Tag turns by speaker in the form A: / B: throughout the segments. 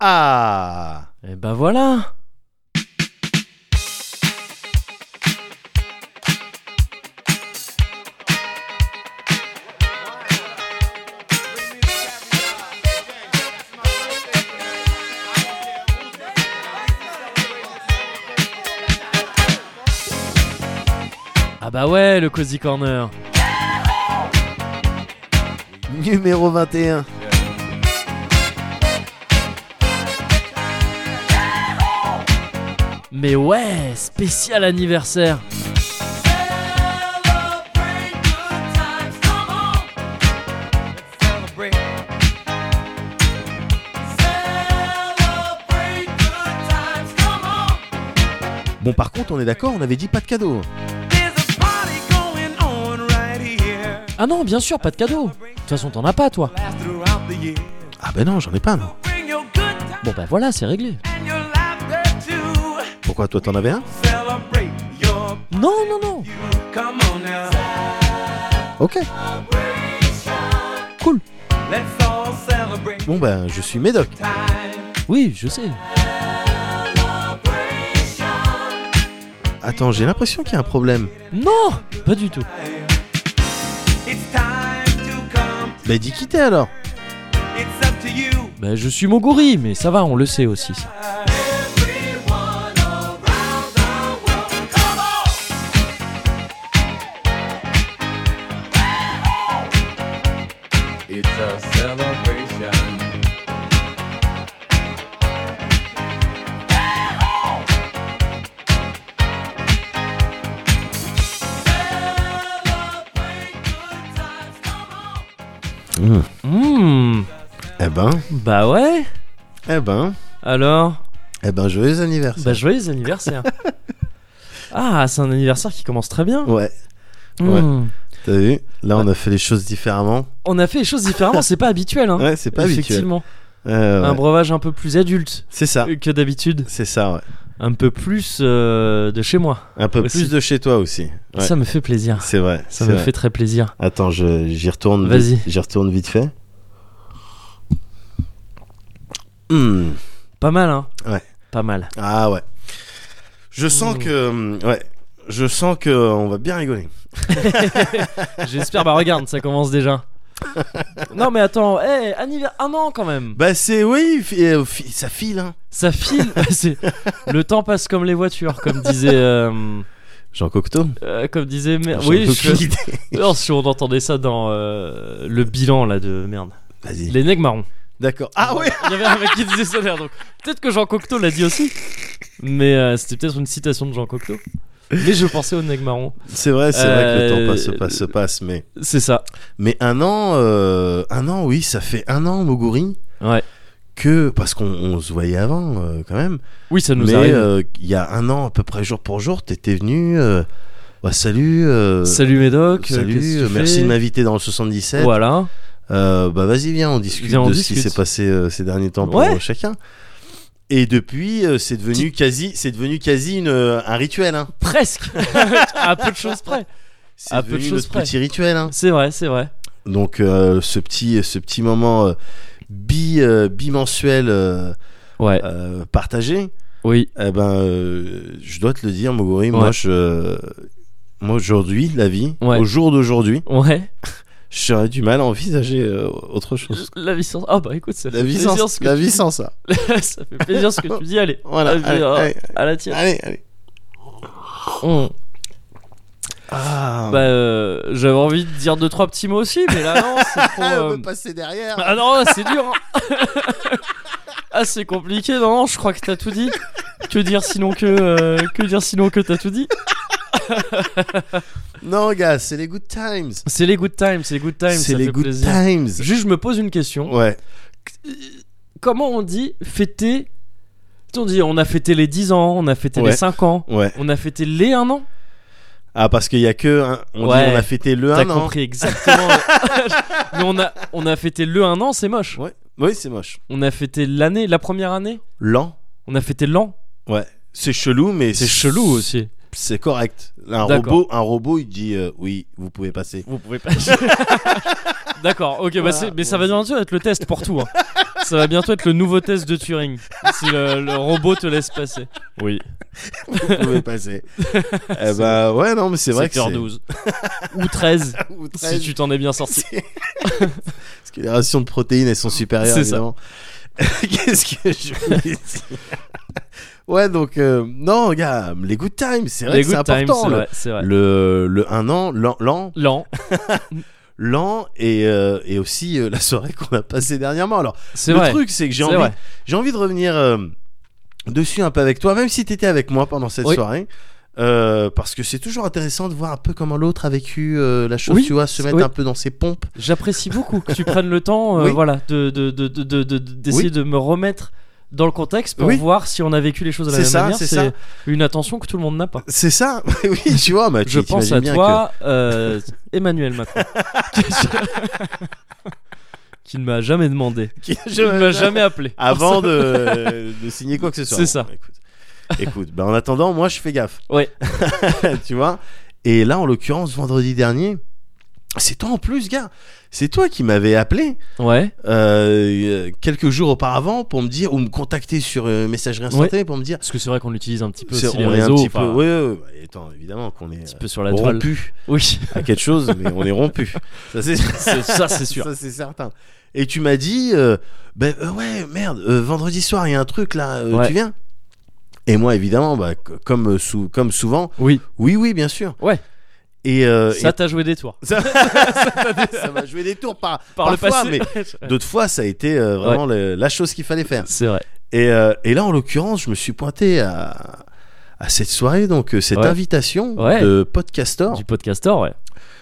A: Ah
B: Et ben voilà Ah bah ouais, le Cozy Corner
A: Numéro 21.
B: Mais ouais, spécial anniversaire
A: Bon, par contre, on est d'accord, on avait dit pas de cadeau.
B: Ah non, bien sûr, pas de cadeau De toute façon, t'en as pas, toi
A: Ah ben non, j'en ai pas, non.
B: Bon bah voilà, c'est réglé
A: Pourquoi toi t'en avais un
C: Celebrate your
B: Non, non, non
C: come on now.
A: Ok. Cool.
C: Let's all celebrate
A: Bon ben, je suis Médoc.
C: time.
B: Oui, je sais.
A: Attends, j'ai l'impression qu'il y a un problème.
B: Non Pas du tout.
C: It's time to come.
A: Bah dis qui t'es alors
C: It's up to you.
B: Bah je suis Moguri, mais ça va, on le sait aussi. ça.
D: It's a celebration.
B: Hmm,
A: Eh ben,
B: bah ouais.
A: eh ben,
B: Alors
A: eh ben, joyeux anniversaire.
B: Bah joyeux anniversaire. ah, c'est un anniversaire qui commence très bien.
A: Ouais,
B: Hmm.
A: ouais. t'as vu Là, on a fait les choses différemment.
B: On a fait les choses différemment, c'est pas habituel. Hein.
A: Ouais, c'est pas habituel.
B: Effectivement. Ah
A: Euh, ouais. Ah.
B: Un breuvage un peu plus adulte
A: C'est ça.
B: que d'habitude.
A: C'est ça, ouais.
B: Un peu plus euh, de chez moi.
A: Un peu
B: Aussi.
A: plus de chez toi aussi. Ouais.
B: Ça me fait plaisir.
A: C'est vrai.
B: Ça
A: c'est
B: me
A: vrai.
B: fait très plaisir.
A: Attends, je- j'y retourne. vite-
B: Vas-y.
A: J'y retourne vite fait. Hmm.
B: Pas mal, hein
A: Ouais.
B: Pas mal.
A: Ah ouais. Je sens
B: Mm.
A: que hum, ouais, je sens que euh, on va bien rigoler.
B: J'espère, bah regarde, ça commence déjà. non mais attends, hey, anniversaire. Un an quand même
A: Bah c'est oui, fi- euh, fi- ça file hein.
B: Ça file. c'est- le temps passe comme les voitures, comme disait, euh,
A: Jean Cocteau.
B: euh, comme disait. mer-
A: J'en
B: Oui,
A: peux
B: je-
A: plus idée.
B: Non, si on entendait ça dans euh, le bilan là de merde.
A: Vas-y.
B: Les nègres marrons.
A: D'accord. Ah ouais.
B: Il y avait un mec qui disait ça d'ailleurs, donc peut-être que Jean Cocteau l'a dit aussi. Mais euh, c'était peut-être une citation de Jean Cocteau. Mais je pensais aux nègres marrons.
A: C'est vrai, c'est vrai que le
B: Euh,
A: temps passe, se passe, se passe, mais
B: C'est ça.
A: mais un an, euh, un an, oui, ça fait un an Moguri
B: Ouais.
A: que parce qu'on on se voyait avant euh, quand même.
B: Oui, ça nous
A: mais
B: arrive.
A: euh, il y a un an à peu près jour pour jour, t'étais venu. euh, bah, salut. euh,
B: Salut Médoc. euh,
A: salut,
B: qu'est-ce que tu
A: merci
B: fais
A: de m'inviter dans le 77.
B: Voilà.
A: Euh, bah vas-y viens on discute
B: Viens, on
A: de ce qui
B: discute.
A: s'est passé euh, ces derniers temps pour
B: Ouais.
A: euh, chacun et depuis euh, c'est devenu quasi c'est devenu quasi une, euh, un rituel hein.
B: Presque. à peu de choses près.
A: c'est
B: À peu de
A: devenu
B: choses
A: notre
B: près.
A: petit rituel hein.
B: C'est vrai, c'est vrai.
A: donc euh, ce petit ce petit moment euh, bi euh, bimensuel euh,
B: Ouais.
A: euh, partagé
B: Oui.
A: eh ben euh, je dois te le dire Mogori moi
B: Ouais.
A: je euh, moi aujourd'hui la vie
B: Ouais.
A: au jour d'aujourd'hui
B: Ouais.
A: j'aurais du mal à envisager euh, autre chose
B: La vie sans. Ah bah écoute, ça
A: la
B: fait
A: vie
B: plaisir
A: sans,
B: ce que
A: la
B: tu-
A: vie sans ça
B: ça fait plaisir ce que tu dis. Allez,
A: voilà
B: Ah,
A: allez,
B: ah.
A: allez,
B: à la tienne.
A: allez, allez.
B: On-
A: Ah,
B: Bah, euh, j'avais envie de dire deux trois petits mots aussi, mais là non, c'est trop.
A: on
B: euh,
A: peut passer derrière.
B: Ah non, c'est dur. hein. ah c'est compliqué. Non, non, je crois que t'as tout dit. Que dire sinon que euh, que dire sinon que t'as tout dit.
A: Non, gars, c'est les good times.
B: C'est les good times, c'est les good times.
A: C'est
B: ça
A: les
B: fait
A: good
B: plaisir.
A: times.
B: Juste, je me pose une question.
A: Ouais.
B: Comment on dit fêter Tu sais, On dit on a fêté les 10 ans, on a fêté
A: Ouais.
B: les 5 ans,
A: Ouais.
B: on a fêté les 1 an.
A: Ah, parce qu'il y a que. un- on,
B: Ouais.
A: dit, on a fêté le
B: T'as
A: 1 an.
B: compris exactement. Mais on a, on a fêté le 1 an, c'est moche.
A: Ouais. Oui, c'est moche.
B: On a fêté l'année, la première année.
A: Lent.
B: On a fêté l'an.
A: Ouais. C'est chelou, mais
B: C'est chelou aussi.
A: C'est correct. Un
B: D'accord.
A: robot, un robot, il dit euh, oui, vous pouvez passer.
B: Vous pouvez pas. D'accord, ok, bah c'est- mais ça va bien sûr être le test pour tout. hein. Ça va bientôt être le nouveau test de Turing. Si le, le robot te laisse passer. Oui.
A: Vous pouvez passer. eh ben ouais, non, mais c'est vrai que c'est.
B: 12. Ou 13,
A: Ou
B: si
A: 13.
B: tu t'en es bien sorti.
A: C'est- Parce que les rations de protéines, elles sont supérieures,
B: C'est ça.
A: évidemment. Qu'est-ce que je voulais dire Ouais, donc, euh, non, gars, les good times, c'est vrai
B: Les
A: que c'est
B: good times,
A: important.
B: c'est
A: le-
B: vrai. c'est vrai.
A: Le, le 1 an, l'an- l'an,
B: Lent,
A: l'an et, euh, et aussi euh, la soirée qu'on a passée dernièrement. Alors,
B: c'est
A: le
B: vrai.
A: truc, c'est que j'ai
B: c'est
A: envie,
B: vrai.
A: j'ai envie de revenir euh, dessus un peu avec toi, même si t'étais avec moi pendant cette
B: Oui.
A: soirée. euh, parce que c'est toujours intéressant de voir un peu comment l'autre a vécu euh, la chose,
B: Oui,
A: tu vois, se mettre
B: oui.
A: un peu dans ses pompes.
B: J'apprécie beaucoup que tu prennes le temps euh,
A: Oui.
B: voilà, de, de, de, de- de- de- d'essayer
A: Oui.
B: de me remettre dans le contexte pour
A: Oui.
B: voir si on a vécu les choses de la
A: C'est
B: même
A: ça,
B: manière.
A: c'est ça.
B: une attention que tout le monde n'a pas.
A: C'est ça, oui, tu vois, mais tu
B: Je pense
A: t'imagines
B: à
A: bien
B: toi, euh, Emmanuel Macron. qui ne m'a jamais demandé.
A: que- que-
B: Je ne m'a jamais appelé.
A: Avant de, de signer quoi que ce soit.
B: C'est ça.
A: Écoute, écoute ben, en attendant, moi je fais gaffe.
B: Ouais.
A: tu vois Et là, en l'occurrence, vendredi dernier, c'est toi en plus, gars. C'est toi qui m'avais appelé
B: Ouais,
A: euh, quelques jours auparavant pour me dire, ou me contacter sur euh, messagerie instantanée pour me dire.
B: parce que c'est vrai qu'on l'utilise un petit peu
A: c'est-
B: aussi les
A: on est
B: réseaux,
A: un petit peu.
B: enfin,
A: Oui, oui, oui. Attends, évidemment qu'on est
B: un petit
A: euh,
B: peu sur la toile.
A: rompu
B: Oui,
A: à quelque chose, mais on est rompu. Ça, c'est
B: c'est- ça c'est sûr.
A: Ça, c'est certain. Et tu m'as dit, euh, ben euh, ouais, merde, euh, vendredi soir, il y a un truc là, euh,
B: Ouais.
A: tu viens Et moi, évidemment, bah, c- comme, euh, sou- comme souvent,
B: Oui,
A: oui, oui, bien sûr.
B: Ouais.
A: Et, euh,
B: ça
A: et-
B: t'a joué des tours.
A: ça ça m'a joué des tours par,
B: Par
A: parfois,
B: le passé.
A: mais d'autres fois, ça a été euh, vraiment le- la chose qu'il fallait faire.
B: C'est vrai.
A: Et, euh, et là, en l'occurrence, je me suis pointé à, à cette soirée, donc euh, cette
B: Ouais.
A: invitation
B: Ouais.
A: de Podcastor,
B: Du podcaster, ouais.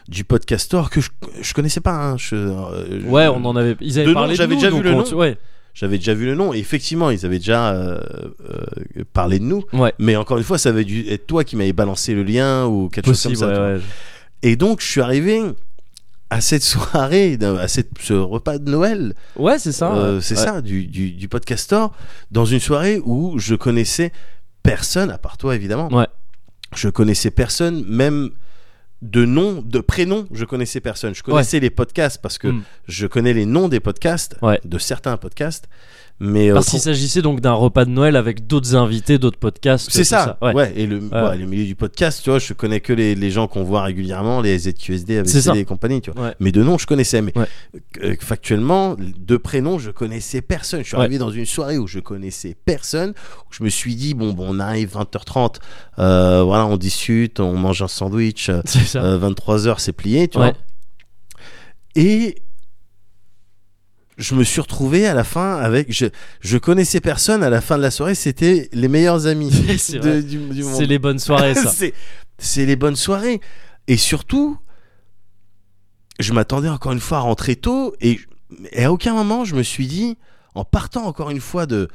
A: du Podcastor que je, je connaissais pas. hein, je- euh, je-
B: Ouais, on en avait. Ils avaient
A: De nom,
B: parlé de
A: j'avais
B: nous,
A: déjà
B: donc
A: vu le
B: on-
A: nom.
B: Ouais,
A: J'avais déjà vu le nom, et effectivement, ils avaient déjà euh, euh, parlé de nous.
B: ouais.
A: Mais encore une fois, ça avait dû être toi qui m'avais balancé le lien ou quelque
B: Possible,
A: chose comme ça. tu vois.
B: ouais, ouais.
A: Et donc, je suis arrivé à cette soirée, à cette- ce repas de Noël,
B: Ouais, c'est ça.
A: euh,
B: ouais.
A: c'est
B: Ouais.
A: ça, du, du, du podcastor, dans une soirée où je connaissais personne, à part toi évidemment.
B: Ouais.
A: Je connaissais personne, même de nom, de prénom, je connaissais personne. Je connaissais les podcasts parce que
B: Mm.
A: je connais les noms des podcasts,
B: Ouais.
A: de certains podcasts. Mais euh,
B: Parce
A: pour-
B: qu'il s'agissait donc d'un repas de Noël avec d'autres invités, d'autres podcasts.
A: C'est
B: tout
A: ça,
B: Ouais.
A: ouais. Et le,
B: Ouais.
A: ouais, le milieu du podcast, tu vois, je connais que les, les gens qu'on voit régulièrement, les ZQSD,
B: C'est ça.
A: ABCD et compagnie, tu vois.
B: Ouais.
A: Mais de nom, je connaissais. Mais
B: Ouais.
A: euh, factuellement, de prénom, je connaissais personne. Je suis
B: Ouais.
A: arrivé dans une soirée où je connaissais personne. Où je me suis dit, bon, bon on arrive 20h30, euh, voilà, on discute, on mange un sandwich. euh,
B: C'est ça.
A: 23h, c'est plié, tu
B: Ouais.
A: vois. Et je me suis retrouvé à la fin avec. Je, je connaissais personne à la fin de la soirée, c'était les meilleurs amis
B: C'est
A: de-
B: vrai.
A: du, du monde.
B: C'est les bonnes soirées, ça.
A: C'est- c'est les bonnes soirées. Et surtout, je m'attendais encore une fois à rentrer tôt et, et à aucun moment je me suis dit, en partant encore une fois de,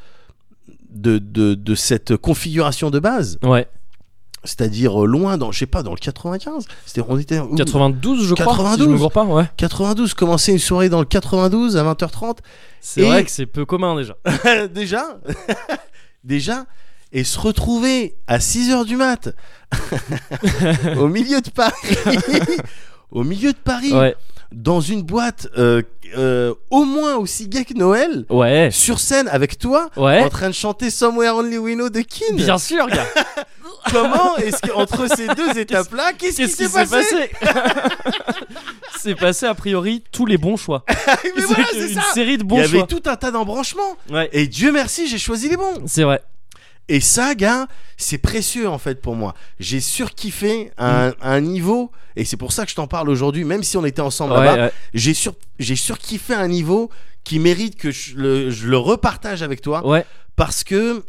A: de, de, de cette configuration de base,
B: Ouais.
A: c'est-à-dire euh, loin dans, je sais pas, dans le 95, c'était, on était où
B: 92, je crois. Si je me
A: 92.
B: gourre pas, ouais.
A: 92, commencer une soirée dans le 92 à 20h30,
B: C'est
A: Et-
B: vrai que c'est peu commun déjà.
A: déjà, déjà, et se retrouver à 6h du mat, au milieu de Paris, au milieu de Paris,
B: Ouais.
A: dans une boîte euh, euh, au moins aussi gay que Noël,
B: Ouais.
A: sur scène avec toi,
B: Ouais.
A: en train de chanter Somewhere Only We Know de Kin.
B: Bien sûr, gars.
A: Comment est-ce qu'entre ces deux étapes-là, qu'est-ce qui
B: Qu'est-ce qui
A: s'est
B: s'est
A: passé,
B: passé C'est passé a priori tous les bons choix.
A: Mais voilà,
B: que
A: c'est
B: une
A: ça.
B: série de
A: Il
B: bons
A: y avait
B: choix.
A: tout un tas d'embranchements.
B: Ouais.
A: Et Dieu merci, j'ai choisi les bons.
B: C'est vrai.
A: Et ça, gars, c'est précieux en fait pour moi. J'ai surkiffé à un,
B: Mm.
A: à un niveau, et c'est pour ça que je t'en parle aujourd'hui, même si on était ensemble
B: Ouais,
A: là-bas.
B: ouais.
A: J'ai sur, j'ai surkiffé à un niveau qui mérite que je le, je le repartage avec toi
B: Ouais.
A: parce que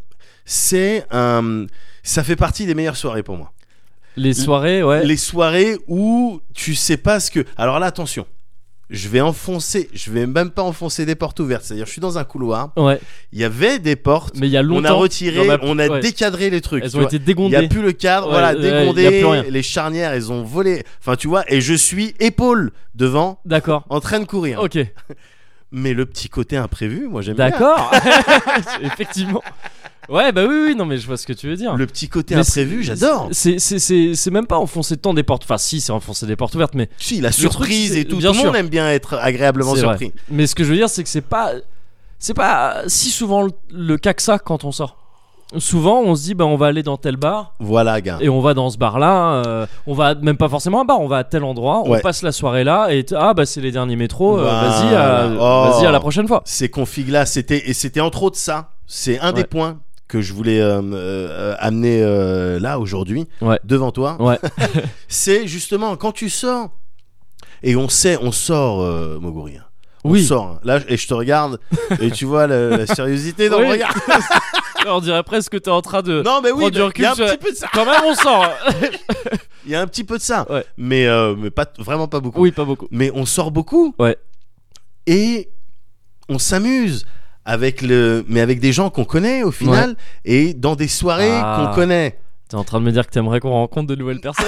A: c'est un, ça fait partie des meilleures soirées pour moi.
B: Les soirées, ouais.
A: Les soirées où tu sais pas ce que. Alors là, attention. Je vais enfoncer, je vais même pas enfoncer des portes ouvertes. C'est-à-dire, je suis dans un couloir.
B: Ouais.
A: Il y avait des portes.
B: Mais il y a
A: On
B: longtemps.
A: a retiré,
B: il y en
A: on a
B: ouais.
A: décadré les trucs. tu
B: Elles ont
A: vois.
B: été
A: Il n'y a
B: dégondées.
A: plus le cadre,
B: Ouais,
A: voilà,
B: ouais,
A: dégondé,
B: y a plus rien.
A: les charnières, elles ont volé. Enfin, tu vois, et je suis épaule devant,
B: D'accord.
A: en train de courir.
B: Ok.
A: Mais le petit côté imprévu, moi j'aime bien.
B: D'accord. Effectivement. Ouais, bah oui, oui, non, mais je vois ce que tu veux dire.
A: Le petit côté
B: Mais
A: imprévu, j'adore.
B: C'est, c'est, c'est, c'est même pas enfoncer tant des portes. Enfin, si, c'est enfoncer des portes ouvertes, mais,
A: Si, la
B: truc,
A: surprise
B: c'est-
A: et tout.
B: bien
A: tout le
B: sûr.
A: monde aime bien être agréablement
B: C'est vrai.
A: surpris.
B: mais ce que je veux dire, c'est que c'est pas. c'est pas si souvent le, le cas que ça quand on sort. Souvent, on se dit, bah, on va aller dans tel bar
A: Voilà, gars.
B: et on va dans ce bar-là. euh, on va même pas forcément à un bar, on va à tel endroit, on
A: Ouais.
B: passe la soirée là et t- ah bah c'est les derniers métros. euh,
A: Voilà.
B: Vas-y, à,
A: Oh.
B: vas-y à la prochaine fois.
A: Ces configs-là, c'était et c'était entre autres ça. C'est un des
B: Ouais.
A: points que je voulais euh, euh, amener euh, là aujourd'hui
B: Ouais.
A: devant toi.
B: Ouais.
A: C'est justement quand tu sors et on sait, on sort euh, Moguri. hein. On
B: Oui.
A: sort. hein. Là et je te regarde et tu vois la, la sérieuxité dans
B: Oui.
A: le regard.
B: on dirait presque que t'es en train de.
A: Non mais oui,
B: Prends du
A: il
B: recul,
A: y a un
B: je-
A: petit peu de ça.
B: Quand même, on sort.
A: Il y a un petit peu de ça.
B: Ouais.
A: Mais euh, mais pas vraiment pas beaucoup.
B: oui, pas beaucoup.
A: mais on sort beaucoup.
B: Ouais.
A: Et on s'amuse avec le, mais avec des gens qu'on connaît au final et dans des soirées
B: Ah.
A: qu'on connaît.
B: T'es en train de me dire que t'aimerais qu'on rencontre de nouvelles personnes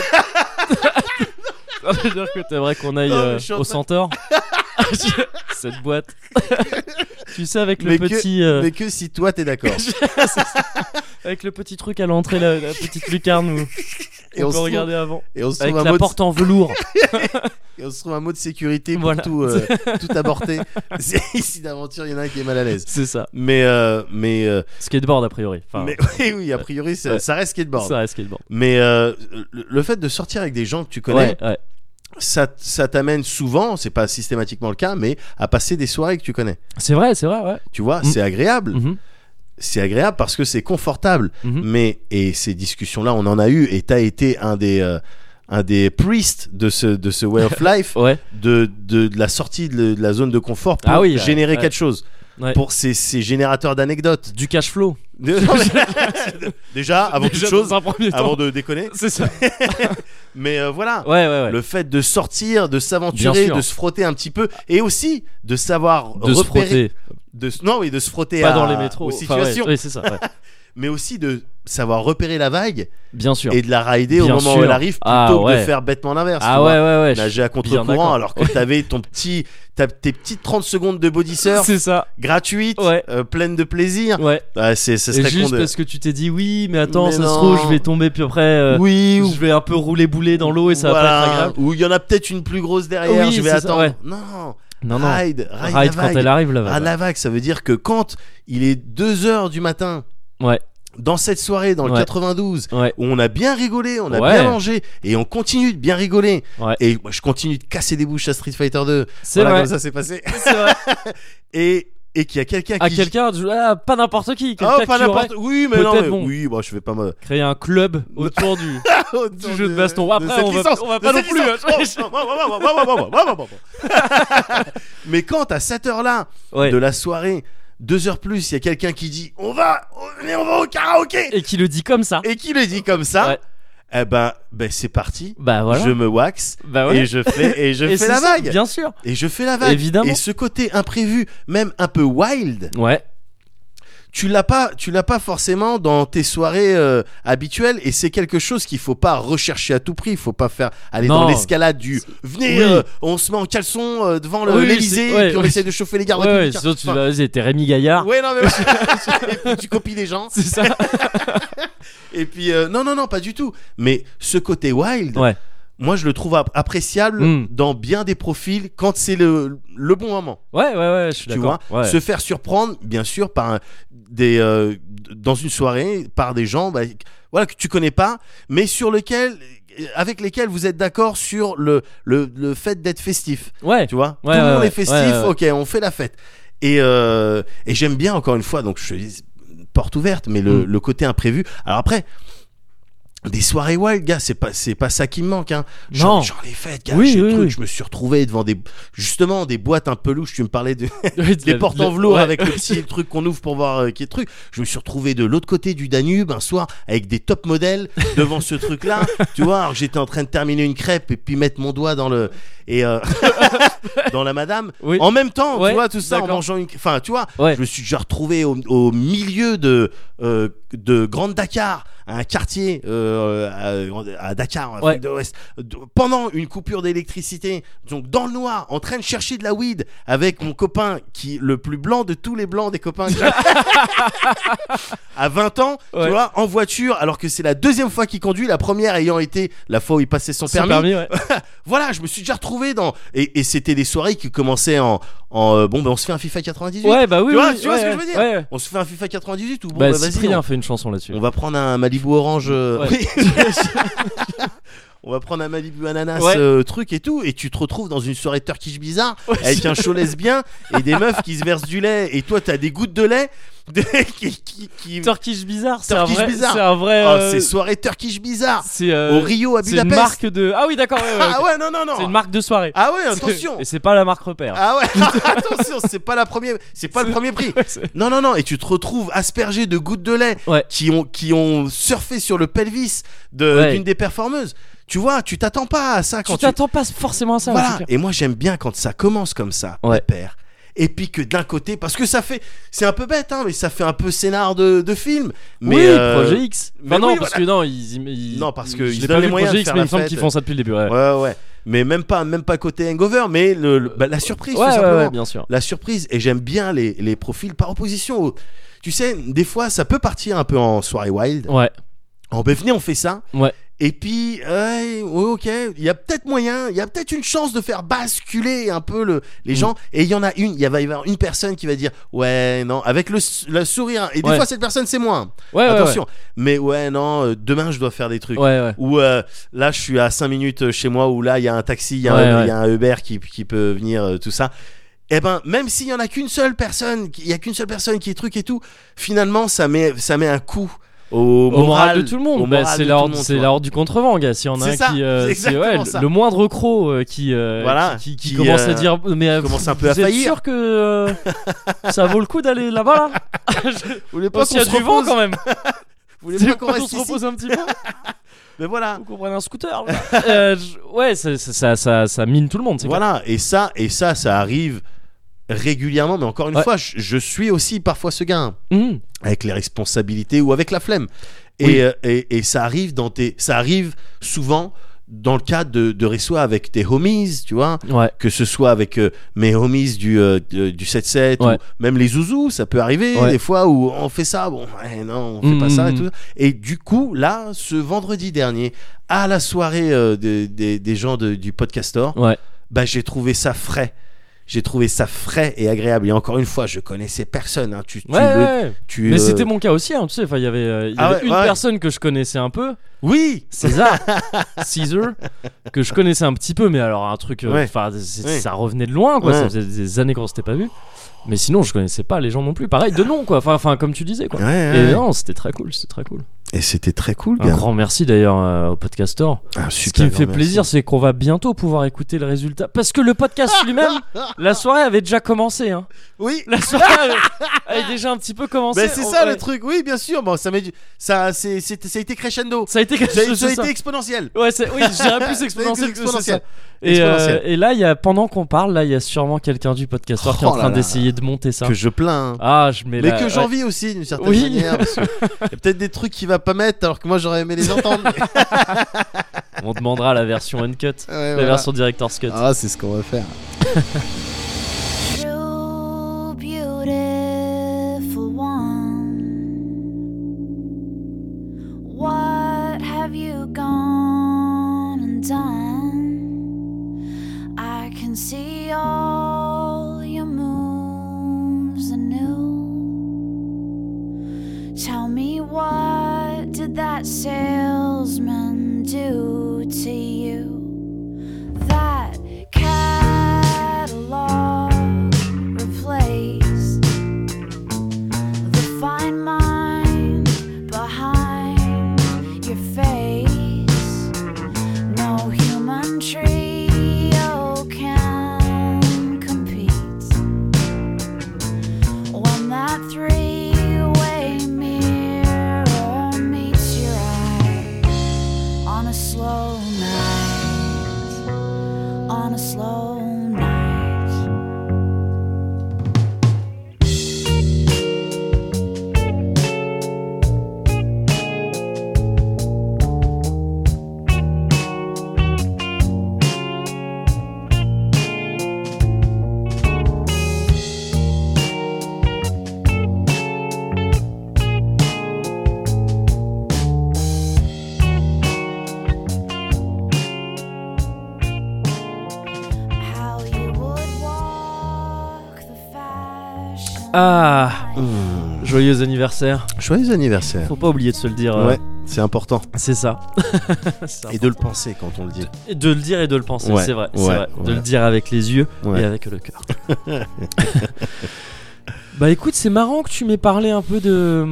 B: Ça veut dire que t'aimerais qu'on aille
A: Non, mais
B: euh,
A: je suis en
B: au
A: train-
B: Centaure Cette boîte. tu sais, avec le
A: Mais que-
B: petit. euh,
A: Mais que si toi t'es d'accord.
B: C'est ça. avec le petit truc à l'entrée, la, la petite lucarne où
A: Et
B: on,
A: on se
B: peut
A: trouve-
B: regarder avant.
A: et on se
B: Avec
A: trouve un
B: la
A: mot de,
B: porte en velours.
A: et on se trouve un mot de sécurité pour
B: Voilà.
A: tout, euh, tout aborter. C'est- si d'aventure il y en a un qui est mal à l'aise.
B: C'est ça.
A: Mais euh, mais euh,
B: Skateboard, a priori. Enfin,
A: mais oui, oui a priori ça,
B: Ouais.
A: ça reste skateboard.
B: ça reste skateboard.
A: Mais euh, le, le fait de sortir avec des gens que tu connais,
B: Ouais, ouais.
A: ça, ça t'amène souvent, c'est pas systématiquement le cas, mais à passer des soirées que tu connais.
B: C'est vrai, c'est vrai, ouais.
A: Tu vois,
B: Mm.
A: c'est agréable.
B: Mhm,
A: C'est agréable parce que c'est confortable.
B: mhm.
A: Mais et ces discussions-là, on en a eu. Et t'as été un des euh, un des priests de ce de ce way of life,
B: Ouais,
A: de, de de la sortie de, de la zone de confort pour
B: Oh. Ah oui, ouais,
A: générer
B: ouais.
A: quelque chose,
B: Ouais.
A: pour ces, ces générateurs d'anecdotes.
B: du cash flow.
A: De- non, mais- Déjà, avant
B: Déjà
A: toute chose,
B: dans un premier temps.
A: avant de déconner.
B: C'est ça.
A: Mais euh, voilà.
B: Ouais, ouais, ouais.
A: Le fait de sortir, de
B: Bien
A: s'aventurer,
B: sûr.
A: de se frotter un petit peu, et aussi de savoir
B: de se
A: repérer,
B: frotter.
A: de se- non oui, de se frotter
B: Pas
A: à-
B: dans les métros.
A: aux
B: Enfin, ouais,
A: situations,
B: ouais, c'est ça. ouais.
A: mais aussi de savoir repérer la vague
B: Bien sûr.
A: et de la rider au
B: Bien
A: moment où
B: sûr.
A: elle arrive plutôt
B: Ah,
A: que
B: ouais.
A: de faire bêtement l'inverse. tu
B: ah
A: vois.
B: ouais, ouais, ouais.
A: Nager à
B: d'accord.
A: contre-courant alors que t'avais ton petit, ta- tes petites 30 secondes de body surf
B: C'est ça.
A: gratuites,
B: Ouais.
A: euh, pleines de plaisir.
B: Ouais.
A: Ah, c'est, ça
B: Et
A: serait
B: juste
A: con de-
B: parce que tu t'es dit oui, mais attends,
A: Mais
B: ça se
A: non.
B: trouve, je vais tomber, puis après, euh,
A: Oui, ou-
B: je vais un peu rouler bouler dans l'eau et ça va pas être
A: voilà,
B: agréable.
A: Ou il y en a peut-être une plus grosse derrière,
B: Oui,
A: je vais
B: c'est ça,
A: attendre.
B: ouais.
A: Non,
B: Non, non. Ride,
A: ride, ride, la
B: quand
A: vague.
B: elle arrive là-bas.
A: Ah, la vague, ça veut dire que quand il est 2h du matin,
B: Ouais.
A: dans cette soirée, dans le
B: Ouais.
A: 92,
B: Ouais.
A: où on a bien rigolé, on a
B: Ouais.
A: bien mangé, et on continue de bien rigoler,
B: Ouais.
A: et moi, je continue de casser des bouches à Street Fighter 2,
B: C'est
A: voilà comme
B: vrai.
A: ça s'est passé,
B: C'est vrai.
A: et, et qu'il y a quelqu'un
B: À
A: qui...
B: quelqu'un, je- ah, pas n'importe qui,
A: Oh,
B: quelqu'un
A: pas
B: qui aurait
A: n'importe Oui, mais
B: Peut-être
A: non, mais-
B: bon.
A: oui, bah, je vais pas me.
B: créé un club autour du, du jeu de baston. Après,
A: cette
B: on va,
A: licence,
B: on va
A: de
B: pas non
A: cette
B: plus.
A: licence.
B: hein.
A: Oh, oh, oh, oh, oh, oh, oh, oh, oh, oh, oh. Mais quand à cette heure-là
B: Ouais.
A: de la soirée, deux heures plus, il y a quelqu'un qui dit on va, mais on va au karaoké.
B: Et qui le dit comme ça.
A: et qui le dit comme ça,
B: Ouais.
A: eh ben, ben c'est parti.
B: Bah voilà.
A: Je me wax
B: Bah voilà.
A: et je fais et je
B: Et
A: fais
B: c'est
A: la
B: ça,
A: vague.
B: Bien sûr.
A: Et je fais la vague.
B: Évidemment.
A: Et ce côté imprévu, même un peu wild,
B: Ouais.
A: tu l'as pas, tu l'as pas forcément dans tes soirées euh, habituelles. Et c'est quelque chose qu'il faut pas rechercher à tout prix. Il faut pas faire aller
B: Non.
A: dans l'escalade du venez,
B: Oui.
A: euh, on se met en caleçon euh, devant le-
B: Oui,
A: l'Élysée
B: c'est- ouais,
A: et puis on
B: ouais.
A: essaie de chauffer les gardes.
B: Ouais, ouais,
A: républicains.
B: sinon tu
A: Enfin,
B: vas, vas-y, t'es Rémi Gaillard.
A: ouais, non, mais Et puis tu copies les gens.
B: C'est ça.
A: Et puis euh, non, non, non, pas du tout. Mais ce côté wild,
B: Ouais.
A: moi je le trouve ap- appréciable
B: Mm.
A: dans bien des profils quand c'est le, le bon moment.
B: Ouais, ouais, ouais, je suis
A: Tu
B: d'accord.
A: vois,
B: Ouais.
A: se faire surprendre, bien sûr, par un- des euh, dans une soirée par des gens, bah, voilà que tu connais pas, mais sur lequel avec lesquels vous êtes d'accord sur le, le, le fait d'être festif.
B: Ouais.
A: Tu vois,
B: Ouais,
A: tout le
B: ouais,
A: monde
B: ouais.
A: est festif.
B: Ouais, ouais,
A: Ok, on fait la fête. Et euh, et j'aime bien encore une fois. Donc je te dis porte ouverte, mais le,
B: Mm.
A: le côté imprévu. Alors après. Des soirées wild, gars, c'est pas, c'est pas ça qui me manque. Hein. J'en
B: Non.
A: j'en ai fait, gars.
B: Oui,
A: j'ai
B: oui,
A: cru
B: oui.
A: que Je me suis retrouvé devant des, justement, des boîtes un peu louches. Tu me parlais de, les portes en velours
B: velours
A: avec le petit truc qu'on ouvre pour voir euh, qui est le truc. Je me suis retrouvé de l'autre côté du Danube un soir avec des top modèles devant ce truc-là. Tu vois, alors que j'étais en train de terminer une crêpe et puis mettre mon doigt dans le et euh, dans la madame.
B: Oui.
A: En même temps,
B: Ouais,
A: tu vois tout ça en
B: d'accord.
A: mangeant une. Enfin, tu vois,
B: Ouais.
A: je me suis déjà retrouvé au, au milieu de euh, de Grande Dakar, un quartier euh, à, à Dakar, en Afrique
B: Ouais.
A: de l'Ouest, de- pendant une coupure d'électricité, donc dans le noir, en train de chercher de la weed avec mon copain qui le plus blanc de tous les blancs des copains. que j'ai. à 20 ans,
B: Ouais.
A: tu vois, en voiture, alors que c'est la deuxième fois qu'il conduit, la première ayant été la fois où il passait son
B: Sans
A: permis.
B: permis, ouais.
A: Voilà, je me suis déjà retrouvé retrouvé dans. Et, et c'était des soirées qui commençaient en. en, euh, bon, ben on se fait un FIFA 98.
B: Ouais, bah oui,
A: Tu vois-
B: oui,
A: tu vois ce
B: ouais,
A: que je veux dire
B: ouais, ouais.
A: On se fait un FIFA 98 ou bon,
B: bah,
A: bah, vas-y.
B: Cyprien
A: on-
B: fait une chanson là-dessus.
A: On va prendre un Malibu orange. euh,
B: Ouais.
A: oui. On va prendre un Malibu ananas
B: Ouais.
A: euh, truc et tout, et tu te retrouves dans une soirée turkish bizarre avec un show lesbien et des meufs qui se versent du lait, et toi t'as des gouttes de lait de- qui. qui, qui-
B: Turkish Bizarre, c'est un
A: Turkish
B: vrai.
A: Bizarre.
B: C'est un vrai.
A: Oh,
B: euh,
A: ces soirées turkish bizarre
B: c'est euh,
A: au Rio à
B: c'est une
A: Budapest.
B: marque de. Ah oui, d'accord. ouais, ouais,
A: Ah
B: ok.
A: ouais, non, non, non.
B: C'est une marque de soirée.
A: Ah ouais, attention.
B: Et c'est pas la marque repère.
A: Ah ouais, attention, c'est pas la première, c'est pas le
B: C'est-
A: premier prix.
B: Ouais, c'est-
A: Non, non, non, et tu te retrouves aspergé de gouttes de lait
B: Ouais.
A: qui, ont, qui ont surfé sur le pelvis de-
B: Ouais.
A: d'une des performeuses. Tu vois, tu t'attends pas à ça quand
B: tu
A: tu.
B: t'attends pas forcément à ça. ouais,
A: Voilà.
B: c'est clair.
A: Et moi, j'aime bien quand ça commence comme ça,
B: Ouais.
A: la paire. Et puis que d'un côté, parce que ça fait. C'est un peu bête, hein, mais ça fait un peu scénar de, de film. Mais
B: oui,
A: euh,
B: Projet X.
A: mais
B: Enfin, non,
A: oui,
B: parce
A: voilà.
B: que non, ils, ils-
A: Non, parce que
B: je
A: ils
B: l'ai
A: ont
B: pas
A: les
B: vu
A: moyens de
B: Projet X,
A: faire
B: mais il
A: la
B: me semble
A: fête.
B: qu'ils font ça depuis le début. Ouais,
A: Ouais, ouais. Mais même pas, même pas côté hangover, mais le, le- bah, la surprise,
B: Ouais,
A: tout
B: ouais,
A: simplement.
B: ouais, bien sûr.
A: la surprise et j'aime bien les, les profils par opposition au- tu sais des fois ça peut partir un peu en soirée wild
B: Ouais.
A: en ben venez on fait ça
B: Ouais.
A: et puis ouais, ouais, ok il y a peut-être moyen il y a peut-être une chance de faire basculer un peu le, les
B: Mm.
A: gens et il y en a une il y va y avoir une personne qui va dire ouais non avec le, s- le sourire et des
B: Ouais.
A: fois cette personne c'est moi
B: Ouais, ouais,
A: attention mais ouais non euh, demain je dois faire des trucs
B: Ouais, ouais. ouais.
A: ou euh, là je suis à 5 minutes euh, chez moi où là il y a un taxi il y, a
B: Ouais,
A: un-
B: ouais.
A: il y a un Uber qui, qui peut venir euh, tout ça et ben même s'il y en a qu'une seule personne qui- il y a qu'une seule personne qui est truc et tout finalement ça met ça met un coup au,
B: Au moral de tout le monde,
A: au
B: bah,
A: moral
B: c'est
A: de
B: la
A: tout le
B: horde-
A: monde,
B: c'est
A: tu
B: la
A: vois.
B: horde du contrevent, gars. S'il y en a
A: C'est
B: un
A: ça,
B: qui, euh,
A: c'est
B: c'est- ouais,
A: exactement
B: le-
A: ça.
B: le moindre croc euh, qui, euh,
A: Voilà,
B: qui, qui
A: qui,
B: commence
A: euh,
B: à dire, mais euh,
A: commence
B: vous-
A: un peu à
B: vous êtes
A: faillir.
B: sûr que euh, ça vaut le coup d'aller là-bas là
A: vous voulez pas
B: Parce
A: qu'on
B: qu'il y a
A: se
B: du vent
A: repose
B: quand même.
A: vous voulez
B: C'est
A: pas
B: pas
A: qu'on
B: qu'on
A: reste
B: se
A: ici
B: repose un petit peu.
A: mais voilà
B: Faut qu'on prenne un scooter. là. Euh, je- ouais, ça, ça- ça, ça, ça mine tout le monde. c'est
A: voilà et ça et ça ça arrive régulièrement mais encore une
B: Ouais.
A: fois je, je suis aussi parfois ce gars hein,
B: clair. Mhm.
A: avec les responsabilités ou avec la flemme et,
B: Oui.
A: euh, et, et ça arrive dans tes ça arrive souvent dans le cadre de, de réseaux avec tes homies tu vois
B: Ouais.
A: que ce soit avec euh, mes homies du, euh, de- du 7-7
B: Ouais.
A: ou même les zouzous, ça peut arriver
B: Ouais.
A: des fois où on fait ça, bon, ouais, non, on fait pas
B: Mhm.
A: ça et tout. Et du coup, là, ce vendredi dernier, à la soirée euh, des- des- des gens de- du Podcastor,
B: Ouais.
A: bah, j'ai trouvé ça frais. J'ai trouvé ça frais et agréable. Et encore une fois, je connaissais personne. hein. Tu, tu
B: Ouais,
A: le-
B: ouais.
A: tu,
B: Mais
A: euh,
B: c'était mon cas aussi, hein, tu sais. Enfin, il y avait, euh, il y
A: Ah
B: avait
A: ouais,
B: une
A: ouais.
B: personne que je connaissais un peu,
A: Oui,
B: César, Caesar, que je connaissais un petit peu, mais alors un truc, euh,
A: Ouais.
B: enfin, c'est-
A: Ouais.
B: ça revenait de loin, quoi.
A: Ouais.
B: Ça faisait des années qu'on s'était pas vu. Mais sinon, je connaissais pas les gens non plus. Pareil, de nom, quoi. Enfin, enfin, comme tu disais, quoi.
A: Ouais, ouais,
B: Et
A: ouais.
B: non, c'était très cool, c'était très cool.
A: Et c'était très cool,
B: Un
A: gars.
B: grand merci d'ailleurs euh, au podcaster.
A: Un
B: Ce
A: super
B: qui me
A: grand
B: fait
A: merci.
B: plaisir, c'est qu'on va bientôt pouvoir écouter le résultat. Parce que le podcast lui-même, la soirée avait déjà commencé. Hein.
A: Oui.
B: La soirée avait, avait déjà un petit peu commencé.
A: Ben, c'est
B: On-
A: ça
B: ouais.
A: le truc. Oui, bien sûr. Bon, ça met du- ça, c'est, c'est- ça a été crescendo.
B: Ça a été
A: Ça,
B: c'est
A: a- ça a
B: ça.
A: été exponentiel.
B: Ouais, c'est- oui, je dirais plus exponentiel que
A: plus
B: c'est ça.
A: exponentiel.
B: Et, euh,
A: Exponentiel.
B: et là, il y a, pendant qu'on parle, là, il y a sûrement quelqu'un du podcast qui est en
A: Oh là
B: train
A: là.
B: d'essayer de monter ça.
A: Que je plains. hein.
B: Ah, je mets
A: mais
B: la-
A: que
B: ouais.
A: j'envie aussi d'une certaine
B: Oui.
A: manière. Parce que y a peut-être des trucs qu'il va pas mettre alors que moi j'aurais aimé les entendre. mais- Ouais,
B: On demandera la version uncut, la
A: voilà.
B: version director's cut.
A: Ah, c'est ce qu'on va faire.
E: True beautiful one, what have you gone and done? I can see all your moves anew. Tell me, what did that salesman do to you? that catalog replaced the fine mind behind your face. No human trio can compete when that three-way mirror meets your eye on a slow night on a slow night.
B: Ah,
A: Mmh.
B: joyeux anniversaire.
A: Joyeux anniversaire.
B: Faut pas oublier de se le dire. euh,
A: Ouais, c'est important.
B: C'est ça. C'est
A: Et de le penser quand on le dit.
B: Et de le dire et de le penser,
A: Ouais,
B: c'est vrai, c'est
A: ouais,
B: vrai. De
A: ouais.
B: le dire avec les yeux
A: Ouais.
B: et avec le cœur. bah écoute, c'est marrant que tu m'aies parlé un peu de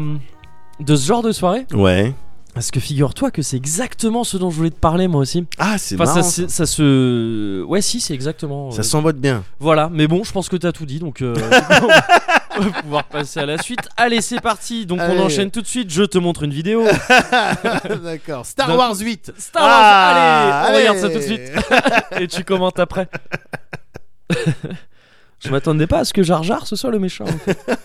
B: de ce genre de soirée,
A: Ouais.
B: parce que figure-toi que c'est exactement ce dont je voulais te parler moi aussi.
A: Ah, c'est
B: Enfin, ça,
A: marrant.
B: se- ça se, ouais, si, c'est exactement.
A: Ça
B: euh,
A: s'emboîte bien.
B: Voilà, mais bon, je pense que t'as tout dit, donc euh, on va pouvoir passer à la suite. Allez, c'est parti. Donc
A: Allez. Ah,
B: on enchaîne tout de suite. Je te montre une vidéo.
A: D'accord. Star
B: Dans-
A: Wars 8.
B: Star Wars.
A: Ah,
B: allez, on regarde ça
A: allez.
B: tout de suite. et tu commentes après. je m'attendais pas à ce que Jar Jar ce soit le méchant. en fait.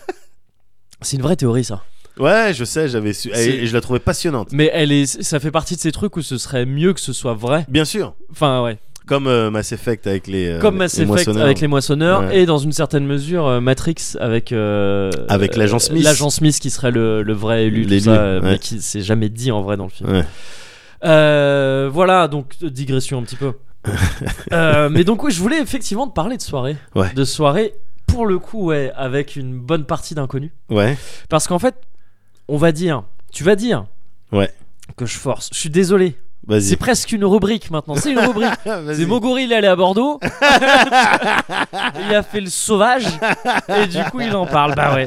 B: C'est une vraie théorie ça.
A: Ouais, je sais, j'avais su.
B: C'est-
A: Et et je la trouvais passionnante.
B: Mais elle est, ça fait partie de ces trucs où ce serait mieux que ce soit vrai.
A: Bien sûr.
B: Enfin ouais,
A: Comme euh, Mass Effect avec les. euh,
B: comme
A: les-
B: Mass
A: les
B: Effect
A: moissonneurs.
B: avec les moissonneurs
A: Ouais.
B: et dans une certaine mesure euh, Matrix avec euh,
A: Avec l'agent
B: euh,
A: Smith.
B: L'agent Smith qui serait le, le vrai élu, tout
A: L'élu,
B: ça, euh, mais
A: ouais.
B: qui s'est jamais dit en vrai dans le film.
A: Ouais.
B: Euh, voilà, donc euh, digression un petit peu. Euh, mais donc oui, je voulais effectivement te parler de soirée.
A: Ouais.
B: De soirée, pour le coup, ouais, avec une bonne partie d'inconnus.
A: Ouais.
B: Parce qu'en fait, on va dire, tu vas dire
A: Ouais.
B: que je force. Je suis désolé. C'est
A: Vas-y.
B: presque une rubrique maintenant. C'est une rubrique.
A: Vas-y.
B: C'est Mogori, il est allé à Bordeaux. il a fait le sauvage. Et du coup, il en parle. Bah ouais.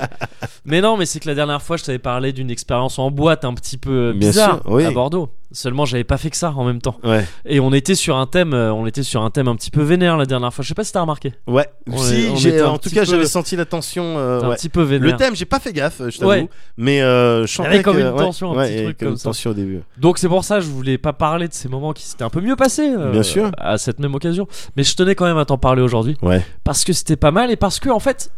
B: Mais non, mais c'est que la dernière fois, je t'avais parlé d'une expérience en boîte un petit peu
A: Bien
B: bizarre
A: sûr, oui.
B: à Bordeaux. Seulement, j'avais pas fait que ça en même temps.
A: Ouais.
B: Et on était sur un thème, euh, on était sur un thème un petit peu vénère la dernière fois. Je sais pas si t'as remarqué.
A: Ouais.
B: On est- on
A: si,
B: était
A: j'ai-
B: un
A: en tout
B: petit
A: cas,
B: peu-
A: j'avais senti la tension. euh,
B: Un
A: ouais.
B: petit peu vénère.
A: Le thème, j'ai pas fait gaffe, je t'avoue.
B: Ouais.
A: Mais euh, je sentais
B: avait comme
A: que-
B: une
A: ouais,
B: tension, un
A: ouais,
B: petit
A: il y avait
B: truc
A: comme
B: comme
A: une
B: ça.
A: tension au début.
B: Donc c'est pour ça que je voulais pas parler de ces moments qui s'étaient un peu mieux passés. euh,
A: Bien sûr.
B: À cette même occasion. Mais je tenais quand même à t'en parler aujourd'hui.
A: Ouais.
B: parce que c'était pas mal et parce que en fait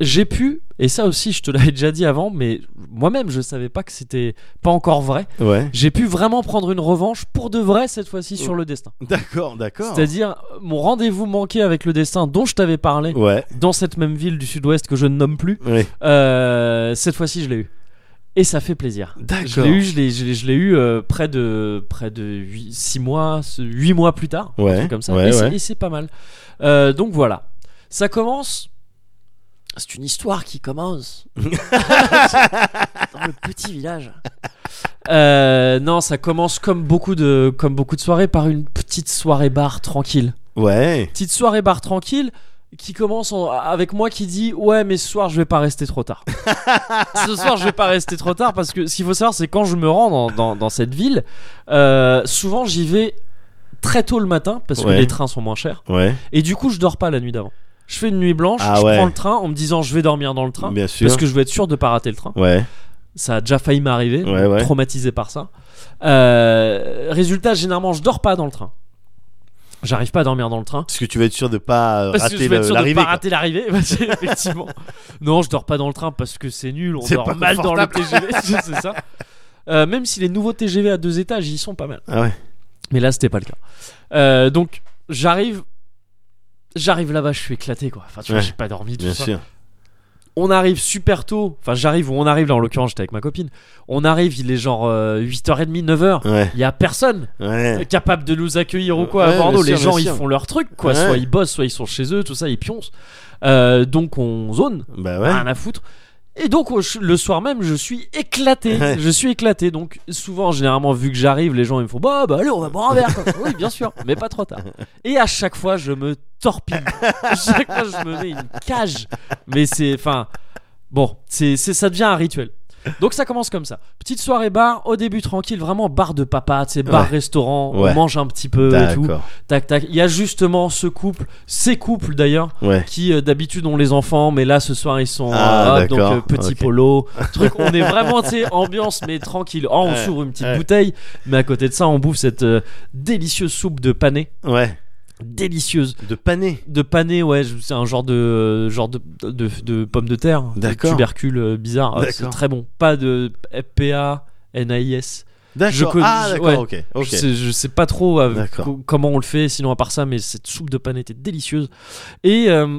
B: j'ai pu et ça aussi je te l'avais déjà dit avant mais moi-même je savais pas que c'était pas encore vrai
A: Ouais.
B: j'ai pu vraiment prendre une revanche pour de vrai cette fois-ci sur le destin
A: D'accord, d'accord.
B: c'est-à-dire euh, mon rendez-vous manqué avec le destin dont je t'avais parlé
A: Ouais.
B: dans cette même ville du sud-ouest que je ne nomme plus
A: Ouais.
B: euh, cette fois-ci je l'ai eu et ça fait plaisir je
A: D'accord.
B: l'ai eu, je l'ai, je l'ai- je l'ai eu euh, près de près de 6 mois, 8 mois plus tard, un
A: Ouais,
B: truc comme ça.
A: ouais,
B: et, c'est,
A: ouais.
B: et c'est pas mal. Euh, donc voilà, ça commence. C'est une histoire qui commence dans le petit village. Euh, non, ça commence comme beaucoup de comme beaucoup de soirées par une petite soirée bar tranquille.
A: Ouais.
B: Petite soirée bar tranquille qui commence en- avec moi qui dit ouais mais ce soir je vais pas rester trop tard. ce soir je vais pas rester trop tard parce que ce qu'il faut savoir c'est quand je me rends dans, dans- dans cette ville, euh, souvent j'y vais très tôt le matin parce que
A: Ouais.
B: les trains sont moins chers
A: Ouais.
B: et du coup je dors pas la nuit d'avant. Je fais une nuit blanche,
A: Ah
B: je
A: ouais.
B: prends le train en me disant je vais dormir dans le train
A: Bien sûr.
B: parce que je veux être sûr de pas rater le train.
A: Ouais.
B: Ça a déjà failli m'arriver,
A: Ouais,
B: donc
A: ouais.
B: traumatisé par ça. Euh, résultat généralement je dors pas dans le train. J'arrive pas à dormir dans le train.
A: Parce que tu vas être sûr de pas euh,
B: Parce que
A: rater
B: je vais être
A: le-
B: sûr de
A: l'arrivée.
B: pas
A: quoi.
B: rater l'arrivée. parce que, Effectivement. non, je dors pas dans le train parce que c'est nul. On
A: C'est
B: dort
A: pas
B: mal dans le TGV.
A: confortable.
B: c'est ça. Euh, même si les nouveaux TGV à deux étages, ils sont pas mal.
A: Ah ouais.
B: Mais là, c'était pas le cas. Euh, donc, j'arrive. J'arrive là-bas, je suis éclaté quoi. Enfin, tu vois,
A: Ouais.
B: j'ai pas dormi, tout
A: Bien
B: ça.
A: sûr.
B: On arrive super tôt. Enfin, j'arrive où on arrive là, en l'occurrence, j'étais avec ma copine. On arrive, il est genre euh, 8h30, 9h.
A: Ouais.
B: Il y a personne
A: Ouais.
B: Euh, capable de nous accueillir ou quoi à
A: Ouais,
B: Bordeaux.
A: bien
B: Les
A: sûr,
B: gens,
A: bien
B: ils
A: sûr.
B: font leur truc, quoi.
A: Ouais.
B: Soit ils bossent, soit ils sont chez eux, tout ça, ils pioncent. Euh, donc on zone,
A: Bah ouais.
B: rien à foutre. Et donc au- le soir même, je suis éclaté.
A: Ouais.
B: Je suis éclaté. Donc souvent, généralement, vu que j'arrive, les gens ils me font bah, bah allez, on va boire un verre. quoi. oui, bien sûr, mais pas trop tard. Et à chaque fois, je me torpille. À chaque fois, je me mets une cage. Mais c'est, enfin, bon, c'est, c'est, ça devient un rituel. Donc ça commence comme ça. Petite soirée bar, au début tranquille, vraiment bar de papa, tu sais, bar
A: Ouais.
B: restaurant, on
A: Ouais.
B: mange un petit peu et tout.
A: D'accord.
B: Tac tac. Il y a justement ce couple, ces couples d'ailleurs,
A: Ouais.
B: qui euh, d'habitude ont les enfants, mais là ce soir ils sont
A: Ah,
B: euh, hop, donc
A: d'accord.
B: euh, petit
A: Ok.
B: polo, truc. On est vraiment tu sais ambiance mais tranquille. Oh, on
A: Ouais,
B: s'ouvre une petite
A: ouais.
B: bouteille, mais à côté de ça on bouffe cette euh, délicieuse soupe de pané,
A: Ouais.
B: délicieuse
A: De pané.
B: de pané ouais je- c'est un genre de euh, genre de, de, de pommes de terre de
A: D'accord.
B: tubercule euh, bizarre Euh, c'est
A: D'accord.
B: très bon pas de PA NAIS Je
A: D'accord.
B: connais-
A: Ah
B: je-
A: d'accord. Ok. Ok.
B: je, sais, je sais pas trop euh,
A: D'accord.
B: co- comment on le fait, sinon à part ça, mais cette soupe de panne était délicieuse. Et, euh,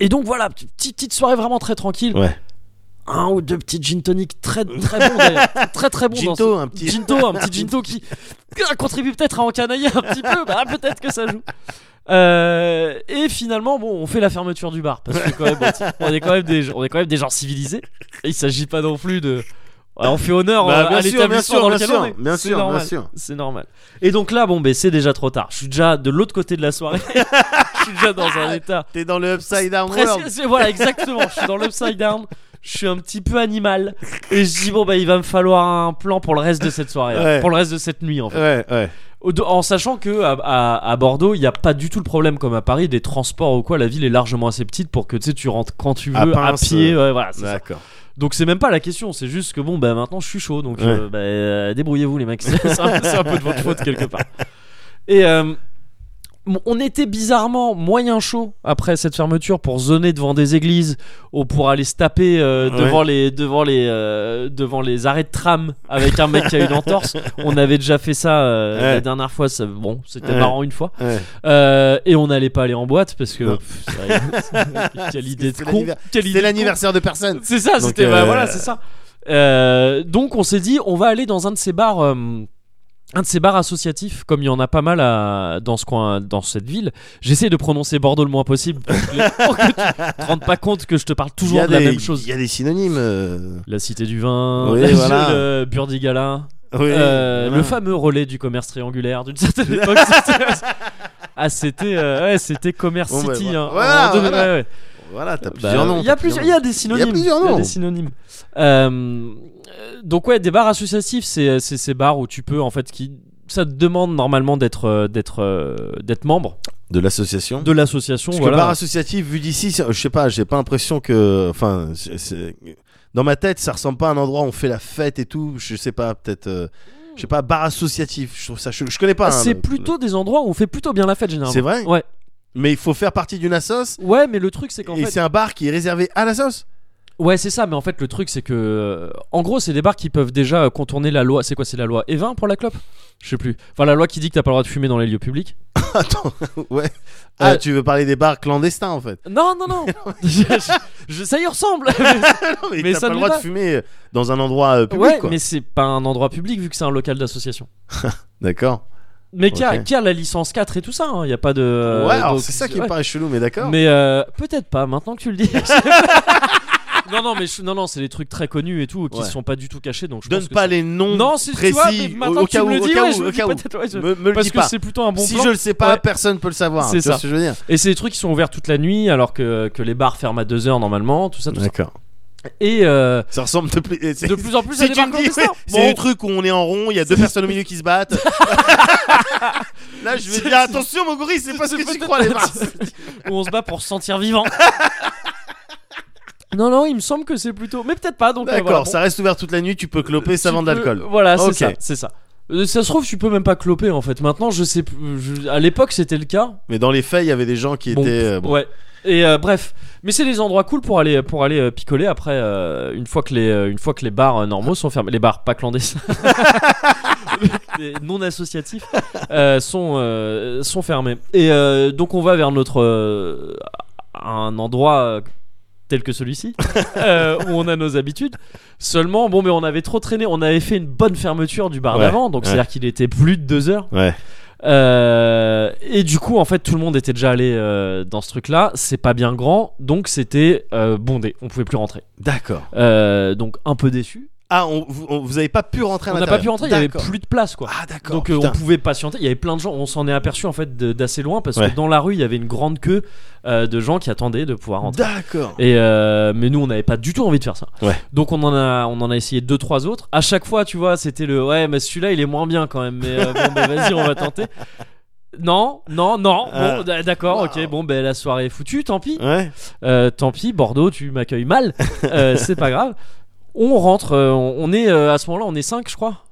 B: et donc voilà, p- petite, petite soirée vraiment très tranquille.
A: Ouais.
B: Un ou deux petits gin tonic très très bon d'ailleurs. très très bon
A: Ginto, un petit.
B: Ginto, un petit Ginto qui qui contribue peut-être à encanailler un petit peu, bah peut-être que ça joue. Euh, et finalement, bon, on fait la fermeture du bar parce que quand même, on, on est quand même des, on est quand même des gens civilisés. Et il s'agit pas non plus de, on fait honneur
A: Bah,
B: à-
A: bien
B: à
A: sûr, bien
B: l'établissement
A: sûr,
B: dans
A: bien
B: lequel
A: sûr,
B: on est.
A: bien
B: C'est
A: sûr, bien
B: normal,
A: sûr.
B: C'est normal. Et donc là, bon, ben c'est déjà trop tard. Je suis déjà de l'autre côté de la soirée. Je suis déjà dans un état.
A: T'es dans le upside down
B: Presque,
A: world.
B: c'est- voilà, exactement. Je suis dans l'upside down. Je suis un petit peu animal. Et je dis, bon, bah, il va me falloir un plan pour le reste de cette soirée. hein.
A: Ouais.
B: Pour le reste de cette nuit, en fait.
A: Ouais, ouais.
B: Au- de- En sachant que à, à- à Bordeaux, il n'y a pas du tout le problème comme à Paris des transports ou quoi. La ville est largement assez petite pour que tu sais, tu rentres quand tu
A: À
B: veux, à,
A: pince, euh.
B: pied. ouais, voilà, c'est ça.
A: D'accord.
B: Donc c'est même pas la question. C'est juste que bon, bah maintenant je suis chaud. Donc
A: Ouais.
B: euh, bah, euh, débrouillez-vous les mecs. c'est un, c'est un peu de votre faute quelque part. Et euh, bon, on était bizarrement moyen chaud après cette fermeture pour zoner devant des églises ou pour aller se taper euh,
A: Ouais.
B: devant les devant les euh, devant les arrêts de tram avec un mec qui a une entorse. On avait déjà fait ça euh,
A: Ouais.
B: la dernière fois. ça- bon, c'était
A: Ouais.
B: marrant une fois.
A: Ouais.
B: Euh, et on n'allait pas aller en boîte parce que
A: Non.
B: pff, c'est vrai, quelle idée de
A: C'était
B: con.
A: l'annivers-
B: quelle idée
A: C'était
B: de con.
A: l'anniversaire de personne.
B: C'est ça,
A: Donc,
B: c'était. bah,
A: euh,
B: voilà, c'est ça. Euh, donc on s'est dit, on va aller dans un de ces bars. euh, un de ces bars associatifs, comme il y en a pas mal à- dans ce coin, dans cette ville, j'essaie de prononcer Bordeaux le moins possible pour que, les- pour que tu te rendes pas compte que je te parle
A: Il y
B: toujours
A: a
B: de la
A: des-
B: même chose.
A: Il y a des synonymes. euh,
B: La Cité du Vin,
A: Oui,
B: la-
A: voilà.
B: le Burdigala,
A: oui,
B: euh,
A: voilà.
B: le fameux relais du commerce triangulaire d'une certaine époque. C'était- ah, c'était, euh, ouais, c'était Commerce
A: Bon, bah,
B: City.
A: voilà.
B: hein, à un
A: Voilà,
B: moment donné,
A: voilà.
B: ouais, ouais.
A: Voilà, t'as
B: Bah,
A: plusieurs noms.
B: Il y a
A: t'as
B: plusieurs, il y a des synonymes.
A: Il y a plusieurs
B: des
A: noms.
B: synonymes. Euh, euh, donc ouais, des bars associatifs, c'est c'est ces bars où tu peux en fait qui ça te demande normalement d'être euh, d'être euh, d'être membre
A: De l'association.
B: de l'association.
A: Parce
B: Voilà.
A: que bar associatif, vu d'ici, c'est- je sais pas, j'ai pas l'impression que. Enfin, c'est- c'est- dans ma tête, ça ressemble pas à un endroit où on fait la fête et tout. Je sais pas, peut-être. euh, je sais pas, bar associatif. Je trouve ça. chelou. Je, connais pas. hein,
B: Bah, Ah, c'est
A: le-
B: plutôt des endroits où on fait plutôt bien la fête généralement.
A: C'est vrai
B: Ouais.
A: Mais il faut faire partie d'une assoce.
B: Ouais, mais le truc c'est qu'en
A: et
B: fait
A: c'est un bar qui est réservé à la sauce.
B: Ouais, c'est ça, mais en fait, le truc, c'est que. euh, en gros, c'est des bars qui peuvent déjà euh, contourner la loi. C'est quoi C'est la loi E20 pour la clope Je sais plus. Enfin, la loi qui dit que t'as pas le droit de fumer dans les lieux publics.
A: Attends, ouais. Ah,
B: Euh,
A: tu veux parler des bars clandestins en fait.
B: Non, non, non je, je- ça y ressemble Mais-
A: Non, mais,
B: Mais
A: t'as
B: ça
A: pas
B: ne
A: le droit
B: l'est
A: de
B: pas.
A: fumer euh, dans un endroit euh, public
B: Ouais,
A: quoi.
B: mais c'est pas un endroit public vu que c'est un local d'association.
A: D'accord.
B: Mais qui, a,
A: Ok.
B: qui a la licence 4 et tout ça, il y a pas de.
A: ouais, alors
B: Euh, donc-
A: c'est ça qui me
B: ouais.
A: paraît chelou, mais d'accord.
B: Mais euh, peut-être pas, maintenant que tu le dis. non, non, mais je- non, non, c'est des trucs très connus et tout qui
A: Ouais.
B: sont pas du tout cachés. Donc je
A: Donne
B: pense que
A: pas
B: c'est-
A: les noms
B: Non, c'est tu
A: précis
B: vois, mais
A: au,
B: maintenant
A: au
B: que tu
A: cas où,
B: me le
A: au
B: dis,
A: cas
B: ouais,
A: où,
B: je me
A: au
B: dis
A: cas où.
B: peut-être, ouais, je-
A: Me, me le
B: Parce
A: dis
B: que
A: pas.
B: c'est plutôt un bon
A: si
B: plan.
A: je le sais pas,
B: Ouais.
A: personne peut le savoir.
B: C'est
A: tu vois
B: ça.
A: ce que je veux dire.
B: Et c'est des trucs qui sont ouverts toute la nuit, alors que, que les bars ferment à 2h normalement, tout ça, tout ça.
A: D'accord.
B: Et euh,
A: Ça ressemble de plus.
B: de plus en plus à
A: C'est
B: des
A: tu
B: bars
A: me dis,
B: clandestins.
A: ouais, c'est
B: Bon,
A: le truc où on est en rond, il y a deux personnes au milieu qui se battent. Là, je vais
B: C'est-
A: dire attention, Moguri, c'est pas ce que tu
B: peut-être
A: crois les bars.
B: où on se bat pour se sentir vivant. non, non, il me semble que c'est plutôt. Mais peut-être pas, donc. euh, voilà,
A: D'accord,
B: bon.
A: ça reste ouvert toute la nuit, tu peux cloper, ça
B: Tu
A: vend de
B: peux-
A: l'alcool.
B: Voilà, c'est
A: Ok.
B: ça, c'est ça. Euh, Ça se trouve, tu peux même pas cloper en fait. Maintenant, je sais plus. je- À l'époque, c'était le cas.
A: Mais dans les faits, il y avait des gens qui
B: Bon,
A: étaient. euh, bon.
B: Ouais. Et euh, bref, mais c'est des endroits cool pour aller pour aller euh, picoler après euh, une fois que les euh, une fois que les bars euh, normaux sont fermés, les bars pas clandestins, les non associatifs euh, sont euh, sont fermés. Et euh, donc on va vers notre euh, un endroit euh, tel que celui-ci euh, où on a nos habitudes. Seulement bon, mais on avait trop traîné, on avait fait une bonne fermeture du bar
A: Ouais,
B: d'avant, donc
A: ouais.
B: c'est-à-dire qu'il était plus de deux heures.
A: Ouais.
B: Euh, et du coup, en fait, tout le monde était déjà allé euh, dans ce truc-là. C'est pas bien grand, donc c'était euh, bondé. On pouvait plus rentrer.
A: D'accord.
B: Euh, donc un peu déçu.
A: Ah, on, vous, on- vous avez pas pu rentrer à
B: On n'a
A: l'intérieur.
B: pas pu rentrer. Il y avait
A: D'accord.
B: plus de place, quoi.
A: Ah, d'accord.
B: donc euh, on
A: putain.
B: pouvait patienter. Il y avait plein de gens. On s'en est aperçu en fait de- d'assez loin parce
A: Ouais.
B: que dans la rue, il y avait une grande queue euh, de gens qui attendaient de
A: Mm.
B: pouvoir rentrer.
A: D'accord.
B: Et euh, mais nous on n'avait pas du tout envie de faire ça.
A: Ouais.
B: Donc on en a on en a essayé deux trois autres. À chaque fois tu vois c'était le ouais mais celui-là il est moins bien quand même mais euh, bon bah, vas-y on va tenter. Non non non
A: Ah.
B: bon d- d'accord
A: Wow.
B: ok bon ben la soirée est foutue tant pis
A: Ouais.
B: Euh, tant pis Bordeaux tu m'accueilles mal Euh, c'est pas grave. On rentre euh, on on est euh, à ce moment-là on est 5 je crois.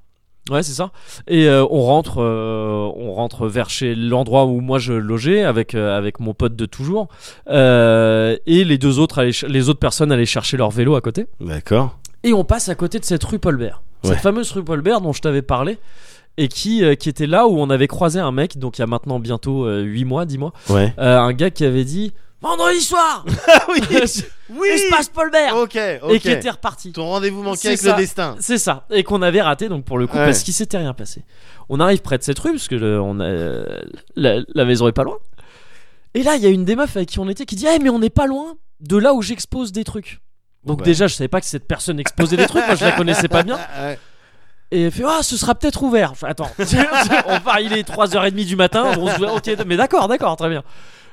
B: Ouais c'est ça et euh, on rentre euh, on rentre vers chez l'endroit où moi je logeais avec euh, avec mon pote de toujours Euh, et les deux autres allaient ch- les autres personnes allaient chercher leur vélo à côté
A: D'accord.
B: et on passe à côté de cette rue Paulbert
A: Ouais.
B: cette fameuse rue Paulbert dont je t'avais parlé et qui, euh, qui était là où on avait croisé un mec donc il y a maintenant bientôt 8 mois 10 mois
A: Ouais.
B: euh, un gars qui avait dit vendredi soir
A: Ah oui. Oui.
B: espace Paulbert
A: Ok. Ok.
B: et qui était reparti
A: Ton rendez-vous manqué
B: C'est
A: avec
B: ça.
A: le destin.
B: c'est ça, et qu'on avait raté donc pour le coup
A: Ouais.
B: parce qu'il s'était rien passé. On arrive près de cette rue parce que le- on a, la, la maison est pas loin. Et là, il y a une des meufs avec qui on était qui dit Eh, mais on n'est pas loin de là où j'expose des trucs. Donc,
A: Ouais.
B: déjà, je savais pas que cette personne exposait des trucs, moi je la connaissais pas bien.
A: Ouais.
B: Et elle fait Ah, ce sera peut-être ouvert. Enfin, attends, on part, il est 3h30 du matin, on se voit, ok, mais d'accord, d'accord, très bien.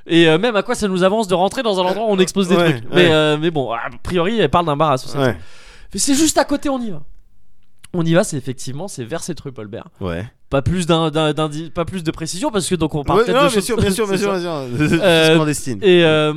B: Et euh, même à quoi ça nous avance de rentrer dans un endroit où on expose des
A: Ouais,
B: trucs.
A: ouais.
B: Mais, euh, mais bon, a priori, elle parle d'un bar à 60.
A: Ouais.
B: Fait, C'est juste à côté, on y va. On y va, c'est effectivement, c'est vers cette rue Paulbert.
A: Ouais.
B: Pas plus d'un, d'un- d'indi- pas plus de précision parce que donc on parle
A: Ouais,
B: peut-être
A: non,
B: de
A: bien
B: choses-
A: sûr, bien sûr, bien
B: c'est
A: sûr,
B: ça.
A: bien sûr. C'est
B: Euh,
A: clandestine.
B: Et euh,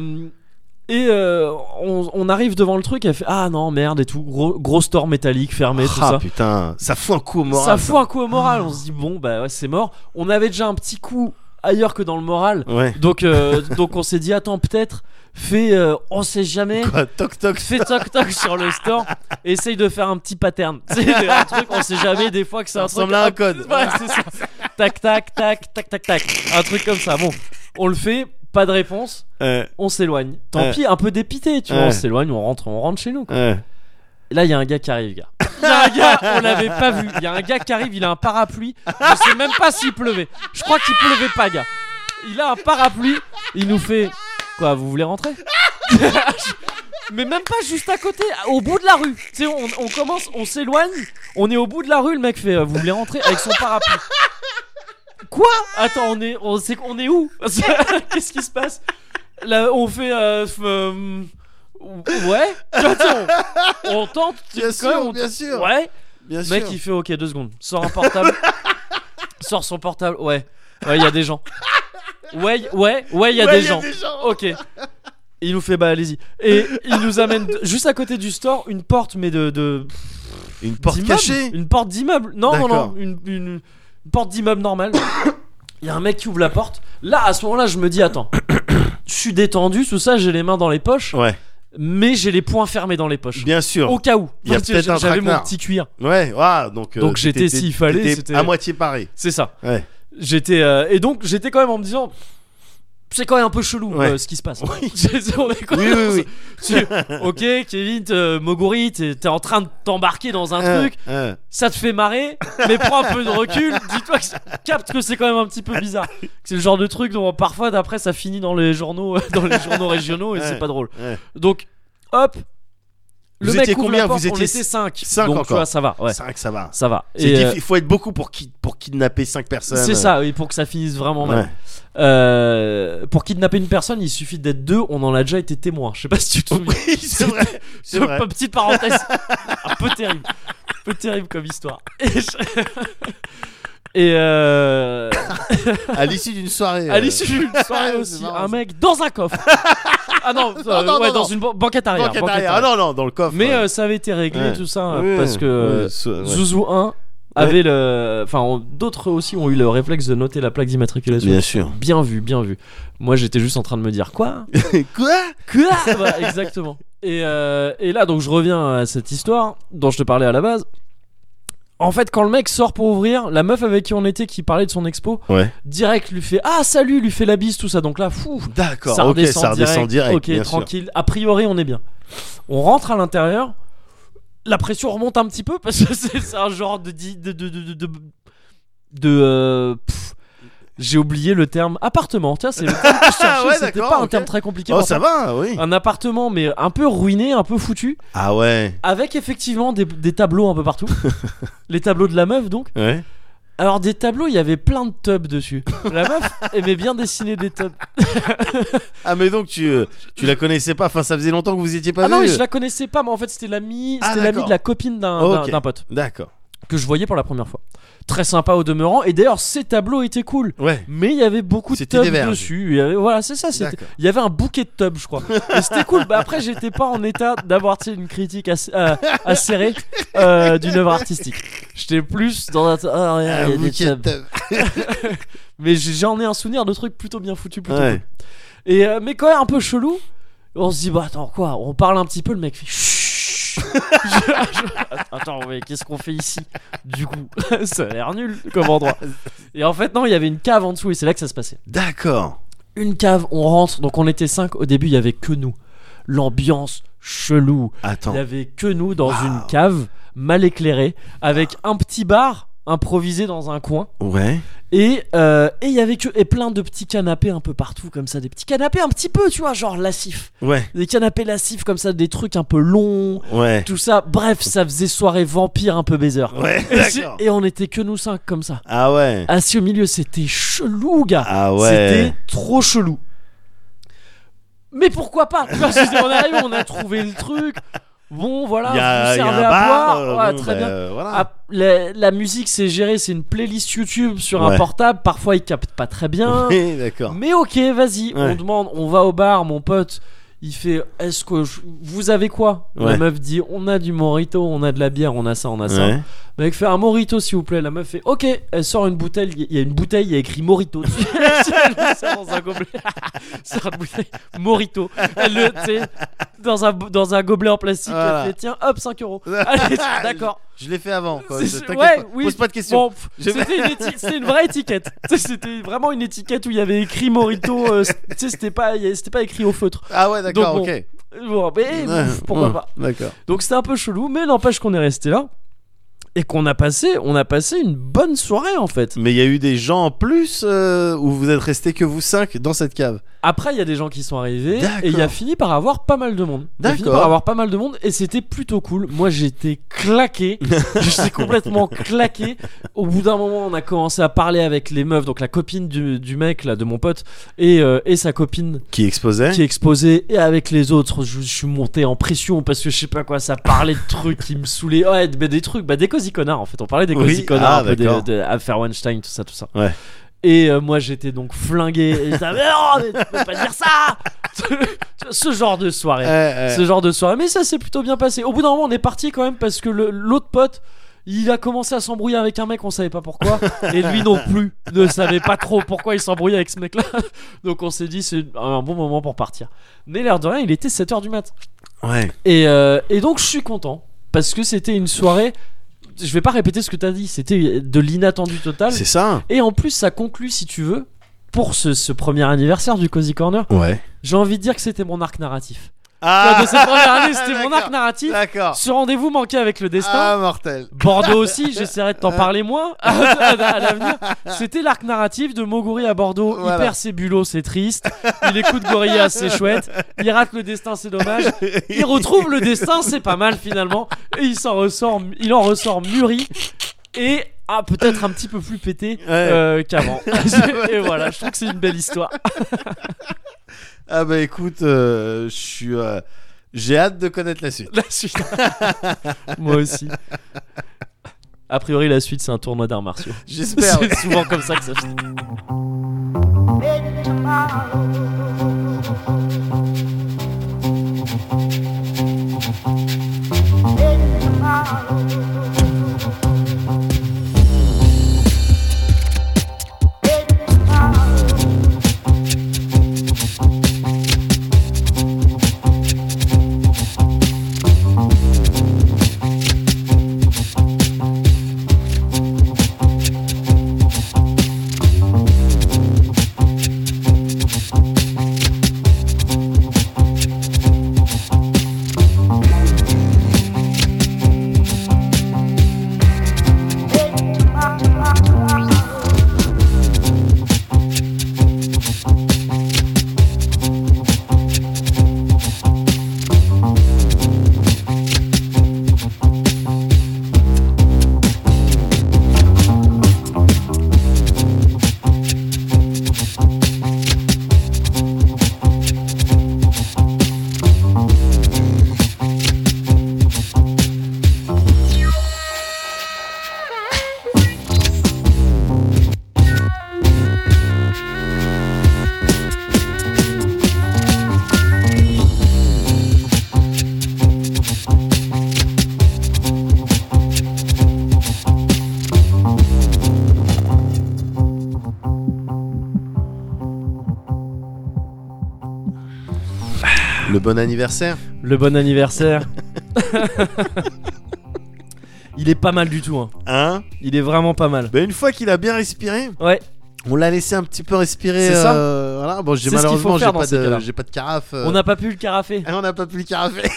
B: et euh, on, on arrive devant le truc, elle fait ah non merde et tout, gros, gros store métallique fermé tout
A: ah
B: ça.
A: putain, ça fout un coup au moral.
B: ça fout un coup au moral. On se dit bon bah ouais, c'est mort. On avait déjà un petit coup ailleurs que dans le moral,
A: Ouais.
B: donc euh, donc on s'est dit attends peut-être fais euh, on sait jamais.
A: Quoi, toc toc.
B: Fais toc toc sur le store, essaye de faire un petit pattern. C'est un truc, on sait jamais des fois que c'est
A: Ça
B: un truc.
A: ressemble à un code.
B: Ouais, c'est ça. Tac, tac, tac, tac, tac, tac. Un truc comme ça. Bon, on le fait, pas de réponse,
A: Ouais,
B: on s'éloigne. Tant
A: Ouais.
B: pis, un peu dépité, tu
A: Ouais.
B: vois. On s'éloigne, on rentre, on rentre chez nous. quoi.
A: ouais.
B: Là, il y a un gars qui arrive, gars. Il y a un gars, on l'avait pas vu. Il y a un gars qui arrive, il a un parapluie. Je sais même pas s'il pleuvait. Je crois qu'il pleuvait pas, gars. Il a un parapluie, il nous fait Quoi, vous voulez rentrer Mais même pas juste à côté, au bout de la rue. Tu sais, on, on commence, on s'éloigne, on est au bout de la rue, le mec fait euh, Vous voulez rentrer avec son parapluie Quoi Attends, on est, on, c'est- on est où Qu'est-ce qui se passe Là, on fait. euh, f- euh, ouais Attends, on, on tente.
A: Bien
B: comme
A: sûr,
B: on-
A: bien sûr.
B: Ouais.
A: Bien sûr.
B: Mec, il fait ok, deux secondes. Sors un portable. Sort son portable. Ouais. Ouais, il y a des gens. Ouais, y- ouais, ouais, il y a des gens. Ok. Il nous fait bah allez-y. Et il nous amène de- juste à côté du store une porte, mais de. de
A: Une porte
B: d'immeuble.
A: cachée.
B: Une porte d'immeuble. Non, non,
A: D'accord.
B: non. Une, une- une porte d'immeuble normale. Il y a un mec qui ouvre la porte. Là, à ce moment-là, je me dis attends. Je suis détendu, tout ça, j'ai les mains dans les poches,
A: Ouais.
B: mais j'ai les poings fermés dans les poches.
A: Bien sûr.
B: Au cas où.
A: Il y a
B: Parce que
A: peut-être un
B: J'avais mon
A: traquenard.
B: petit cuir.
A: Ouais. ah, donc. euh,
B: Donc j'étais,
A: t'étais-
B: s'il fallait,
A: t'étais
B: c'était-
A: à moitié paré.
B: C'est ça.
A: Ouais.
B: J'étais euh, et donc j'étais quand même en me disant c'est quand même un peu chelou
A: Ouais.
B: euh, ce qui se passe.
A: Oui.
B: C'est- on est quand
A: Oui,
B: même-
A: oui,
B: c'est- ok, Kevin, euh, Moguri, t'es t'es en train de t'embarquer dans un
A: Hein,
B: truc,
A: hein.
B: ça te fait marrer, mais prends un peu de recul, dis-toi que c'est- capte que c'est quand même un petit peu bizarre. Que C'est le genre de truc dont parfois d'après ça finit dans les journaux, euh, dans les journaux régionaux et
A: Ouais.
B: c'est pas drôle.
A: Ouais.
B: Donc hop, le
A: Vous
B: mec
A: étiez
B: ouvre
A: combien
B: la porte,
A: Vous
B: on
A: étiez
B: était 5
A: cinq
B: donc tu
A: encore.
B: vois ça va, ouais,
A: C'est vrai que ça va.
B: ça va.
A: C'est
B: Et,
A: diffi-
B: euh,
A: Il faut être beaucoup pour, qui- pour kidnapper 5 personnes.
B: c'est ça, oui, pour que ça finisse vraiment mal.
A: euh, Ouais.
B: Euh, pour kidnapper une personne, il suffit d'être deux. On en a déjà été témoin. Je sais pas si tu te souviens.
A: Oui, c'est vrai. C'est vrai.
B: Petite parenthèse. Un peu terrible. Un peu terrible comme histoire. Et, je- Et, euh,
A: À l'issue d'une soirée.
B: à
A: euh,
B: l'issue d'une soirée
A: C'est
B: aussi,
A: marrant,
B: un
A: ça.
B: mec dans un coffre. Ah non, euh,
A: non,
B: ouais,
A: non,
B: dans
A: non.
B: une ban- banquette arrière.
A: banquette
B: banquette
A: arrière. Ah
B: arrière.
A: non, non, dans le coffre.
B: Mais
A: ouais.
B: euh, ça avait été réglé
A: Ouais.
B: tout ça
A: Oui,
B: parce que
A: oui, so- ouais.
B: Zouzou 1 avait le. Enfin, on- d'autres aussi ont eu le réflexe de noter la plaque d'immatriculation.
A: Bien sûr.
B: Bien vu, bien vu. Moi, j'étais juste en train de me dire quoi
A: Quoi
B: Quoi Voilà, Exactement. Et, euh, et là, donc, je reviens à cette histoire dont je te parlais à la base. En fait, quand le mec sort pour ouvrir, la meuf avec qui on était qui parlait de son expo,
A: Ouais.
B: direct lui fait Ah, salut, lui fait la bise, tout ça. Donc là, fou,
A: D'accord.
B: ça
A: ok,
B: redescend,
A: ça redescend direct.
B: ok,
A: bien sûr.
B: tranquille. A priori, on est bien. On rentre à l'intérieur. La pression remonte un petit peu parce que c'est c'est un genre de di- de de de, de, de- de, euh, pff, j'ai oublié le terme appartement. Tiens, c'est le terme que je cherchais.
A: Ouais,
B: C'était
A: d'accord,
B: pas un
A: ok.
B: terme très compliqué.
A: Oh,
B: pour
A: ça va, oui.
B: Un appartement, mais un peu ruiné, un peu foutu,
A: Ah ouais.
B: avec effectivement des, des tableaux un peu partout. Les tableaux de la meuf, donc.
A: Ouais.
B: Alors des tableaux, il y avait plein de tubs dessus. La meuf aimait bien dessiner des tubs.
A: Ah mais donc tu euh, tu la connaissais pas. Enfin, ça faisait longtemps que vous y étiez pas
B: Ah non, mais
A: vus.
B: je la connaissais pas, mais en fait c'était l'ami,
A: Ah,
B: c'était l'ami
A: d'accord.
B: de la copine d'un d'un-
A: Ok.
B: d'un pote
A: D'accord.
B: que je voyais pour la première fois. Très sympa au demeurant, et d'ailleurs ces tableaux étaient cool.
A: Ouais.
B: Mais il y avait beaucoup de
A: C'était des
B: tubs
A: verges.
B: dessus. Il y avait- voilà, c'est ça. c'était-
A: D'accord.
B: Il y avait un bouquet de tubs, je crois. Et c'était cool. Bah, après, j'étais pas en état d'avoir tu sais, une critique assez, euh, acérée euh, d'une œuvre artistique. J'étais plus dans un. Ah, regarde, il y a des tubs. Mais j'ai- j'en ai un souvenir de trucs plutôt bien foutus, plutôt
A: Ouais.
B: cool. Et euh, mais quand même un peu chelou. On se dit bah attends quoi On parle un petit peu, le mec fait. Chut. Je- je- attends mais qu'est-ce qu'on fait ici Du coup, ça a l'air nul comme endroit. Et en fait non, il y avait une cave en dessous et c'est là que ça se passait.
A: D'accord.
B: Une cave, on rentre. Donc on était 5 au début, il y avait que nous. L'ambiance chelou. Il y
A: Attends.
B: avait que nous dans
A: Waouh.
B: une cave mal éclairée avec un petit bar improvisé dans un coin
A: Ouais.
B: Et euh, et il y avait que et plein de petits canapés un peu partout comme ça, des petits canapés un petit peu, tu vois, genre lassif,
A: Ouais,
B: des canapés lassifs comme ça, des trucs un peu longs,
A: ouais.
B: tout ça. Bref, ça faisait soirée vampire un peu baiser.
A: Ouais,
B: Et, c'est-
A: d'accord.
B: et on était que nous cinq comme ça.
A: Ah ouais.
B: Assis au milieu, c'était chelou, gars.
A: Ah ouais.
B: C'était trop chelou. Mais pourquoi pas Tu vois, je veux dire, On arrive, on a trouvé le truc. Bon, voilà,
A: Il y a,
B: vous
A: il y a
B: servez
A: un
B: à
A: bar.
B: boire. Ouais,
A: euh, bon,
B: très
A: bah,
B: bien.
A: euh, voilà.
B: Ah, la, la musique, c'est géré, c'est une playlist YouTube sur un
A: Ouais.
B: portable. Parfois, il capte pas très bien.
A: Oui, d'accord.
B: Mais ok, vas-y,
A: Ouais.
B: on demande, on va au bar, mon pote. Il fait Est-ce que je- vous avez quoi La
A: Ouais.
B: meuf dit On a du morito, on a de la bière, on a ça, on a ça.
A: Ouais.
B: Le mec fait un morito s'il vous plaît. La meuf fait ok. Elle sort une bouteille. Il y a une bouteille, il y a écrit morito dessus. Elle le sort dans un gobelet. sort une bouteille morito. Elle le tu sais, dans un bou- dans un gobelet en plastique.
A: Voilà.
B: Elle fait tiens hop 5 euros. Allez d'accord.
A: Je l'ai fait avant. Quoi.
B: C'est-
A: je- t'inquiète
B: ouais,
A: pas.
B: oui.
A: Pose pas de questions.
B: Bon, pff,
A: Je-
B: c'était une, éti- c'était une vraie étiquette. Tu sais, C'était vraiment une étiquette où il y avait écrit morito. euh, c- tu sais c'était pas il y a- c'était pas écrit au feutre.
A: Ah ouais, d'accord,
B: Donc,
A: ok.
B: bon, Bon, mais
A: Ouais,
B: eh, pff, pourquoi
A: ouais,
B: pas.
A: D'accord.
B: Donc c'était un peu chelou, mais n'empêche qu'on est resté là. Et qu'on a passé, on a passé une bonne soirée en fait.
A: Mais il y a eu des gens en plus euh, où vous êtes restés que vous cinq dans cette cave.
B: Après, il y a des gens qui sont arrivés et il y a
A: D'accord.
B: fini par avoir pas mal de monde. Il y a fini
A: D'accord.
B: Par avoir pas mal de monde et c'était plutôt cool. Moi, j'étais claqué. j'étais complètement claqué. Au bout d'un moment, on a commencé à parler avec les meufs, donc la copine du, du mec là, de mon pote et, euh, et sa copine
A: Qui exposait
B: qui exposait et avec les autres. Je, je suis monté en pression parce que je sais pas quoi, ça parlait de trucs qui me saoulaient. Ouais, mais des trucs, bah des cosy connards en fait. On parlait des
A: Oui,
B: cosy connards,
A: ah,
B: un peu des-
A: d'accord.
B: de Affaire Weinstein, tout ça, tout ça.
A: Ouais.
B: Et euh, moi j'étais donc flingué. Et j'étais, mais non, mais tu peux pas dire ça Ce genre de soirée.
A: Ouais, ouais.
B: Ce genre de soirée. Mais ça s'est plutôt bien passé. Au bout d'un moment, on est parti quand même parce que le- l'autre pote. Il a commencé à s'embrouiller avec un mec, on savait pas pourquoi, et lui non plus ne savait pas trop pourquoi il s'embrouillait avec ce mec-là. Donc on s'est dit c'est un bon moment pour partir. Mais l'air de rien, il était 7h du mat.
A: Ouais.
B: Et, euh, et donc je suis content parce que c'était une soirée. Je vais pas répéter ce que t'as dit, c'était de l'inattendu total.
A: C'est ça hein.
B: Et en plus, ça conclut, si tu veux, pour ce, ce premier anniversaire du Cozy Corner,
A: Ouais.
B: j'ai envie de dire que c'était mon arc narratif.
A: Ah
B: de cette première année, c'était mon arc
A: D'accord.
B: narratif.
A: D'accord.
B: Ce rendez-vous manqué avec le destin.
A: Ah, Euh. mortel.
B: Bordeaux aussi, j'essaierai de t'en parler moins à, à- à l'avenir. C'était l'arc narratif de Moguri à Bordeaux.
A: Voilà.
B: Hyper sébulo, c'est triste. Il écoute Gorilla, c'est chouette. Il rate le destin, c'est dommage. Il retrouve le destin, c'est pas mal finalement. Et il s'en ressort, il en ressort mûri et ah, peut-être un petit peu plus pété euh, qu'avant. et voilà, je trouve que c'est une belle histoire.
A: Ah bah écoute, euh, je suis. euh, J'ai hâte de connaître la suite.
B: La suite. Moi aussi. A priori, la suite, c'est un tournoi d'arts martiaux.
A: J'espère.
B: C'est souvent comme ça que ça se
F: Maybe tomorrow. Maybe tomorrow. Maybe tomorrow.
A: Le bon anniversaire.
B: Le bon anniversaire. Il est pas mal du tout. Hein.
A: Hein
B: Il est vraiment pas mal.
A: Bah une fois qu'il a bien respiré,
B: Ouais.
A: on l'a laissé un petit peu respirer.
B: C'est ça.
A: euh, Voilà. Bon, j'ai
B: C'est ce qu'il faut
A: malheureusement j'ai
B: faire dans
A: pas,
B: ces cas-là.
A: de... j'ai pas de carafe. euh,
B: On n'a pas pu le carafer.
A: et on n'a pas pu le carafer.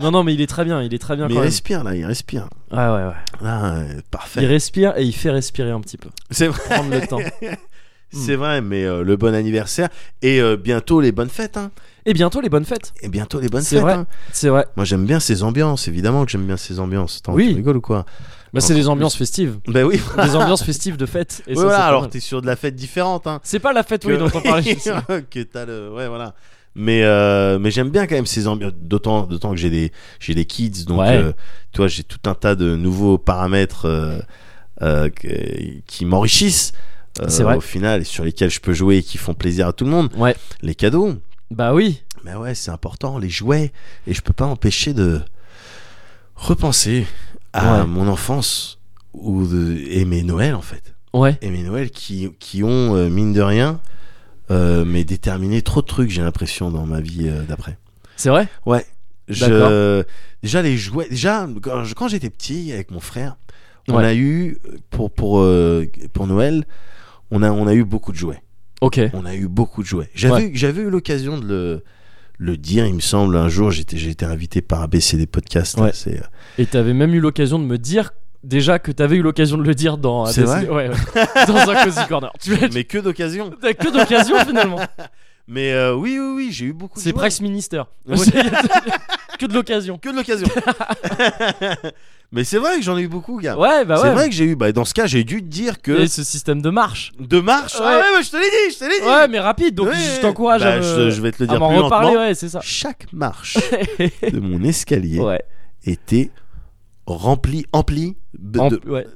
B: Non, non, mais il est très bien, il est très bien
A: Mais il
B: quand même.
A: respire là, il respire.
B: Ouais, ouais, ouais.
A: Là, euh,
B: Il
A: parfait.
B: respire et il fait respirer un petit peu.
A: C'est vrai.
B: Prendre le temps. Hmm.
A: C'est vrai, mais euh, le bon anniversaire et euh, bientôt les bonnes fêtes. hein.
B: Et bientôt les bonnes fêtes.
A: Et bientôt les bonnes
B: C'est
A: fêtes.
B: vrai.
A: hein.
B: C'est vrai.
A: Moi j'aime bien ces ambiances, évidemment que j'aime bien ces ambiances. Attends,
B: Oui.
A: tu rigoles ou quoi
B: Bah, c'est des ambiances festives.
A: Ben oui.
B: Des ambiances festives de fête. Et
A: Ouais,
B: ça, c'est
A: voilà,
B: pas
A: alors
B: mal.
A: t'es sur de la fête différente. Hein,
B: C'est pas la fête, oui, dont on parlait.
A: que t'as le. Ouais, voilà. Mais, euh, mais j'aime bien quand même ces ambiances. D'autant, d'autant que j'ai des, j'ai des kids, donc
B: Ouais.
A: euh, tu vois, j'ai tout un tas de nouveaux paramètres euh, euh, que- qui m'enrichissent. euh,
B: C'est vrai.
A: Au final, et sur lesquels je peux jouer et qui font plaisir à tout le monde.
B: Ouais.
A: Les cadeaux.
B: Bah oui.
A: Mais ouais, c'est important, les jouets. Et je peux pas empêcher de repenser à
B: Ouais.
A: mon enfance ou de... et mes Noëls, en fait.
B: Ouais.
A: Et mes Noëls qui, qui ont, euh, mine de rien, euh, mais déterminé trop de trucs, j'ai l'impression, dans ma vie euh, d'après.
B: C'est vrai
A: Ouais. Je...
B: D'accord.
A: Déjà, les jouets. Déjà, quand je- quand j'étais petit, avec mon frère, on
B: Ouais.
A: a eu, pour, pour, euh, pour Noël, on a, on a eu beaucoup de jouets
B: Ok.
A: on a eu beaucoup de jouets. J'avais j'avais eu l'occasion de le, le dire, il me semble, un jour, j'étais j'ai été invité par ABCD Podcast.
B: Ouais.
A: C'est euh,
B: Et t'avais même eu l'occasion de me dire déjà que t'avais eu l'occasion de le dire dans.
A: C'est
B: des-
A: vrai
B: ouais, ouais. Dans un cozy corner. Tu vois, tu-
A: mais que d'occasion.
B: T'as que d'occasion finalement.
A: Mais euh, oui, oui, oui, j'ai eu beaucoup de
B: C'est
A: jouets.
B: Price Minister.
A: Ouais.
B: que de l'occasion.
A: que de l'occasion. mais c'est vrai que j'en ai eu beaucoup, gars.
B: Ouais, bah
A: c'est
B: ouais.
A: vrai que j'ai eu. Bah, dans ce cas, j'ai dû te dire que.
B: Et ce système de marche.
A: De marche.
B: Ouais.
A: Ah ouais, ouais, je te l'ai dit, je te l'ai dit.
B: Ouais, mais rapide, donc
A: Ouais,
B: je t'encourage
A: bah,
B: à, me-
A: je, je vais te le
B: à
A: dire
B: m'en
A: plus
B: reparler,
A: lentement.
B: ouais, c'est ça.
A: Chaque marche de mon escalier
B: ouais.
A: était remplie, emplie de,
B: En-
A: de-
B: ouais.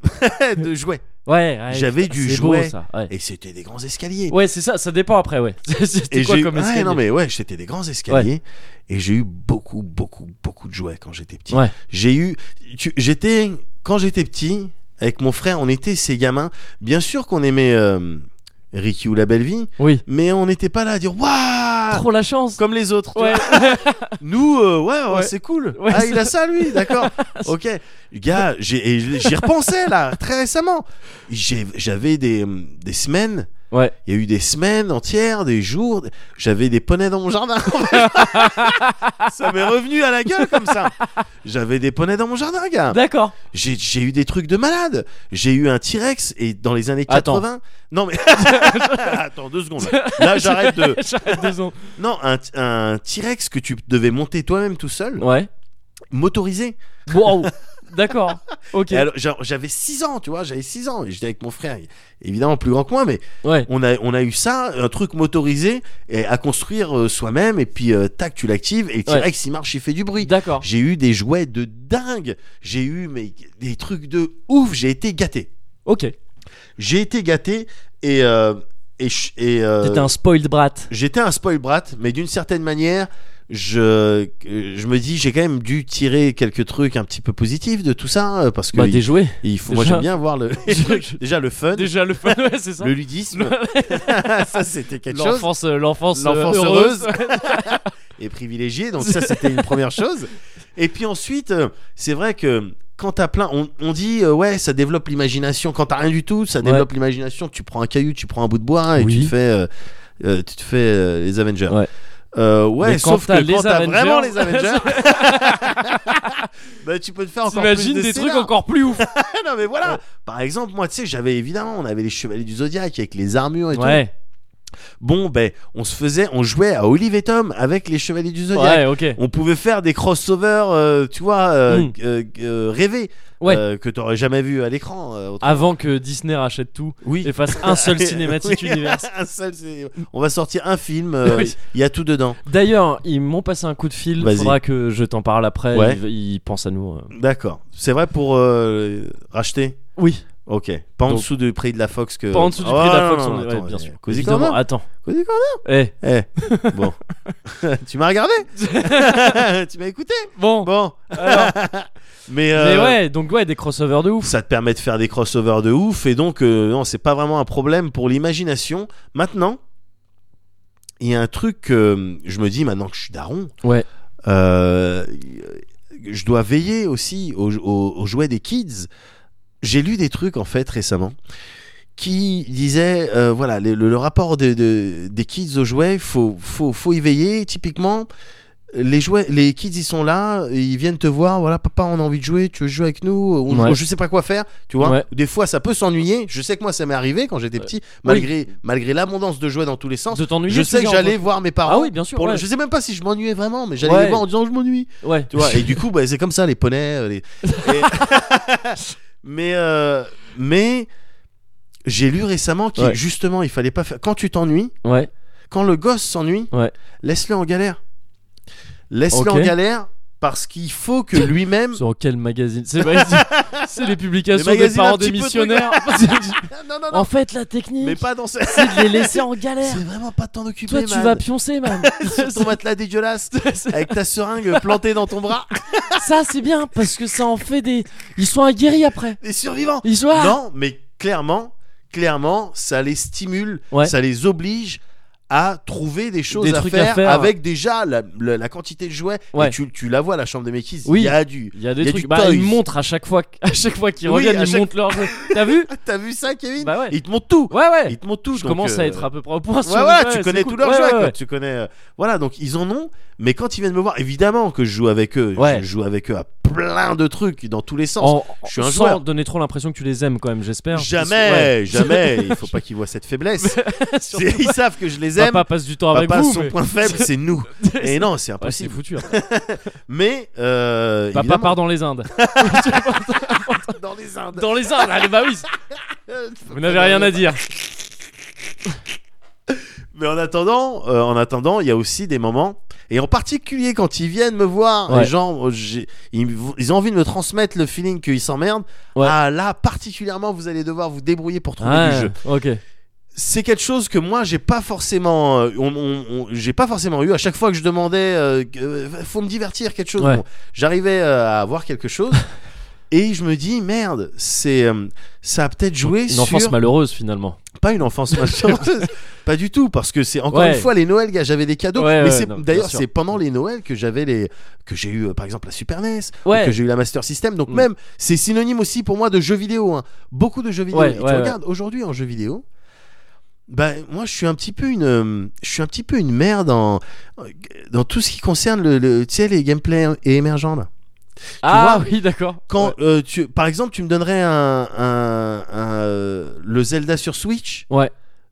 A: de jouets.
B: Ouais, ouais,
A: J'avais
B: putain,
A: du
B: c'est
A: jouet.
B: beau, ça. Ouais,
A: Et c'était des grands escaliers.
B: Ouais, c'est ça, ça dépend après, ouais. C'était
A: Et
B: quoi
A: j'ai eu-
B: comme
A: ouais,
B: escalier
A: non mais ouais, c'était des grands escaliers et j'ai eu beaucoup beaucoup beaucoup de jouets quand j'étais petit.
B: Ouais.
A: J'ai eu tu- j'étais quand j'étais petit avec mon frère, on était ces gamins. Bien sûr qu'on aimait euh, Ricky ou la belle vie,
B: Oui.
A: mais on n'était pas là à dire waouh
B: Trop la chance.
A: comme les autres. tu
B: Ouais.
A: vois. Nous euh, ouais, ouais,
B: Ouais.
A: c'est cool.
B: Ouais,
A: ah,
B: c'est-
A: il a ça lui, d'accord. OK. Gars, j'ai et j'y repensais là très récemment. J'ai- j'avais des des semaines
B: ouais.
A: il y a eu des semaines entières, des jours. J'avais des poneys dans mon jardin. ça m'est revenu à la gueule comme ça. J'avais des poneys dans mon jardin, gars.
B: D'accord.
A: J'ai j'ai eu des trucs de malade. J'ai eu un T-Rex et dans les années
B: Attends.
A: 80. Non mais attends deux secondes. Là j'arrête de.
B: J'arrête deux secondes.
A: Non un, un T-Rex que tu devais monter toi-même tout seul,
B: Ouais.
A: motorisé.
B: Wow. D'accord. Ok.
A: Et alors, genre, J'avais 6 ans, tu vois, j'avais 6 ans. et J'étais avec mon frère, évidemment plus grand que moi, mais
B: Ouais.
A: on a, on a eu ça, un truc motorisé et à construire euh, soi-même. Et puis, euh, tac, tu l'actives. Et le
B: Ouais.
A: T-Rex, il marche, il fait du bruit.
B: D'accord.
A: J'ai eu des jouets de dingue. J'ai eu mais, des trucs de ouf. J'ai été gâté.
B: Ok. T'étais
A: J'ai été gâté et. euh, et, ch- et, euh,
B: un spoiled brat.
A: J'étais un spoil brat, mais d'une certaine manière, je, je me dis, j'ai quand même dû tirer quelques trucs un petit peu positifs de tout ça. euh, Parce que
B: Bah,
A: il-
B: des jouets.
A: il faut, moi,
B: déjà-
A: j'aime bien voir le, déjà le fun,
B: Déjà le fun, ouais, c'est ça.
A: le ludisme. ça, c'était quelque chose.
B: L'enfance, euh, l'enfance, euh,
A: L'enfance
B: heureuse.
A: et privilégié. Donc ça, c'était une première chose. Et puis ensuite, euh, c'est vrai que quand t'as plein, on, on dit euh, ouais, ça développe l'imagination. Quand t'as rien du tout, ça développe l'imagination. Tu prends un caillou, tu prends un bout de bois et
B: Oui.
A: tu te fais, euh, euh, tu te fais euh, les Avengers.
B: Ouais.
A: Euh, ouais,
B: Mais quand
A: sauf
B: t'as
A: que
B: les
A: quand t'as
B: Avengers-
A: vraiment les Avengers, bah, tu peux te faire encore plus
B: T'imagines
A: de
B: des trucs
A: scénars.
B: encore plus ouf.
A: non mais voilà. Par exemple, moi, tu sais, j'avais évidemment, on avait les chevaliers du zodiaque avec les armures et tout.
B: Ouais.
A: Bon, ben, on se faisait, on jouait à Olive et Tom avec les chevaliers du zodiaque.
B: Ouais, ok.
A: On pouvait faire des crossovers, euh, tu vois, euh,
B: Mm.
A: euh, euh, rêvés,
B: Ouais.
A: euh, que t'aurais jamais vu à l'écran. euh, autrement.
B: Avant que Disney rachète tout
A: oui.
B: et fasse un seul
A: Oui,
B: cinématique univers.
A: un seul ciné- On va sortir un film, euh, il
B: Oui.
A: y a tout dedans.
B: D'ailleurs, ils m'ont passé un coup de fil.
A: Vas-y.
B: Faudra que je t'en parle après.
A: Ouais.
B: Ils, ils pensent à nous. euh.
A: D'accord. C'est vrai pour euh, racheter
B: Oui.
A: Ok. Pas en
B: Donc-
A: dessous du prix de la Fox que.
B: Pas en dessous du
A: Oh,
B: prix de
A: non,
B: la Fox.
A: non,
B: on-
A: non,
B: ouais,
A: attends,
B: bien
A: euh,
B: sûr.
A: Cozy
B: Évidemment.
A: Corner.
B: Attends.
A: Cozy Corner.
B: Eh.
A: Eh, bon. tu m'as regardé Tu m'as écouté
B: Bon.
A: Bon.
B: alors.
A: Mais, euh,
B: Mais ouais, donc ouais, des crossovers de ouf.
A: ça te permet de faire des crossovers de ouf et donc euh, non c'est pas vraiment un problème pour l'imagination maintenant il y a un truc que euh, je me dis maintenant que je suis daron
B: Ouais.
A: euh, je dois veiller aussi aux, aux- aux jouets des kids j'ai lu des trucs en fait récemment qui disaient euh, voilà le, le- le rapport de- de- des kids aux jouets faut faut faut y veiller typiquement les jouets, les kids ils sont là, ils viennent te voir, voilà papa on a envie de jouer, tu veux jouer avec nous, on,
B: Ouais.
A: on- je sais pas quoi faire, tu vois.
B: Ouais.
A: Des fois ça peut s'ennuyer, je sais que moi ça m'est arrivé quand j'étais petit, malgré malgré l'abondance de jouets dans tous les sens.
B: De t'ennuyer.
A: Je
B: tu
A: sais que
B: dis, en
A: j'allais
B: mode-
A: voir mes parents.
B: Ah oui, bien sûr.
A: pour le-
B: ouais.
A: Je sais même pas si je m'ennuyais vraiment, mais j'allais
B: Ouais.
A: les voir en disant je m'ennuie.
B: Ouais.
A: Tu vois, et du coup, bah, c'est comme ça, les poneys. euh, les- et- mais euh, mais j'ai lu récemment que
B: Ouais.
A: justement, il fallait pas faire. Quand tu t'ennuies,
B: Ouais.
A: quand le gosse s'ennuie,
B: Ouais.
A: laisse-le en galère. Laisse-le
B: Ok.
A: en galère parce qu'il faut que lui-même.
B: C'est en quel magazine C'est pas- c'est les publications
A: Les
B: des
A: magazines
B: parents
A: un petit peu
B: démissionnaires.
A: Ah, non, non, non,
B: en fait, la technique,
A: mais pas dans ce.
B: c'est de les laisser en galère.
A: C'est vraiment pas de t'en occuper.
B: Toi, tu
A: man.
B: vas pioncer, man.
A: sur ton matelas dégueulasse avec ta seringue plantée dans ton bras.
B: ça, c'est bien parce que ça en fait des. Ils sont aguerris après.
A: Les survivants.
B: Ils sont. Ah
A: Non, mais clairement, clairement, ça les stimule,
B: Ouais.
A: ça les oblige à trouver des choses
B: Des
A: à,
B: trucs à
A: faire
B: faire.
A: avec déjà la, la- la quantité de jouets.
B: Ouais.
A: Et tu, tu la vois, la chambre des méquises,
B: Oui.
A: il y a du.
B: Il y a des
A: Il y a
B: trucs.
A: du
B: bah, ils
A: toys.
B: montrent à chaque fois, qu- à chaque fois qu'ils
A: Oui,
B: reviennent,
A: à
B: ils
A: chaque-
B: montrent leur jeu. T'as vu
A: Ah, T'as vu ça, Kevin
B: Bah ouais.
A: Ils te montent tout.
B: Ouais, ouais.
A: Ils te montent tout.
B: Je
A: donc,
B: commence à
A: euh,
B: être à peu près au point. sur
A: Ouais,
B: le
A: voilà,
B: jeu,
A: tu
B: c'est
A: connais
B: cool.
A: tous leurs
B: Ouais,
A: jouets,
B: ouais,
A: quoi,
B: ouais.
A: Tu connais. euh, Voilà, donc ils en ont, mais quand ils viennent me voir, évidemment que je joue avec eux.
B: Ouais.
A: Je joue avec eux à plein de trucs, dans tous les sens.
B: En-
A: Je suis un
B: sans
A: joueur.
B: donner trop l'impression que tu les aimes quand même, j'espère.
A: Jamais,
B: Ouais.
A: jamais. Il faut pas qu'ils voient cette faiblesse.
B: Surtout
A: C'est- Ils savent que je les aime.
B: Papa passe du temps avec
A: Papa,
B: vous.
A: son
B: mais-
A: point faible, c'est nous. Et non, c'est
B: Ouais, c'est
A: impossible.
B: foutu. après.
A: mais euh,
B: Papa
A: évidemment,
B: part dans les Indes.
A: dans les Indes.
B: Dans les Indes, allez, bah oui. Vous n'avez rien à dire.
A: Mais en attendant, euh, en attendant, il y a aussi des moments, et en particulier quand ils viennent me voir,
B: Ouais.
A: les gens, euh, j'ai- ils, me- ils ont envie de me transmettre le feeling qu'ils s'emmerdent.
B: Ouais.
A: Ah là, particulièrement, vous allez devoir vous débrouiller pour trouver
B: Ah,
A: du jeu.
B: ok.
A: C'est quelque chose que moi, j'ai pas forcément, euh, on- on- on- j'ai pas forcément eu. À chaque fois que je demandais, euh, que- euh, faut me divertir quelque chose.
B: Ouais.
A: bon, J'arrivais euh, à avoir quelque chose. Et je me dis merde, c'est euh, ça a peut-être joué
B: Une
A: sur
B: enfance malheureuse finalement.
A: pas une enfance malchanceuse, pas du tout, parce que c'est encore
B: Ouais.
A: une fois les Noëls, gars, j'avais des cadeaux.
B: Ouais,
A: mais
B: ouais,
A: c'est-
B: non, bien
A: d'ailleurs,
B: sûr.
A: c'est pendant les Noëls que j'avais les que j'ai eu euh, par exemple la Super NES, ou
B: Ouais.
A: que j'ai eu la Master System. Donc
B: Mm.
A: même, c'est synonyme aussi pour moi de jeux vidéo. hein. Beaucoup de jeux vidéo.
B: Ouais,
A: Et tu
B: ouais, ouais.
A: regardes aujourd'hui en jeux vidéo. Ben, moi je suis un petit peu une euh, je suis un petit peu une merde en- dans tout ce qui concerne le, le- tu sais les gameplay et émergents là.
B: ah
A: vois,
B: oui, d'accord.
A: Quand
B: Ouais.
A: euh, tu par exemple tu me donnerais un, un- un, euh, le Zelda sur Switch,
B: Ouais.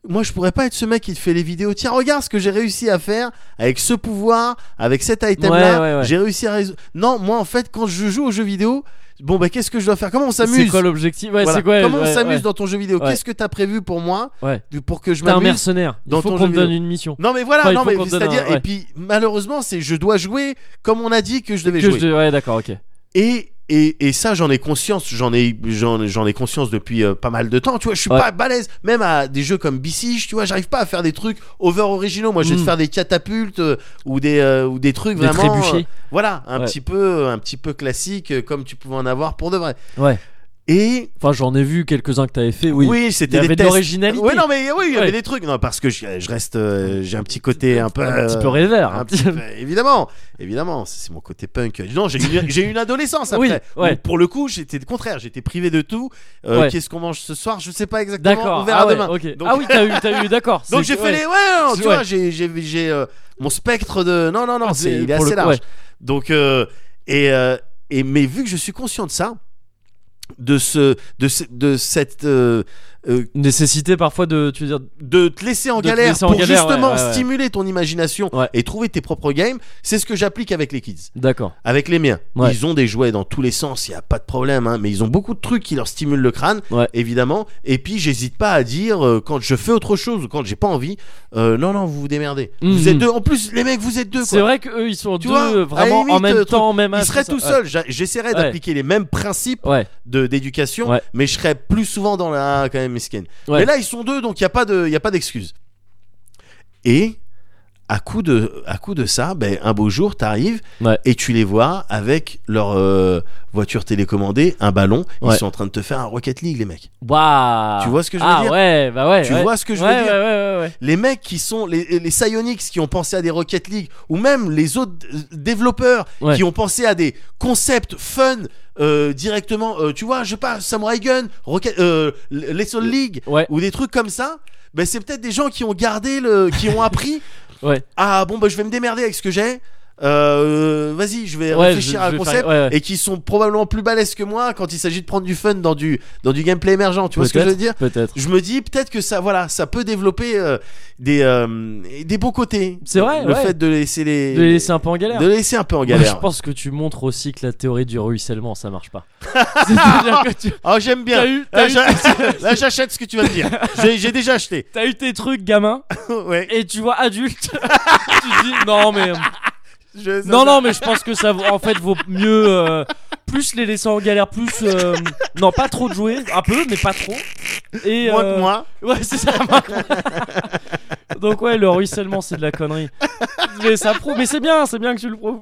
A: moi, je pourrais pas être ce mec qui te fait les vidéos. Tiens, regarde ce que j'ai réussi à faire avec ce pouvoir, avec cet item là.
B: Ouais, ouais, ouais.
A: J'ai réussi à résoudre. Non, moi, en fait, quand je joue aux jeux vidéo, bon, bah, qu'est-ce que je dois faire Comment on
B: C'est
A: s'amuse
B: quoi l'objectif Ouais,
A: Voilà.
B: c'est quoi
A: Comment
B: ouais,
A: on s'amuse
B: ouais.
A: dans ton jeu vidéo
B: Ouais.
A: Qu'est-ce que t'as prévu pour moi
B: Ouais.
A: Pour que je
B: T'es un
A: m'amuse
B: mercenaire. Il
A: dans
B: faut
A: ton
B: qu'on te
A: jeu
B: donne
A: vidéo.
B: une mission.
A: Non, mais voilà,
B: Enfin, il
A: non,
B: faut
A: mais
B: qu'on te donne
A: c'est-à-dire,
B: un- ouais.
A: et puis malheureusement, c'est je dois jouer comme on a dit que je devais
B: Que je
A: jouer.
B: de- Ouais, d'accord, ok.
A: Et, et, et ça, j'en ai conscience, j'en ai, j'en, j'en ai conscience depuis euh, pas mal de temps, tu vois, je suis
B: Ouais.
A: pas balèze, même à des jeux comme Besiege, tu vois, j'arrive pas à faire des trucs over originaux, moi je vais te
B: Mm.
A: faire des catapultes euh, ou des, euh, ou des trucs
B: Des
A: vraiment...
B: trébuchés.
A: euh, voilà, un,
B: Ouais.
A: petit peu, un petit peu classique euh, comme tu pouvais en avoir pour de vrai.
B: Ouais.
A: Et...
B: Enfin, j'en ai vu quelques-uns que t'avais fait, oui. Il y
A: c'était
B: avait
A: des
B: de
A: tests.
B: l'originalité.
A: Ouais, non, mais oui, il y avait
B: Ouais.
A: des trucs. Non, parce que je, je reste. euh, j'ai un petit côté un peu.
B: Un petit
A: euh,
B: peu hein. rêveur.
A: un petit peu, évidemment, évidemment, c'est c'est mon côté punk. Non, j'ai eu, j'ai eu une adolescence après.
B: Oui, ouais.
A: Où, pour le coup, j'étais le contraire, j'étais privé de tout. Euh,
B: Ouais.
A: Qu'est-ce qu'on mange ce soir Je sais pas exactement.
B: D'accord.
A: On verra
B: ah ouais,
A: demain.
B: ok.
A: Donc-
B: Ah oui, t'as eu, t'as eu, d'accord.
A: Donc
B: c'est-
A: j'ai fait
B: ouais.
A: les. Ouais, non, tu
B: C'est- ouais. Ah,
A: vois, j'ai, j'ai, j'ai, euh, mon spectre de. Non, non, non, c'est,
B: C'est-
A: il est
B: pour
A: assez
B: le coup,
A: large.
B: ouais.
A: Donc euh, et, euh, et mais vu que je suis conscient de ça, de ce, de, ce- de cette euh, euh,
B: Nécessité parfois de, tu veux dire,
A: de te laisser en
B: De te
A: galère
B: laisser en
A: pour
B: galère, ouais,
A: justement
B: ouais, ouais.
A: stimuler ton imagination
B: Ouais.
A: et trouver tes propres games, c'est ce que j'applique avec les kids,
B: d'accord.
A: avec les miens.
B: Ouais.
A: Ils ont des jouets dans tous les sens, il y a pas de problème, hein, mais ils ont beaucoup de trucs qui leur stimulent le crâne,
B: Ouais.
A: évidemment. Et puis j'hésite pas à dire euh, quand je fais autre chose ou quand j'ai pas envie, euh, non non vous vous démerdez. Vous
B: Mhm.
A: êtes deux. En plus les mecs vous êtes deux.
B: C'est
A: Quoi.
B: vrai qu'eux, ils sont
A: Tu
B: deux
A: vois, à la
B: vraiment en
A: limite,
B: même
A: euh,
B: temps, en même âge.
A: Ils seraient
B: c'est
A: tout
B: ça.
A: seuls. J'a- J'essaierais
B: Ouais.
A: d'appliquer les mêmes principes
B: Ouais.
A: de d'éducation,
B: Ouais.
A: mais je serais plus souvent dans la quand même mesquine.
B: Ouais.
A: Mais là ils sont deux, donc il y a pas de y a pas d'excuse. Et à coup de à coup de ça, ben un beau jour t'arrives
B: Ouais.
A: et tu les vois avec leur euh, voiture télécommandée, un ballon,
B: Ouais.
A: ils sont en train de te faire un Rocket League les mecs.
B: Waouh.
A: Tu vois ce que je veux
B: ah,
A: dire
B: ouais, bah ouais.
A: Tu
B: ouais.
A: vois ce que je veux
B: Ouais,
A: dire
B: Ouais, ouais, ouais, ouais.
A: Les mecs qui sont les les Psyonix qui ont pensé à des Rocket League ou même les autres euh, développeurs
B: Ouais.
A: qui ont pensé à des concepts fun euh, directement euh, tu vois, je sais pas Samurai Gun, Rocket euh, les Soul League
B: Ouais.
A: ou des trucs comme ça, ben c'est peut-être des gens qui ont gardé le, qui ont appris. ben,
B: Ouais.
A: Ah bon bah je vais me démerder avec ce que j'ai. euh, vas-y, je vais
B: Ouais,
A: réfléchir
B: je-
A: à
B: je
A: un
B: vais faire-
A: concept,
B: ouais, ouais.
A: et qui sont probablement plus balèzes que moi quand il s'agit de prendre du fun dans du, dans du gameplay émergent. Tu vois ce que je veux
B: Peut-être,
A: dire
B: Peut-être.
A: Je me dis peut-être que ça, voilà, ça peut développer euh, des, euh, des bons côtés.
B: C'est vrai,
A: Le
B: ouais.
A: fait de laisser les,
B: De les laisser un peu en galère.
A: de les laisser un peu en
B: Moi,
A: galère.
B: je pense que tu montres aussi que la théorie du ruissellement, ça marche pas. C'est-à-dire que tu
A: Oh, j'aime bien.
B: t'as eu,
A: Là,
B: t'as eu-
A: j'a- là, j'achète ce que tu vas me dire. J'ai j'ai déjà acheté.
B: t'as eu tes trucs, gamin,
A: ouais.
B: et tu vois adulte, tu te dis non mais euh,
A: Je- ça-
B: non non mais je pense que ça vaut- en fait vaut mieux euh, plus les laisser en galère, plus euh, non pas trop de jouer, un peu mais pas trop. Et
A: Moins
B: euh,
A: que moi.
B: Ouais, c'est ça. Marc. Donc ouais, le ruissellement, c'est de la connerie. Mais ça prouve. Mais c'est bien, c'est bien que tu le prouves.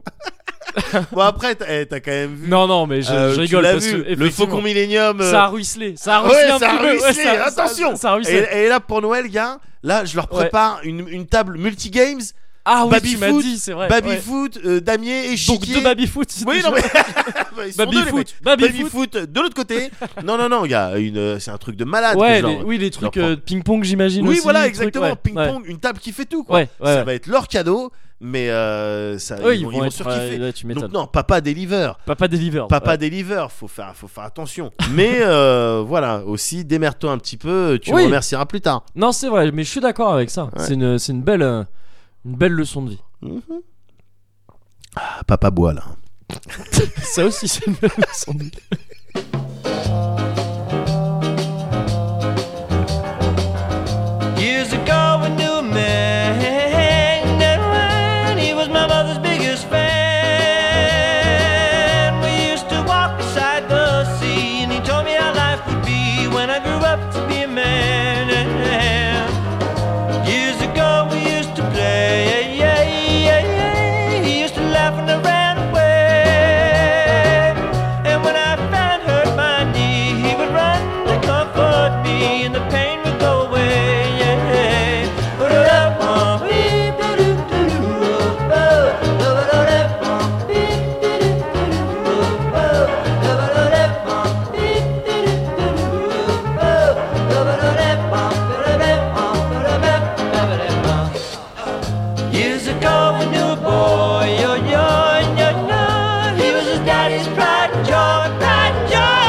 A: Bon, après, t'as eh, t'as quand même vu.
B: Non, non, mais je,
A: Euh,
B: je
A: tu
B: rigole
A: l'as
B: parce
A: vu,
B: que
A: le faucon
B: effectivement,
A: millénium. euh,
B: ça a ruisselé, ça a
A: Ouais,
B: ruisselé un
A: ça a
B: petit peu, ouais,
A: ruisselé,
B: ça- ça-
A: attention.
B: ça a
A: et,
B: ruisselé.
A: et là, pour Noël, gars, là, je leur
B: Ouais.
A: prépare une, une table multigames,
B: Ah oui, tu
A: Baby
B: m'as
A: foot,
B: dit, c'est vrai. ouais.
A: babyfoot, euh, damier,
B: Donc
A: échiquier.
B: deux baby foot. c'est
A: Oui,
B: déjà-
A: non, mais. Bah, Ils sont deux, les mecs.
B: baby foot, baby
A: Baby
B: foot.
A: foot de l'autre côté. non, non, non, gars, une, euh, c'est un truc de malade.
B: Ouais,
A: que genre-
B: les- oui, les trucs
A: hein. prends.
B: euh, ping-pong, j'imagine.
A: Oui,
B: aussi,
A: voilà,
B: les trucs,
A: exactement.
B: ouais,
A: Ping-pong, une table qui fait tout,
B: Ouais,
A: quoi.
B: ouais.
A: ça
B: ouais.
A: va être leur cadeau, mais euh, ça,
B: Ouais,
A: ils, vont, ils vont
B: être,
A: surkiffer.
B: euh, ouais, tu
A: Donc,
B: m'étonnes.
A: non, papa deliver.
B: Papa deliver.
A: Papa
B: ouais.
A: deliver, faut faire, faut faire attention. Mais euh, voilà, aussi, démerde-toi un petit peu, tu
B: Oui.
A: me remercieras plus tard.
B: Non, c'est vrai, mais je suis d'accord avec ça. C'est une, c'est une belle, euh, une belle leçon de vie.
A: Ah, Papa boit là.
B: Ça aussi, c'est une belle leçon de vie.
C: Years ago, I knew a man and he was my mother's biggest fan. We used to walk beside the sea, and he told me how life would be when I grew up to be a man. Years ago we used to play, yeah, yeah, yeah, yeah. He used to laugh and I ran away. And when I found hurt my knee, he would run to comfort me, and the pain would go away. Yeah. Years ago we knew a boy, yo, yo, yo, yo. He was his daddy's pride and joy, pride and joy.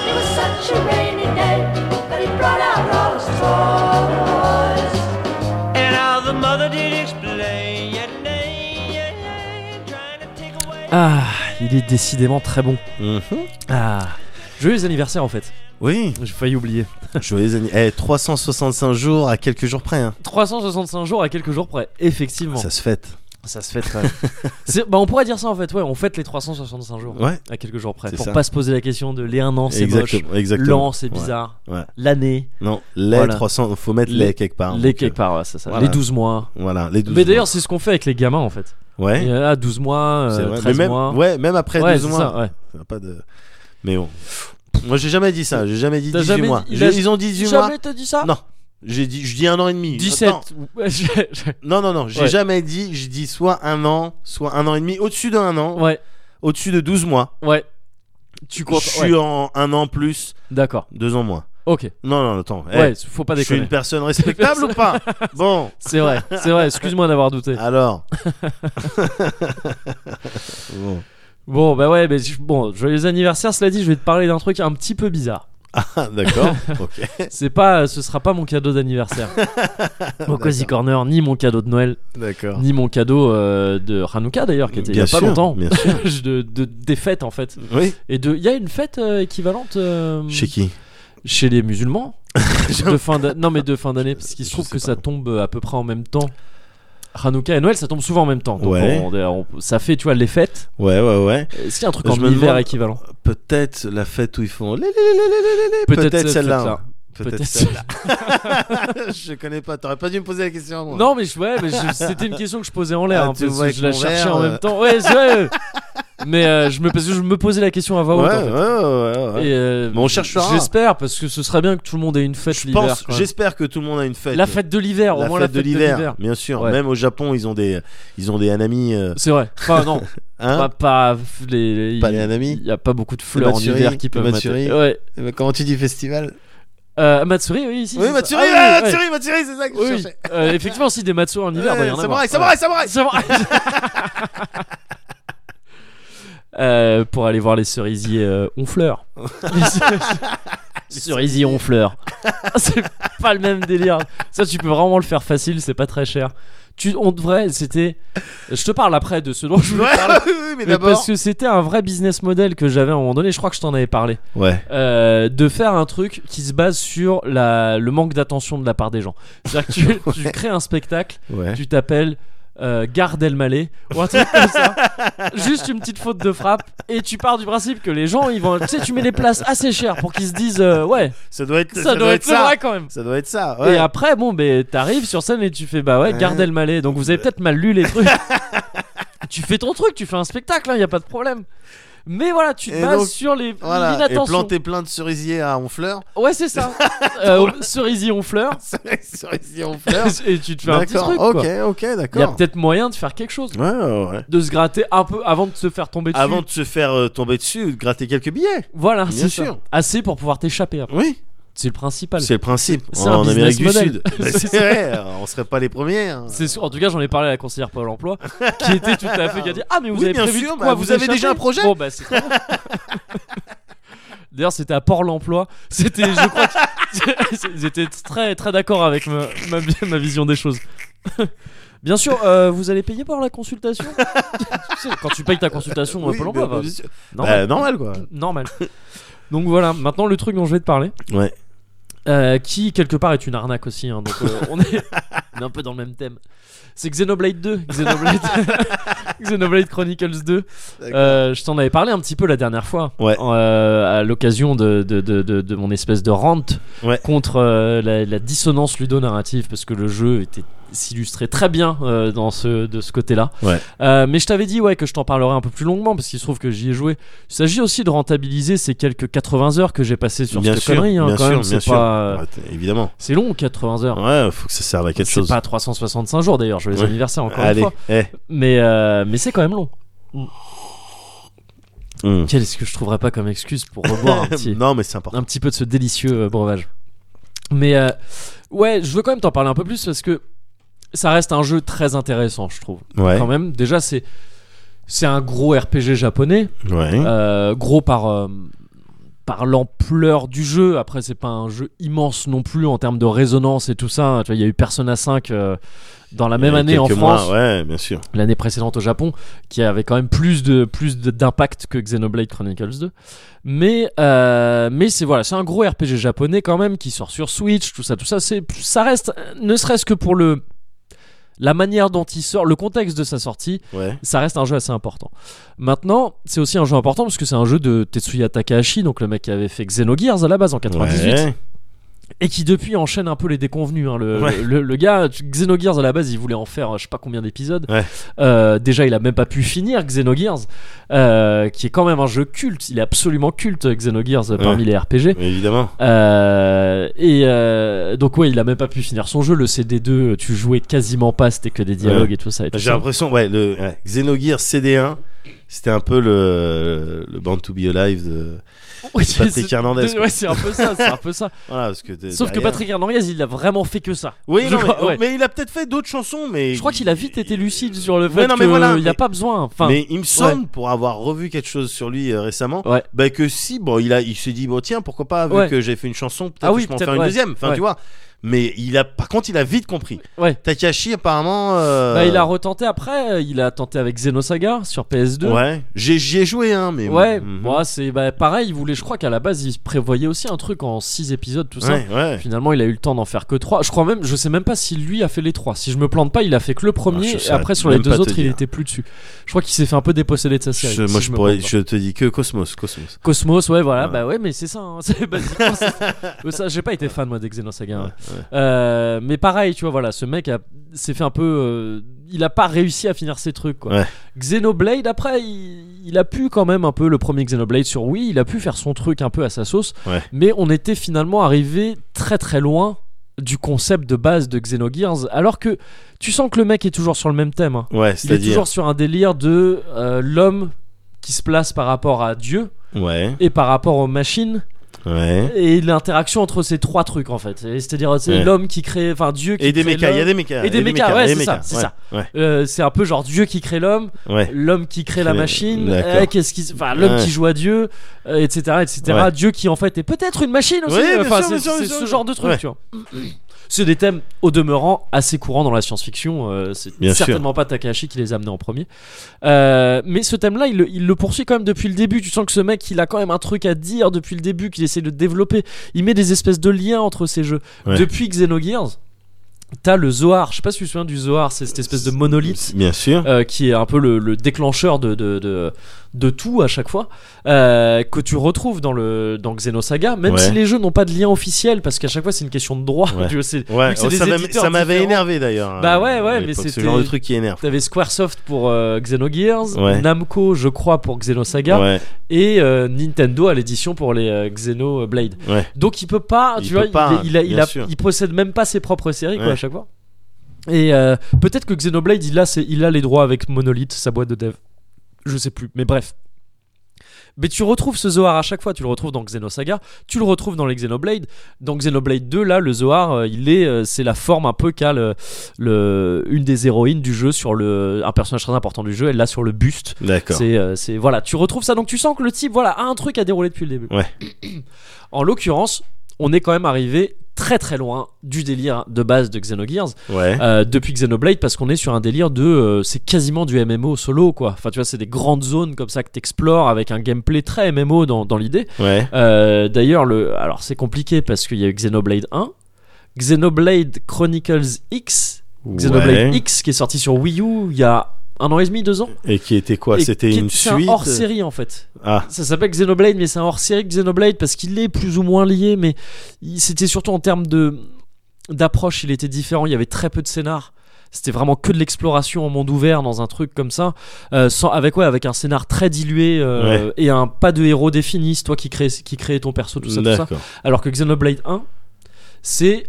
F: It was such a rainy day that he brought out all his toys.
C: And how the mother did explain, yet nay, yet nay, trying to take away.
B: Ah, il est décidément très bon.
A: Mhm.
B: Ah. Joyeux anniversaire en fait,
A: Oui,
B: j'ai failli oublier.
A: joyeux eh, anniversaire. 365 jours à quelques jours près. hein.
B: 365 jours à quelques jours près, effectivement.
A: Ça se fête.
B: Ça se fête quand même. C'est- bah, on pourrait dire ça en fait, ouais, on fête les 365 jours
A: Ouais,
B: à quelques jours près.
A: C'est
B: Pour
A: ça.
B: pas se poser la question de les un an c'est moche,
A: exactement. exactement.
B: l'an c'est bizarre,
A: Ouais, ouais.
B: l'année,
A: Non, les
B: Voilà.
A: 300, faut mettre
B: Les-
A: les, quelque part.
B: les
A: donc, euh,
B: quelque part, ouais, c'est ça,
A: voilà.
B: les 12 mois.
A: euh, Voilà, les 12
B: Mais
A: mois.
B: d'ailleurs, c'est ce qu'on fait avec les gamins en fait. Il
A: ouais.
B: y en a 12 mois, euh,
A: c'est vrai. Mais
B: 13
A: même,
B: mois.
A: ouais, même après
B: Ouais,
A: 12
B: c'est
A: mois.
B: ça, ouais.
A: Ça a pas de. Mais bon. Moi, j'ai jamais dit ça. J'ai jamais dit
B: T'as
A: 18
B: jamais
A: mois.
B: dit- il
A: Je-
B: a-
A: Ils ont 18 mois.
B: Jamais t'as dit ça
A: Non. J'ai dit, je dis un an et demi.
B: 17.
A: Non,
B: Ouais, j'ai- j'ai-
A: Non, non, non. J'ai
B: Ouais.
A: jamais dit. Je dis soit un an, soit un an et demi. Au-dessus de un an,
B: ouais,
A: au-dessus de 12 mois.
B: ouais. Tu
A: Je
B: comptes.
A: suis
B: ouais.
A: en un an plus,
B: D'accord,
A: deux ans moins.
B: ok.
A: Non, non, attends. Eh,
B: Ouais, faut pas
A: je suis
B: déconner.
A: une personne respectable ou pas Bon,
B: C'est vrai, c'est vrai, excuse-moi d'avoir douté.
A: alors. Bon.
B: Bon, bah ouais, mais je- bon, joyeux anniversaire, cela dit, je vais te parler d'un truc un petit peu bizarre.
A: Ah, d'accord. Ok.
B: C'est pas, ce sera pas mon cadeau d'anniversaire. Mon Cozy Corner, ni mon cadeau de Noël,
A: D'accord.
B: ni mon cadeau euh, de Hanouka d'ailleurs, qui était il y a
A: Bien
B: pas
A: sûr,
B: longtemps.
A: Bien sûr.
B: Je- de, de- des fêtes en fait.
A: Oui.
B: Et de, il y a une fête euh, équivalente euh,
A: Chez qui
B: chez les musulmans. de fin d'a- non mais de fin d'année, parce qu'il se
A: je
B: trouve
A: sais
B: que
A: pas.
B: ça tombe euh, à peu près en même temps. Hanouka et Noël, ça tombe souvent en même temps. Donc
A: Ouais.
B: on- on- on- ça fait, tu vois, les fêtes.
A: Ouais, ouais, ouais.
B: Est-ce qu'il y a un truc
A: Je
B: en
A: me
B: hiver
A: demande-
B: équivalent
A: Peut-être la fête où ils font. lé, lé, lé, lé, lé, lé, lé.
B: Peut-être
A: Peut-être
B: cette
A: celle-là.
B: fête-là.
A: hein. Peut-être
B: Peut-être
A: celle-là. Je connais pas. T'aurais pas dû me poser la question. moi.
B: Non, mais je, ouais, mais je- c'était une question que je posais en l'air,
A: Ah,
B: hein,
A: tu
B: parce
A: vois,
B: que
A: avec
B: je la
A: mon
B: cherchais
A: verre,
B: en
A: euh.
B: même temps. Ouais, c'est vrai. mais euh, je me, parce que je me posais la question à voix
A: Ouais,
B: haute.
A: ouais,
B: en fait.
A: ouais, ouais.
B: Et, euh,
A: Mais on cherchera.
B: J'espère, parce que ce serait bien que tout le monde ait une fête
A: Je
B: l'hiver.
A: pense.
B: quand même.
A: J'espère que tout le monde a une fête.
B: La fête de l'hiver, au
A: La
B: moins
A: fête de l'hiver, bien sûr.
B: Ouais.
A: Même au Japon, ils ont des, ils ont des hanamis. euh,
B: C'est vrai. Enfin, non,
A: hein
B: pas, Bah, pas les.
A: Pas les
B: il-
A: hanamis
B: Il n'y a pas beaucoup de fleurs en
A: matsuri,
B: hiver qui
A: les
B: peuvent.
A: matsuri.
B: mater- Ouais.
A: Comment tu dis festival
B: Euh, Matsuri, oui, ici.
A: Oui, Matsuri, ah, Matsuri, Matsuri, c'est ça que je
B: Oui,
A: cherchais.
B: euh, effectivement, si des Matsuri en hiver,
A: Ouais,
B: bah, il y en a.
A: samouraï,
B: marre.
A: samouraï, samouraï.
B: Ouais. Samouraï. Euh, pour aller voir les cerisiers euh, onfleurs. Les cer- cerisiers onfleurs. c'est pas le même délire. Ça, tu peux vraiment le faire facile, c'est pas très cher. Tu, on devrait, c'était. Je te parle après de ce dont je voulais parler.
A: Ouais, oui, oui, mais
B: Mais parce
A: d'abord.
B: que c'était un vrai business model que j'avais à un moment donné, je crois que je t'en avais parlé,
A: Ouais.
B: euh, de faire un truc qui se base sur la, le manque d'attention de la part des gens. C'est-à-dire que tu, tu crées un spectacle,
A: Ouais.
B: tu t'appelles euh, Gard Elmaleh ou un truc comme ça, juste une petite faute de frappe, et tu pars du principe que les gens, ils vont, tu sais, tu mets les places assez chères pour qu'ils se disent, euh, ouais,
A: Ça doit être
B: ça, doit, être, le vrai quand même.
A: Ça doit être ça. ouais.
B: Et après, bon, ben, t'arrives sur scène et tu fais bah ouais,
A: Ouais. Euh.
B: gardez le malais. Donc vous avez peut-être mal lu les trucs. tu fais ton truc, tu fais un spectacle, il y a pas de problème. Mais voilà, tu te
A: Et
B: bases
A: donc,
B: sur les
A: Voilà, et
B: l'inattention.
A: planter plein de cerisiers à Honfleur.
B: Ouais, c'est ça. euh, cerisier onfleur.
A: cerisiers à Honfleur.
B: et tu te fais un petit
A: D'accord,
B: truc.
A: ok,
B: quoi.
A: ok,
B: Il y a
A: d'accord.
B: peut-être moyen de faire quelque chose,
A: Ouais, ouais, ouais.
B: de se gratter un peu avant de se faire tomber dessus.
A: Avant de se faire euh, tomber dessus ou de gratter quelques billets.
B: Voilà,
A: Bien
B: c'est
A: sûr.
B: Ça. Assez pour pouvoir t'échapper. après.
A: Oui,
B: C'est le principal.
A: c'est le principe.
B: C'est un
A: En Amérique du
B: business
A: Sud.
B: model.
A: Bah,
B: C'est
A: c'est vrai, on serait pas les premiers. hein.
B: C'est sûr. En tout cas, j'en ai parlé à la conseillère Pôle emploi qui était tout à fait qui a dit Ah, mais vous
A: Oui,
B: avez
A: bien
B: prévu de
A: sûr,
B: quoi
A: bah, vous avez
B: échapper
A: déjà un projet
B: Bon, bah, c'est très bien. D'ailleurs, c'était à Pôle emploi. C'était, je crois, que- ils étaient très, très d'accord avec ma, ma, ma vision des choses. Bien sûr, euh, vous allez payer pour la consultation Tu sais, Quand tu payes ta consultation,
A: Oui, bah,
B: Pôle
A: bien
B: emploi va.
A: sûr.
B: normal.
A: Bah, normal quoi.
B: Normal. Donc voilà, maintenant le truc dont je vais te parler.
A: Ouais.
B: Euh, qui quelque part est une arnaque aussi, hein, donc euh, on, est, on est un peu dans le même thème. C'est Xenoblade 2, Xenoblade, Xenoblade Chronicles 2.
A: D'accord.
B: Euh, je t'en avais parlé un petit peu la dernière fois,
A: Ouais.
B: euh, à l'occasion de, de, de, de- de mon espèce de rente
A: Ouais.
B: contre euh, la, la dissonance ludonarrative, parce que le jeu était s'illustrait très bien euh, dans ce, de ce côté-là.
A: Ouais.
B: Euh, mais je t'avais dit ouais, que je t'en parlerai un peu plus longuement, parce qu'il se trouve que j'y ai joué. Il s'agit aussi de rentabiliser ces quelques 80 heures que j'ai passées sur
A: bien
B: cette
A: sûr,
B: connerie. hein,
A: bien
B: quand
A: sûr,
B: même,
A: bien
B: c'est
A: sûr.
B: pas...
A: Ouais, t- évidemment.
B: C'est long, 80 heures.
A: Ouais, faut que ça serve à quelque
B: Euh, C'est
A: chose.
B: pas 365 jours d'ailleurs, je les
A: Ouais.
B: anniversaires encore
A: Allez,
B: une fois.
A: eh.
B: Mais, euh, mais c'est quand même long.
A: Mm.
B: Qu'est-ce que je trouverais pas comme excuse pour revoir un petit,
A: non, mais c'est important.
B: un petit peu de ce délicieux euh, breuvage. Mais euh, ouais, je veux quand même t'en parler un peu plus parce que ça reste un jeu très intéressant, je trouve.
A: Ouais.
B: Quand même, déjà, c'est c'est un gros RPG japonais,
A: Ouais.
B: euh, gros par euh, par l'ampleur du jeu. Après, c'est pas un jeu immense non plus en termes de résonance et tout ça. hein. Tu vois, il y a eu Persona 5 euh, dans la
A: Il y
B: même
A: a
B: année en
A: quelques
B: France.
A: mois, ouais, bien sûr.
B: l'année précédente au Japon, qui avait quand même plus de plus de- d'impact que Xenoblade Chronicles 2. Mais euh, mais c'est voilà, c'est un gros RPG japonais quand même qui sort sur Switch, tout ça, tout ça. C'est ça reste, euh, ne serait-ce que pour le la manière dont il sort, le contexte de sa sortie,
A: Ouais.
B: ça reste un jeu assez important. Maintenant, c'est aussi un jeu important parce que c'est un jeu de Tetsuya Takahashi, donc le mec qui avait fait Xenogears à la base en 98
A: Ouais.
B: et qui depuis enchaîne un peu les déconvenus. hein. Le,
A: Ouais.
B: le, le gars, tu- Xenogears à la base, il voulait en faire euh, je sais pas combien d'épisodes.
A: Ouais.
B: Euh, déjà, il a même pas pu finir Xenogears, euh, qui est quand même un jeu culte. Il est absolument culte Xenogears euh, parmi les RPG.
A: Évidemment.
B: Euh, et euh, donc ouais, il a même pas pu finir son jeu. Le CD2, euh, tu jouais quasiment pas, c'était que des dialogues et tout ça. et tout
A: Bah, J'ai
B: ça.
A: l'impression, ouais, le ouais, Xenogears CD1, c'était un peu le, le Band to Be Alive de
B: Ouais,
A: Patrick Hernandez. quoi.
B: Ouais, c'est un peu ça, c'est un peu ça.
A: Voilà, parce que t'es
B: Sauf que
A: derrière-
B: Patrick Hernandez, il a vraiment fait que ça.
A: Oui,
B: Je
A: non, mais,
B: crois- ouais.
A: mais il a peut-être fait d'autres chansons, mais.
B: Je crois qu'il a vite été lucide sur le
A: Ouais,
B: fait
A: non, mais
B: qu'il
A: voilà,
B: n'y a
A: mais-
B: pas besoin. Enfin,
A: mais il me semble, pour avoir revu quelque chose sur lui euh, récemment,
B: Ouais.
A: bah que si, bon, il, a, il s'est dit, bon, tiens, pourquoi pas, vu
B: Ouais.
A: que j'ai fait une chanson, peut-être
B: Ah oui,
A: que je peux en
B: peut-être,
A: faire une
B: ouais.
A: deuxième. Enfin,
B: Ouais.
A: tu vois. Mais il a, par contre, il a vite compris.
B: ouais.
A: Takashi, apparemment. euh,
B: Bah, il a retenté après, euh, il a tenté avec Xenosaga sur PS2.
A: Ouais, j'ai- j'y ai joué, hein, mais.
B: Ouais,
A: Mhm.
B: moi c'est bah, pareil, il voulait, je crois qu'à la base il prévoyait aussi un truc en 6 épisodes, tout ça.
A: Ouais, ouais.
B: Finalement, il a eu le temps d'en faire que 3. Je crois même, je sais même pas si lui a fait les 3. Si je me plante pas, il a fait que le
A: Ah,
B: premier,
A: je
B: et
A: saurais
B: après sur les
A: même pas
B: deux
A: te
B: autres, il
A: dire.
B: était plus dessus. Je crois qu'il s'est fait un peu déposséder de sa série.
A: Je-
B: si
A: moi, je,
B: me
A: pourrais,
B: plante pas.
A: je te dis que Cosmos, Cosmos.
B: Cosmos, ouais, voilà,
A: Ouais.
B: bah ouais, mais c'est ça. hein, c'est basiquement ça. Euh, ça, J'ai pas été fan moi des Xenosaga. hein.
A: Ouais, ouais.
B: Euh, mais pareil, tu vois, voilà, ce mec a- s'est fait un peu. euh, il a pas réussi à finir ses trucs, quoi.
A: Ouais.
B: Xenoblade, après, il, il a pu quand même un peu le premier Xenoblade sur Wii, il a pu faire son truc un peu à sa sauce.
A: Ouais.
B: Mais on était finalement arrivé très très loin du concept de base de Xenogears, alors que tu sens que le mec est toujours sur le même thème. hein.
A: Ouais,
B: Il est
A: c'est-à-dire.
B: toujours sur un délire de euh, l'homme qui se place par rapport à Dieu
A: Ouais,
B: et par rapport aux machines
A: Ouais.
B: et l'interaction entre ces trois trucs en fait. Et C'est-à-dire c'est
A: Ouais.
B: l'homme qui crée, enfin Dieu qui
A: Et des
B: crée
A: mechas, il y a
B: l'homme.
A: des mechas.
B: Et des mechas, ouais, c'est ça, c'est ça.
A: Ouais,
B: Euh, c'est un peu genre Dieu qui crée l'homme,
A: ouais, ouais.
B: l'homme qui crée la
A: Crée-
B: machine,
A: d'accord.
B: euh, qu'est-ce qui, enfin l'homme
A: Ouais.
B: qui joue à Dieu, euh, etc., etc.
A: Ouais.
B: Dieu qui en fait est peut-être une machine aussi.
A: Ouais, bien
B: Enfin,
A: sûr,
B: c'est
A: bien sûr,
B: c'est
A: bien
B: ce
A: sûr.
B: genre de truc,
A: Ouais.
B: tu vois. C'est des thèmes au demeurant assez courants dans la science-fiction. euh, c'est
A: Bien sûr.
B: certainement pas Takahashi qui les a amenés en premier. Euh, mais ce thème-là, il, le- il le poursuit quand même depuis le début. Tu sens que ce mec, il a quand même un truc à dire depuis le début, qu'il essaie de développer. Il met des espèces de liens entre ces jeux.
A: Ouais.
B: Depuis Xenogears, t'as le Zohar. Je sais pas si tu te souviens du Zohar, c'est cette espèce de monolithe
A: Bien sûr.
B: euh, qui est un peu le, le déclencheur de, de, de, de tout à chaque fois, euh, que tu retrouves dans, le, dans Xenosaga, même
A: Ouais.
B: si les jeux n'ont pas de lien officiel, parce qu'à chaque fois c'est une question de droit.
A: Ouais.
B: tu vois, c'est-
A: Ouais,
B: vu que c'est
A: oh,
B: des
A: ça m'a-
B: éditeurs
A: ça m'avait
B: différents.
A: énervé d'ailleurs.
B: Bah
A: euh,
B: ouais, ouais,
A: à
B: mais
A: l'époque. ce
B: c'était-
A: genre de truc qui énerve.
B: T'avais Squaresoft pour euh, Xenogears,
A: Ouais.
B: Namco, je crois, pour Xenosaga,
A: Ouais,
B: et euh, Nintendo à l'édition pour les euh, Xenoblade.
A: ouais.
B: Donc il peut pas,
A: Il
B: tu
A: peut
B: vois,
A: pas,
B: il, est- il a-
A: bien
B: il a-
A: sûr.
B: il possède même pas ses propres séries quoi,
A: Ouais.
B: à chaque fois. Et euh, peut-être que Xenoblade, il a, ses- il a les droits avec Monolith, sa boîte de dev. Je sais plus, mais bref. Mais tu retrouves ce Zohar à chaque fois, tu le retrouves dans Xenosaga, tu le retrouves dans les Xenoblade. Dans Xenoblade 2, là, le Zohar, euh, il est, euh, c'est la forme un peu qu'a le, le- une des héroïnes du jeu sur le, un personnage très important du jeu, elle l'a sur le buste.
A: D'accord.
B: C'est, euh, c'est- voilà, tu retrouves ça. Donc tu sens que le type, voilà, a un truc à dérouler depuis le début.
A: Ouais.
B: en l'occurrence, on est quand même arrivé très très loin du délire de base de Xenogears
A: Ouais.
B: euh, depuis Xenoblade parce qu'on est sur un délire de euh, c'est quasiment du MMO solo quoi enfin tu vois c'est des grandes zones comme ça que t'explores avec un gameplay très MMO dans, dans l'idée
A: Ouais.
B: euh, d'ailleurs, le... alors c'est compliqué parce qu'il y a eu Xenoblade 1, Xenoblade Chronicles X,
A: Ouais.
B: Xenoblade X qui est sorti sur Wii U il y a un an et demi, deux ans.
A: Et qui était quoi
B: Et
A: Bah, C'était
B: qui est-
A: une
B: c'est un
A: suite.
B: hors série en fait.
A: Ah,
B: Ça s'appelle Xenoblade, mais c'est un hors série Xenoblade parce qu'il est plus ou moins lié, mais il- c'était surtout en termes de d'approche, il était différent. Il y avait très peu de scénar. C'était vraiment que de l'exploration en monde ouvert dans un truc comme ça, euh, sans, avec ouais, avec un scénar très dilué euh, et un pas de héros défini. C'est toi qui crée qui crée ton perso, tout ça, tout ça.
A: d'accord.
B: Alors que Xenoblade 1, c'est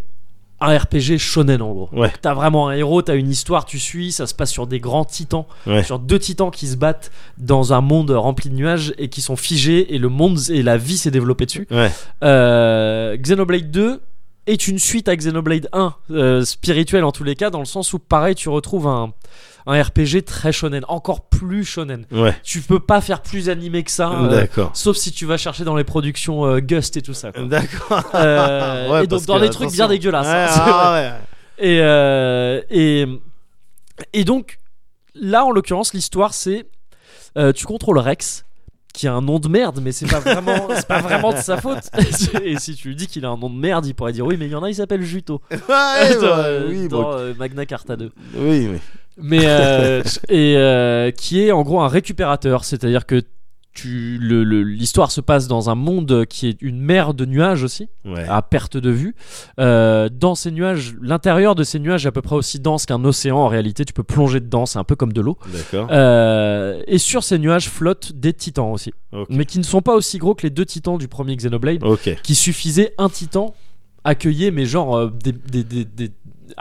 B: un RPG shonen en gros.
A: Ouais.
B: T'as vraiment un héros, t'as une histoire, tu suis, ça se passe sur des grands titans,
A: Ouais.
B: sur deux titans qui se battent dans un monde rempli de nuages et qui sont figés et le monde et la vie s'est développée dessus.
A: Ouais.
B: Euh, Xenoblade 2 est une suite à Xenoblade 1, euh, spirituelle en tous les cas, dans le sens où pareil tu retrouves un, un RPG très shonen, encore plus shonen.
A: Ouais.
B: Tu peux pas faire plus animé que ça, euh,
A: D'accord.
B: sauf si tu vas chercher dans les productions euh, Gust et tout ça. quoi.
A: D'accord.
B: Euh,
A: Ouais,
B: et donc
A: parce
B: dans
A: que,
B: des trucs bien
A: attention.
B: dégueulasses.
A: Ouais,
B: hein, c'est vrai.
A: ah,
B: Et, euh, et, et donc, là, en l'occurrence, l'histoire, c'est euh, tu contrôles Rex, qui a un nom de merde, mais c'est pas vraiment, c'est pas vraiment de sa faute. et si tu lui dis qu'il a un nom de merde, il pourrait dire oui, mais il y en a, il s'appelle Juto.
A: ouais. Ouais,
B: dans
A: bah, oui,
B: dans,
A: bon.
B: euh, Magna Carta 2
A: Oui, mais.
B: mais euh, et euh, qui est en gros un récupérateur, c'est-à-dire que tu le- le- l'histoire se passe dans un monde qui est une mer de nuages aussi
A: Ouais.
B: à perte de vue. Euh, dans ces nuages, l'intérieur de ces nuages est à peu près aussi dense qu'un océan. En réalité, tu peux plonger dedans, c'est un peu comme de l'eau.
A: D'accord.
B: Euh, et sur ces nuages flottent des titans aussi,
A: Ok.
B: mais qui ne sont pas aussi gros que les deux titans du premier Xenoblade,
A: Ok.
B: qui suffisait un titan accueillir, mais genre euh, des, des, des- des-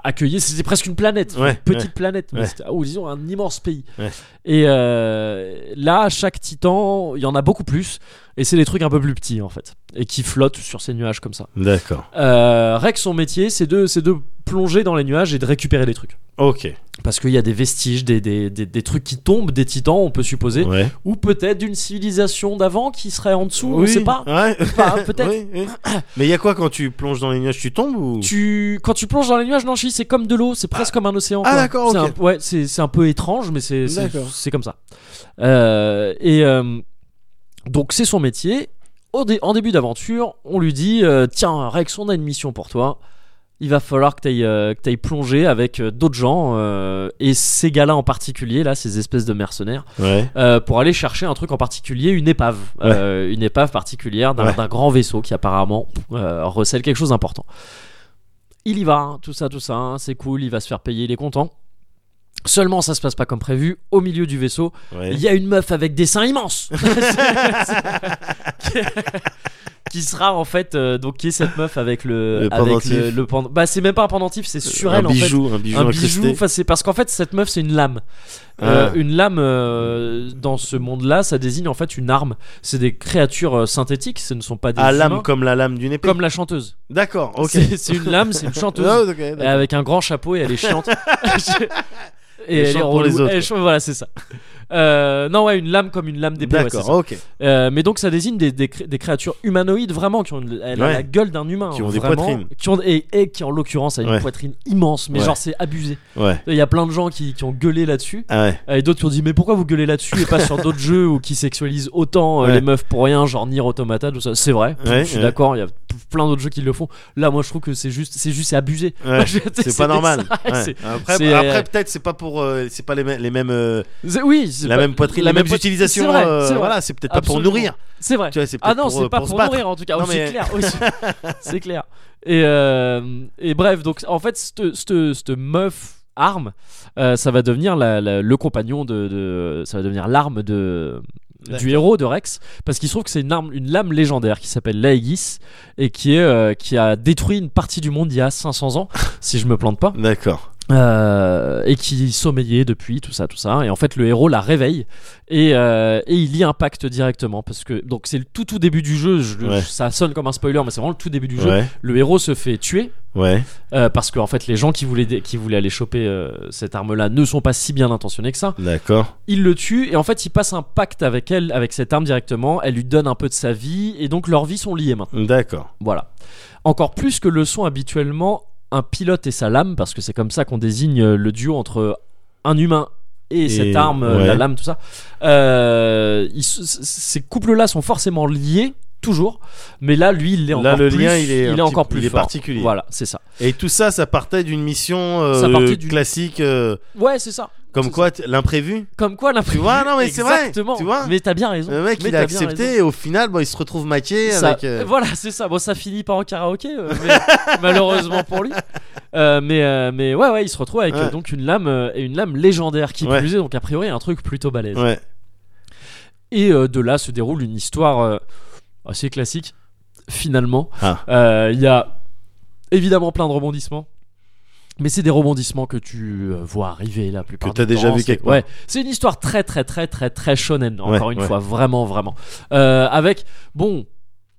B: accueillir, c'était presque une planète,
A: Ouais,
B: une petite planète, mais
A: ouais.
B: c'était- ou disons un immense pays.
A: Ouais.
B: Et euh, là, chaque titan, il y en a beaucoup plus, et c'est des trucs un peu plus petits en fait, et qui flottent sur ces nuages comme ça.
A: D'accord.
B: Euh, Rex, son métier, c'est de, c'est de plonger dans les nuages et de récupérer des trucs.
A: Ok.
B: Parce qu'il y a des vestiges, des, des, des, des trucs qui tombent, des titans, on peut supposer.
A: Ouais.
B: Ou peut-être d'une civilisation d'avant qui serait en dessous, on sait pas.
A: Ouais.
B: Enfin, peut-être.
A: Oui, oui. Mais il y a quoi quand tu plonges dans les nuages Tu tombes ou
B: Tu, quand tu plonges dans les nuages, non, Chi, c'est comme de l'eau, c'est presque comme un océan.
A: Ah,
B: quoi.
A: d'accord,
B: C'est
A: ok.
B: un- ouais, c'est c'est un peu étrange, mais c'est c'est-
A: D'accord.
B: c'est comme ça. Euh, et euh, donc, c'est son métier. Au dé- en début d'aventure, on lui dit euh, Tiens, Rex, on a une mission pour toi. Il va falloir que tu ailles, plonger avec euh, d'autres gens, euh, et ces gars-là en particulier, là, ces espèces de mercenaires
A: Ouais.
B: euh, pour aller chercher un truc en particulier, une épave, Euh, une épave particulière d'un
A: Ouais.
B: d'un grand vaisseau qui apparemment euh, recèle quelque chose d'important. Il y va, hein, tout ça, tout ça, hein, c'est cool, il va se faire payer, il est content. Seulement, ça se passe pas comme prévu. Au milieu du vaisseau, il
A: Ouais.
B: y a une meuf avec des seins immenses qui, qui sera en fait euh, donc qui est cette meuf avec le,
A: Le
B: avec
A: pendentif.
B: le, le pend- bah c'est même pas un pendentif c'est sur
A: un
B: elle en fait
A: bijou, un bijou,
B: un
A: incrusté.
B: bijou enfin, c'est parce qu'en fait cette meuf c'est une lame Euh,
A: Ah.
B: une lame euh, dans ce monde là ça désigne en fait une arme c'est des créatures euh, synthétiques ce ne sont pas des
A: à
B: humains,
A: Ah, lame comme la lame d'une épée.
B: comme la chanteuse
A: D'accord, ok.
B: C'est- c'est une lame c'est une chanteuse
A: Ah, ok, d'accord.
B: et avec un grand chapeau et elle est chiante. et
A: Elle chante pour les autres,
B: Elle
A: quoi.
B: chante- voilà, c'est ça. Euh, non, ouais, une lame comme une lame d'épée. ouais, c'est
A: D'accord,
B: ça.
A: ok.
B: Euh, mais donc ça désigne des, des cré- des créatures humanoïdes vraiment qui ont une- elle a
A: Ouais.
B: la gueule d'un humain. hein,
A: Qui ont des
B: vraiment,
A: poitrines.
B: Qui ont, et, et qui en l'occurrence a une
A: Ouais.
B: poitrine immense, mais
A: Ouais.
B: genre c'est abusé.
A: Ouais.
B: Il y a plein de gens qui, qui ont gueulé là-dessus. Euh,
A: Ah ouais.
B: Et d'autres qui ont dit mais pourquoi vous gueulez là-dessus et pas sur d'autres jeux ou qui sexualisent autant euh,
A: Ouais.
B: les meufs pour rien genre Nier Automata tout ça c'est vrai
A: Ouais,
B: je suis
A: ouais.
B: d'accord il y a p- plein d'autres jeux qui le font là moi je trouve que c'est juste c'est juste c'est abusé
A: Ouais.
B: Je-
A: C'est pas
B: des
A: normal.
B: sacs,
A: Ouais.
B: c'est-
A: Après,
B: c'est-
A: après, peut-être c'est pas pour, euh, c'est pas les, mêmes- les mêmes, euh,
B: c'est- oui c'est
A: la
B: pas-
A: même poitrine,
B: la
A: les mêmes
B: poitrine.
A: utilisations.
B: c'est vrai,
A: euh,
B: c'est vrai.
A: Voilà, c'est peut-être pas pour
B: Absolument.
A: nourrir.
B: c'est vrai
A: Tu vois, c'est
B: ah
A: peut-être
B: non
A: pour,
B: c'est
A: euh,
B: pas
A: pour se
B: pour
A: battre.
B: nourrir en tout cas
A: Non,
B: Oui, c'est
A: mais-
B: clair oui, c'est- c'est clair et euh, et bref donc en fait cette cette- cette meuf arme euh, ça va devenir la- la- le compagnon de, de- ça va devenir l'arme de du
A: D'accord.
B: héros de Rex parce qu'il se trouve que c'est une arme une lame légendaire qui s'appelle l'Aegis et qui est euh, qui a détruit une partie du monde il y a 500 ans si je me plante pas
A: D'accord.
B: euh, et qui sommeillait depuis tout ça tout ça et en fait le héros la réveille et, euh, et il y impacte directement parce que donc c'est le tout tout début du jeu je-
A: Ouais.
B: ça sonne comme un spoiler mais c'est vraiment le tout début du jeu
A: Ouais.
B: le héros se fait tuer
A: Ouais.
B: euh, parce que en fait les gens qui voulaient dé- qui voulaient aller choper euh, cette arme là ne sont pas si bien intentionnés que ça
A: D'accord.
B: il le tue et en fait il passe un pacte avec elle avec cette arme directement elle lui donne un peu de sa vie et donc leurs vies sont liées maintenant
A: D'accord.
B: voilà. Encore plus que le sont habituellement un pilote et sa lame, parce que c'est comme ça qu'on désigne euh, le duo entre un humain et,
A: Et-
B: cette arme, euh,
A: ouais.
B: la lame, tout ça. Euh, ils se- c- ces couples-là sont forcément liés, toujours, mais là, lui, il l'est encore
A: Là, le
B: plus.
A: lien, il est, un petit-
B: encore plus
A: il est
B: fort.
A: particulier.
B: Voilà, c'est ça.
A: Et tout ça, ça partait d'une mission euh,
B: Ça partait d'une-
A: classique, euh,
B: Ouais, c'est ça.
A: comme
B: C'est
A: quoi t- l'imprévu.
B: Comme quoi, l'imprévu.
A: vois, non, mais c'est vrai,
B: Exactement.
A: tu vois.
B: mais t'as bien raison.
A: Le mec,
B: Mais
A: il a
B: t'as bien raison.
A: accepté et au final, bon, il se retrouve maqué
B: Ça-
A: avec. euh,
B: Voilà, c'est ça. Bon, ça finit par en karaoké, euh, mais malheureusement pour lui. Euh, mais, euh, mais ouais, ouais, il se retrouve avec
A: Ouais.
B: euh, donc une lame euh, et une lame légendaire qui
A: Ouais.
B: plus est donc a priori un truc plutôt balèze.
A: Ouais.
B: Et euh, de là se déroule une histoire euh, assez classique. Finalement,
A: Ah.
B: Euh, il y a évidemment plein de rebondissements. Mais c'est des rebondissements que tu euh, vois arriver la plupart
A: Que t'as
B: du
A: déjà
B: temps,
A: vu
B: c'est-
A: quelque part.
B: Ouais, c'est une histoire très très très très très shonen. Encore
A: Ouais,
B: une
A: ouais.
B: fois, vraiment vraiment. Euh, avec bon,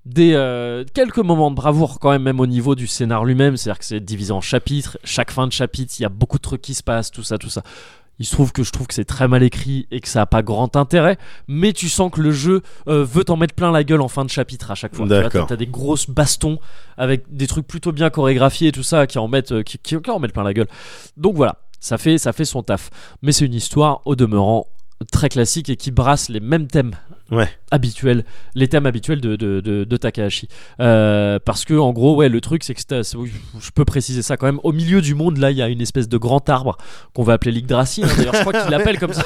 B: des euh, quelques moments de bravoure quand même même au niveau du scénar lui-même c'est-à-dire que c'est divisé en chapitres chaque fin de chapitre il y a beaucoup de trucs qui se passent tout ça tout ça il se trouve que je trouve que c'est très mal écrit et que ça a pas grand intérêt mais tu sens que le jeu euh, veut t'en mettre plein la gueule en fin de chapitre à chaque fois Tu vois,
A: D'accord.
B: t'as t'as des grosses bastons avec des trucs plutôt bien chorégraphiés et tout ça qui en mettent euh, qui, qui- qui en mettent plein la gueule donc voilà ça fait ça fait son taf mais c'est une histoire au demeurant très classique et qui brasse les mêmes thèmes
A: Ouais.
B: habituels les thèmes habituels de, de, de- de Takahashi. Euh, parce que, en gros, ouais, le truc, c'est que c'est- c'est- oui, je peux préciser ça quand même. Au milieu du monde, là, il y a une espèce de grand arbre qu'on va appeler l'Yggdrasil. hein. D'ailleurs, je crois qu'il l'appelle comme ça.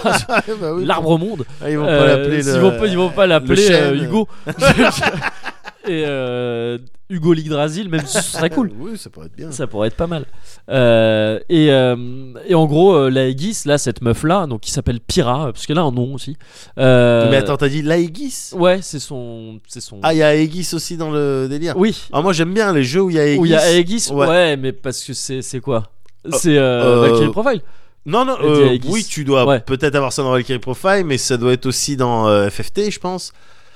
A: bah oui.
B: L'arbre au monde.
A: Ah, ils vont
B: Ah, Euh,
A: pas l'appeler.
B: s'ils
A: le-
B: vont pas- ils vont pas l'appeler euh,
A: chêne.
B: Hugo. Et euh, Hugo l'Yggdrasil, même, ce serait cool.
A: Euh, Oui, ça pourrait être bien.
B: Ça pourrait être pas mal. Euh, et, euh, et en gros, euh, la Aegis, là, cette meuf-là, donc qui s'appelle Pyrrha, parce qu'elle a un nom aussi. Euh,
A: Mais attends, t'as dit l'Aegis
B: Ouais, c'est son. C'est son...
A: Ah, il y a Aegis aussi dans le délire.
B: oui,
A: Ah, moi, j'aime bien les jeux où il y a Aegis.
B: Où il y a Aegis
A: Ouais.
B: ouais. mais parce que c'est c'est quoi C'est euh,
A: euh,
B: Valkyrie Profile
A: Non, non,
B: Et
A: euh,
B: des Aegis.
A: oui, tu dois
B: Ouais.
A: peut-être avoir ça dans Valkyrie Profile, mais ça doit être aussi dans euh, FFT, je pense.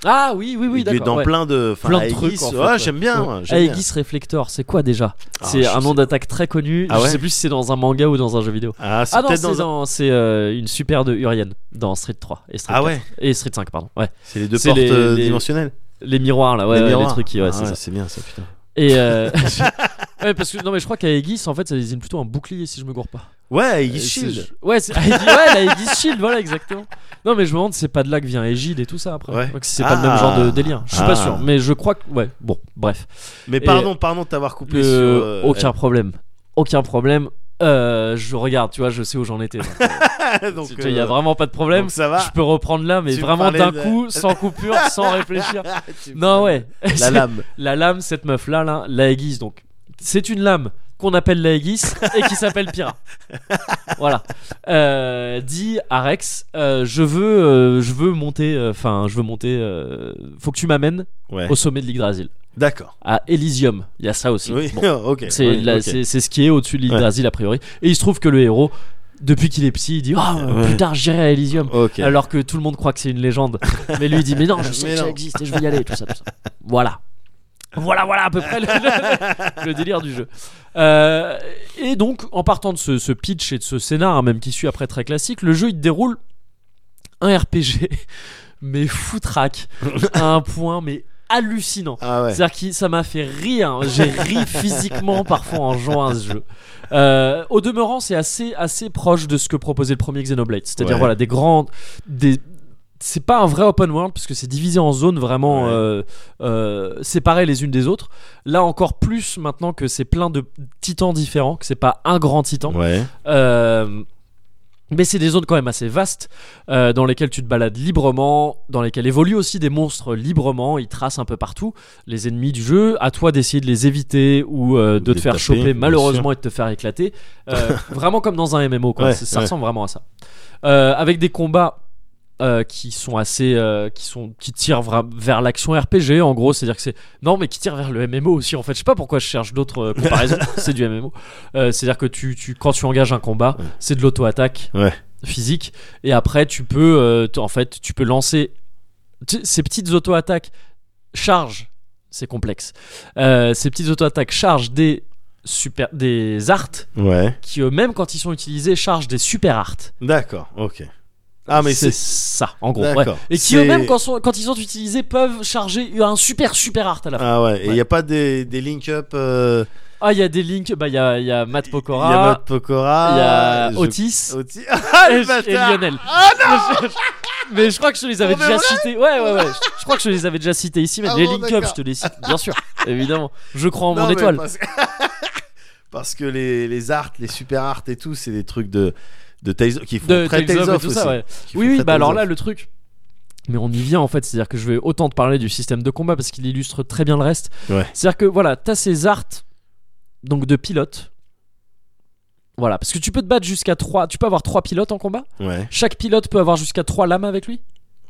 B: Ah oui, oui,
A: Il
B: oui,
A: est
B: d'accord.
A: dans
B: ouais.
A: plein de, enfin,
B: Plein de
A: Aegis,
B: trucs. en fait,
A: ouais,
B: ouais.
A: j'aime bien.
B: Ouais.
A: moi, j'aime bien.
B: Aegis Reflector, c'est quoi déjà
A: Ah,
B: C'est
A: je
B: un
A: sais
B: nom d'attaque très connu.
A: Ah
B: je
A: ouais
B: sais plus si c'est dans un manga ou dans un jeu vidéo.
A: Ah, c'est
B: Ah non,
A: peut-être
B: c'est
A: dans un-
B: dans- c'est euh, une super de Urien dans Street 3 et Street
A: Ah
B: 4.
A: ouais,
B: et Street 5 pardon. Ouais.
A: c'est les deux
B: C'est
A: portes
B: les-
A: euh,
B: les-
A: dimensionnelles.
B: Les miroirs là, ouais,
A: les,
B: ouais,
A: miroirs.
B: trucs qui ouais,
A: Ah
B: c'est ça.
A: c'est bien ça, putain.
B: Et euh, ouais, parce que non mais je crois qu'Aegis en fait ça désigne plutôt un bouclier si je me gourre pas.
A: Ouais, Aegis
B: Euh, c'est-
A: Shield.
B: Ouais, c'est- ouais, la Aegis Shield, voilà, exactement. Non, mais je me demande, c'est pas de là que vient Aegid et tout ça après.
A: Ouais.
B: Donc, si c'est pas le même
A: Ah.
B: genre de délire. Je suis pas
A: Ah.
B: sûr, mais je crois que. Ouais, bon, bref.
A: Mais pardon, pardon de t'avoir coupé
B: Le-
A: sur. euh,
B: Aucun problème. Aucun problème. Euh, je regarde, tu vois, je sais où j'en étais. donc,
A: donc,
B: tu vois, Il y a
A: euh,
B: vraiment pas de problème.
A: donc ça va.
B: Je peux reprendre là, mais
A: Tu me
B: vraiment
A: parlais
B: d'un
A: de-
B: coup, sans coupure, sans réfléchir.
A: Tu-
B: Non, ouais.
A: La lame.
B: La lame, cette meuf là, là la aiguise donc. C'est une lame qu'on appelle la aiguise et qui s'appelle Pyrrha. voilà. Euh, dit à Rex, euh, je veux, euh, je veux monter, enfin, je veux monter. euh, faut que tu m'amènes
A: Ouais.
B: au sommet de l'Yggdrasil.
A: D'accord.
B: à Elysium. Il y a ça aussi.
A: Oui,
B: Bon,
A: ok.
B: c'est
A: oui,
B: la-
A: Eh ok.
B: c'est- c'est ce qui est au-dessus de l'île
A: Ouais.
B: d'Asile a priori. Et il se trouve que le héros, depuis qu'il est petit, il dit Ah,
A: Ouais.
B: plus tard j'irai à Elysium.
A: Ok.
B: Alors que tout le monde croit que c'est une légende. Mais lui il dit Mais non, je sais
A: Mais
B: que ça
A: non.
B: existe et je vais y aller. Tout ça, tout ça. Voilà. Voilà, voilà à peu près le, le- le délire du jeu. Euh, et donc, en partant de ce, ce pitch et de ce scénar, hein, même qui suit après très classique, le jeu il te déroule un RPG, mais foutraque, à un point mais hallucinant.
A: Ah ouais.
B: C'est-à-dire que ça m'a fait rire. hein. J'ai ri physiquement parfois en jouant à ce jeu. Euh, au demeurant, c'est assez, assez proche de ce que proposait le premier Xenoblade. C'est-à-dire,
A: Ouais.
B: voilà, des grandes. Des... C'est pas un vrai open world puisque c'est divisé en zones vraiment
A: Ouais.
B: euh, euh, séparées les unes des autres. Là encore plus maintenant que c'est plein de titans différents, que c'est pas un grand titan.
A: Ouais.
B: Euh, mais c'est des zones quand même assez vastes euh, dans lesquelles tu te balades librement, dans lesquelles évoluent aussi des monstres librement, ils tracent un peu partout les ennemis du jeu, à toi d'essayer de les éviter ou euh, de
A: De
B: te
A: les
B: faire
A: taper,
B: choper
A: bien
B: malheureusement et de te faire éclater. Euh, vraiment comme dans un MMO, quoi.
A: Ouais,
B: ça ça
A: ouais.
B: ressemble vraiment à ça. Euh, avec des combats euh, qui sont assez euh, qui sont qui tirent vra- vers l'action RPG en gros c'est à dire que c'est non mais qui tirent vers le MMO aussi en fait je sais pas pourquoi je cherche d'autres euh, comparaisons c'est du MMO c'est à dire Euh, que tu, tu quand tu engages un combat c'est de l'auto attaque
A: Ouais.
B: physique et après tu peux euh, t- en fait tu peux lancer tu sais, ces petites auto attaques charge c'est complexe Euh, ces petites auto attaques charge des super des arts
A: Ouais.
B: qui eux même quand ils sont utilisés chargent des super arts
A: D'accord. Ok. Ah mais
B: c'est
A: c'est.
B: ça en gros ouais.
A: D'accord.
B: Et qui
A: C'est-
B: eux-mêmes, quand, sont- quand ils sont utilisés, peuvent charger un super super art à la fin.
A: Ah ouais. Et il
B: Ouais.
A: n'y a pas des, des link-up. euh,
B: Ah, il y a des links, bah, il y a, il y a Matt
A: Il y a
B: Pokora,
A: Matt
B: il y
A: Pokora.
B: a
A: je-
B: Otis,
A: Otis. Ah
B: et,
A: le
B: et
A: bâtard Ah,
B: Lionel. Mais je- Mais je crois que je te les avais
A: Pour de
B: déjà
A: vrai
B: cités. Ouais, ouais, ouais. Je- Je crois que je te les avais déjà cités ici, mais
A: Ah
B: les
A: bon,
B: link up,
A: d'accord.
B: je te les cite, bien sûr, évidemment. Je crois en mon
A: Non, mais bah,
B: étoile.
A: Parce que, parce que les, les arts, les super arts et tout, c'est des trucs de de Tales qui font
B: De
A: très
B: Tales of et tout
A: aussi.
B: ça, ouais.
A: qui
B: Oui,
A: font
B: oui,
A: très
B: bah
A: Tales
B: alors
A: of.
B: là, le truc. Mais on y vient en fait, c'est-à-dire que je vais autant te parler du système de combat parce qu'il illustre très bien le reste.
A: Ouais.
B: C'est-à-dire que voilà, t'as ces arts donc de pilote. Voilà, parce que tu peux te battre jusqu'à 3, tu peux avoir 3 pilotes en combat.
A: Ouais,
B: Chaque pilote peut avoir jusqu'à 3 lames avec lui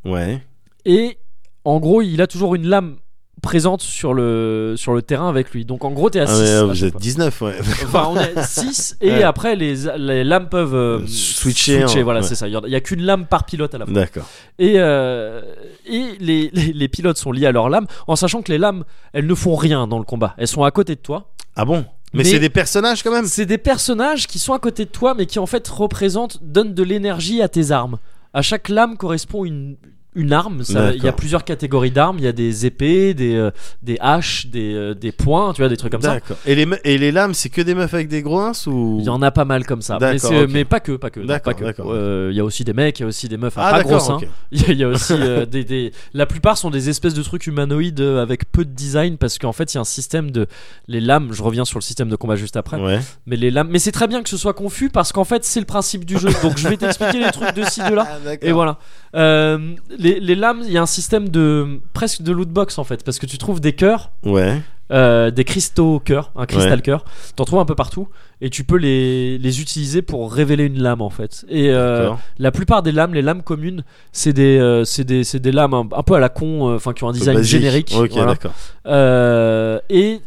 A: ouais,
B: et en gros, il a toujours une lame présente sur le sur le terrain avec lui. Donc en gros, t'es à
A: Ah,
B: 6.
A: mais, euh, vous êtes 19, ouais.
B: Enfin, on est 6 et
A: Ouais.
B: après les, les lames peuvent euh,
A: Switcher, hein.
B: voilà,
A: Ouais.
B: c'est ça. Il y en a- il y a qu'une lame par pilote à la fois.
A: D'accord.
B: Et, euh, et les, les- les pilotes sont liés à leurs lames, en sachant que les lames, elles ne font rien dans le combat. Elles sont à côté de toi.
A: Ah bon Mais,
B: Mais-
A: c'est des personnages quand même
B: C'est des personnages qui sont à côté de toi, mais qui en fait représentent, donnent de l'énergie à tes armes. À chaque lame correspond une, une arme. Ça- Il y a
A: D'accord.
B: plusieurs catégories d'armes. Il y a des épées, des, euh, des haches, des, euh, des poings, tu vois, des trucs comme ça.
A: D'accord. Et les, me- et les lames, c'est que des meufs avec des gros ins ou
B: Il y en a pas mal comme ça. Mais,
A: D'accord,
B: c'est-
A: ok.
B: mais pas que, pas que. non,
A: D'accord,
B: pas que.
A: d'accord.
B: Euh, Il y a aussi des mecs, il y a aussi des meufs à
A: Ah
B: pas gros hein.
A: d'accord,
B: seins.
A: ok.
B: Il y a- il y a aussi euh, des, des- La plupart sont des espèces de trucs humanoïdes euh, avec peu de design parce qu'en fait il y a un système de. Les lames, je reviens sur le système de combat juste après.
A: Ouais.
B: Mais les lames. Mais c'est très bien que ce soit confus parce qu'en fait c'est le principe du jeu. Donc je vais t'expliquer les trucs de ci, de là.
A: Ah,
B: Et
A: d'accord.
B: voilà. Euh, les, les lames, il y a un système de. presque de loot box en fait parce que tu trouves des cœurs.
A: Ouais.
B: euh, des cristaux cœur, un cristal cœur, t'en trouves un peu partout et tu peux les, les utiliser pour révéler une lame en fait. Et euh,
A: D'accord.
B: la plupart des lames, les lames communes, c'est des, euh, c'est des, c'est des lames un, un peu à la con, euh, enfin qui ont un design
A: Basique.
B: générique.
A: Ok,
B: voilà.
A: d'accord.
B: Euh, et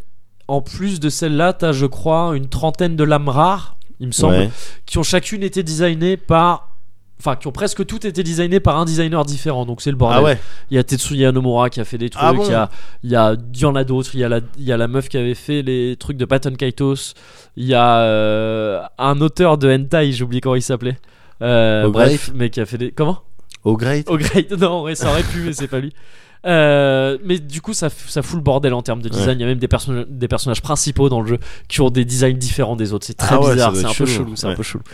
B: en plus de celles-là, t'as je crois une trentaine de lames rares, il me semble,
A: Ouais.
B: qui ont chacune été designées par, enfin qui ont presque toutes été designées par un designer différent. Donc c'est le bordel.
A: Ah ouais.
B: Il y a Tetsuya Nomura qui a fait des trucs,
A: Ah bon
B: il, y a, il, y a- il y en a d'autres, il, y a la- il y a la meuf qui avait fait les trucs de Patton Kaitos, il y a euh, un auteur de hentai, j'ai oublié comment il s'appelait. Euh,
A: Au
B: bref, mais qui a fait des. Comment
A: Au great.
B: Au Great Non, ouais, ça aurait pu, mais c'est pas lui. Euh, mais du coup, ça, f- ça fout le bordel en termes de design.
A: Ouais.
B: Il y a même des, perso- des personnages principaux dans le jeu qui ont des designs différents des autres. C'est très
A: Ah ouais, ça
B: bizarre,
A: doit
B: c'est un
A: être
B: peu
A: chelou,
B: chelou. C'est un
A: ouais.
B: peu chelou.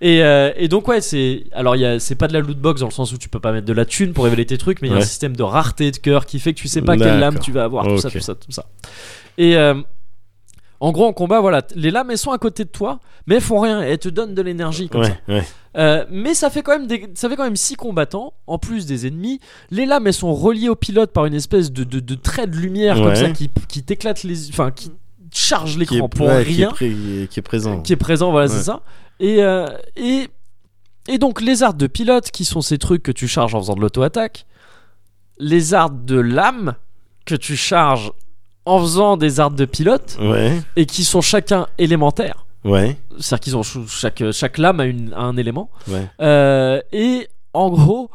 B: Et, euh, et donc, ouais, c'est. Alors, il y a- c'est pas de la loot box dans le sens où tu peux pas mettre de la thune pour révéler tes trucs, mais il y a un
A: Ouais.
B: système de rareté de cœur qui fait que tu sais pas quelle lame
A: D'accord.
B: tu vas avoir, tout ça,
A: Ok.
B: tout ça, tout ça. Et. euh, en gros, en combat, voilà, t- les lames elles sont à côté de toi, mais elles font rien, elles te donnent de l'énergie comme ça.
A: Ouais, ouais.
B: Euh, mais ça fait quand même des, ça fait quand même six combattants en plus des ennemis. Les lames elles sont reliées au pilote par une espèce de, de, de trait de lumière comme
A: Ouais.
B: ça qui, qui t'éclate les enfin qui charge
A: Qui
B: l'écran
A: est,
B: pour
A: ouais, qui est
B: rien
A: pré- Qui est, présent.
B: qui est présent voilà
A: Ouais.
B: c'est ça. Et euh, et et donc les arts de pilote qui sont ces trucs que tu charges en faisant de l'auto attaque, les arts de lame que tu charges en faisant des arts de pilote
A: Ouais,
B: et qui sont chacun élémentaires.
A: ouais,
B: C'est-à-dire qu'ils ont ch- chaque, chaque lame a, une, a un élément.
A: ouais.
B: Euh, et en gros,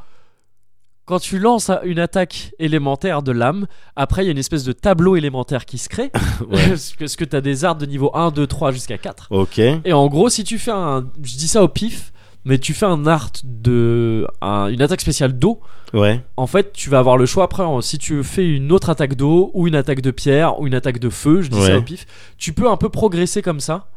B: quand tu lances un- une attaque élémentaire de lame, après il y a une espèce de tableau élémentaire qui se crée.
A: Ouais.
B: parce que, parce que tu as des arts de niveau 1, 2, 3 jusqu'à 4.
A: Ok.
B: Et en gros, si tu fais un. Je dis ça au pif, mais tu fais un art de. un- une attaque spéciale d'eau.
A: Ouais,
B: En fait, tu vas avoir le choix après en- si tu fais une autre attaque d'eau ou une attaque de pierre ou une attaque de feu. Je dis
A: Ouais.
B: ça au pif. Tu peux un peu progresser comme ça.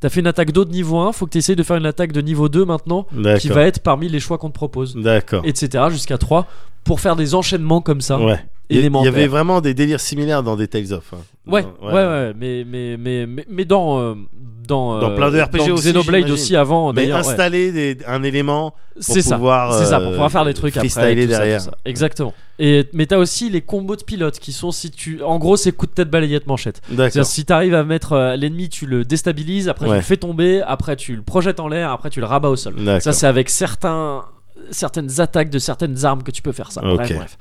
B: T'as fait une attaque d'eau de niveau 1, faut que tu essayes de faire une attaque de niveau 2 maintenant qui
A: d'accord.
B: va être parmi les choix qu'on te propose,
A: D'accord.
B: etc. jusqu'à 3 pour faire des enchaînements comme ça.
A: Ouais. Il y- il y
B: élémentaire.
A: avait vraiment des délires similaires dans des Tales of. hein.
B: Ouais,
A: Dans-
B: ouais, ouais, mais, mais, mais, mais, mais dans, euh, dans,
A: Dans
B: euh,
A: plein de RPG
B: dans
A: aussi,
B: Xenoblade
A: j'imagine.
B: aussi avant,
A: Mais
B: d'ailleurs. ouais.
A: installer des- un élément pour
B: C'est ça.
A: pouvoir,
B: C'est ça,
A: euh,
B: pour pouvoir faire des trucs après.
A: freestyler
B: tout ça, tout
A: derrière.
B: ça. Exactement. Et, mais t'as aussi les combos de pilote qui sont si tu. En gros, c'est coup de tête, balayette, manchette.
A: D'accord.
B: C'est-à-dire, si t'arrives à mettre euh, l'ennemi, tu le déstabilises, après tu
A: Ouais.
B: le fais tomber, après tu le projettes en l'air, après tu le rabats au sol.
A: D'accord.
B: Ça, c'est avec certains, certaines attaques de certaines armes que tu peux faire ça. Bref,
A: Ok.
B: bref.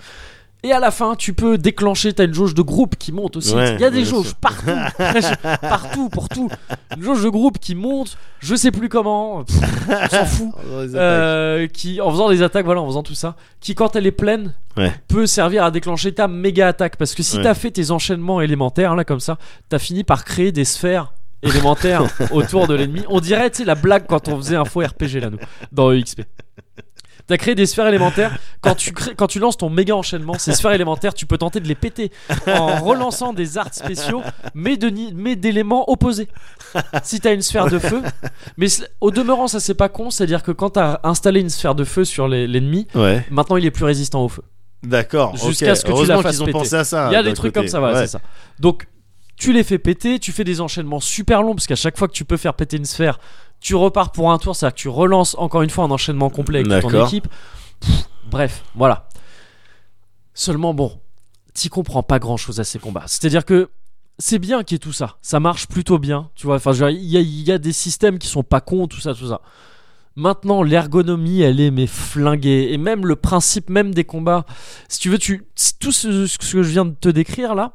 B: Et à la fin, tu peux déclencher, t'as une jauge de groupe qui monte aussi.
A: Ouais,
B: Il y a des
A: ouais,
B: jauges
A: sûr.
B: partout, partout, pour tout. Une jauge de groupe qui monte, je sais plus comment, pff, on s'en fout. Euh, qui, en faisant des attaques, voilà, en faisant tout ça, qui quand elle est pleine,
A: Ouais.
B: peut servir à déclencher ta méga attaque. Parce que si
A: Ouais.
B: t'as fait tes enchaînements élémentaires là comme ça, t'as fini par créer des sphères élémentaires autour de l'ennemi. On dirait, tu sais, la blague quand on faisait un faux RPG là nous dans EXP. T'as créé des sphères élémentaires. Quand tu, crées- quand tu lances ton méga enchaînement, ces sphères élémentaires, tu peux tenter de les péter en relançant des arts spéciaux, mais de ni- mais d'éléments opposés. Si t'as une sphère de feu, mais c'est- au demeurant, ça c'est pas con, c'est-à-dire que quand t'as installé une sphère de feu sur les- l'ennemi,
A: Ouais,
B: maintenant il est plus résistant au feu.
A: d'accord.
B: Jusqu'à
A: ok.
B: ce que tu la
A: Heureusement
B: fasses
A: qu'ils ont
B: péter.
A: pensé à ça.
B: Il y a
A: Ah, d'un
B: des trucs
A: côté.
B: comme ça, voilà,
A: Ouais.
B: c'est ça. Donc tu les fais péter, tu fais des enchaînements super longs, parce qu'à chaque fois que tu peux faire péter une sphère, tu repars pour un tour, c'est-à-dire que tu relances encore une fois un enchaînement complet avec ton
A: D'accord.
B: équipe. Pff, bref, voilà. Seulement bon, t'y comprends pas grand-chose à ces combats. C'est-à-dire que c'est bien qu'il y ait tout ça, ça marche plutôt bien, tu vois. Enfin, je veux dire, il y, a- il y a des systèmes qui sont pas cons, tout ça, tout ça. Maintenant, l'ergonomie, elle est mais flinguée. Et même le principe même des combats. Si tu veux, tu tout ce, ce que je viens de te décrire là,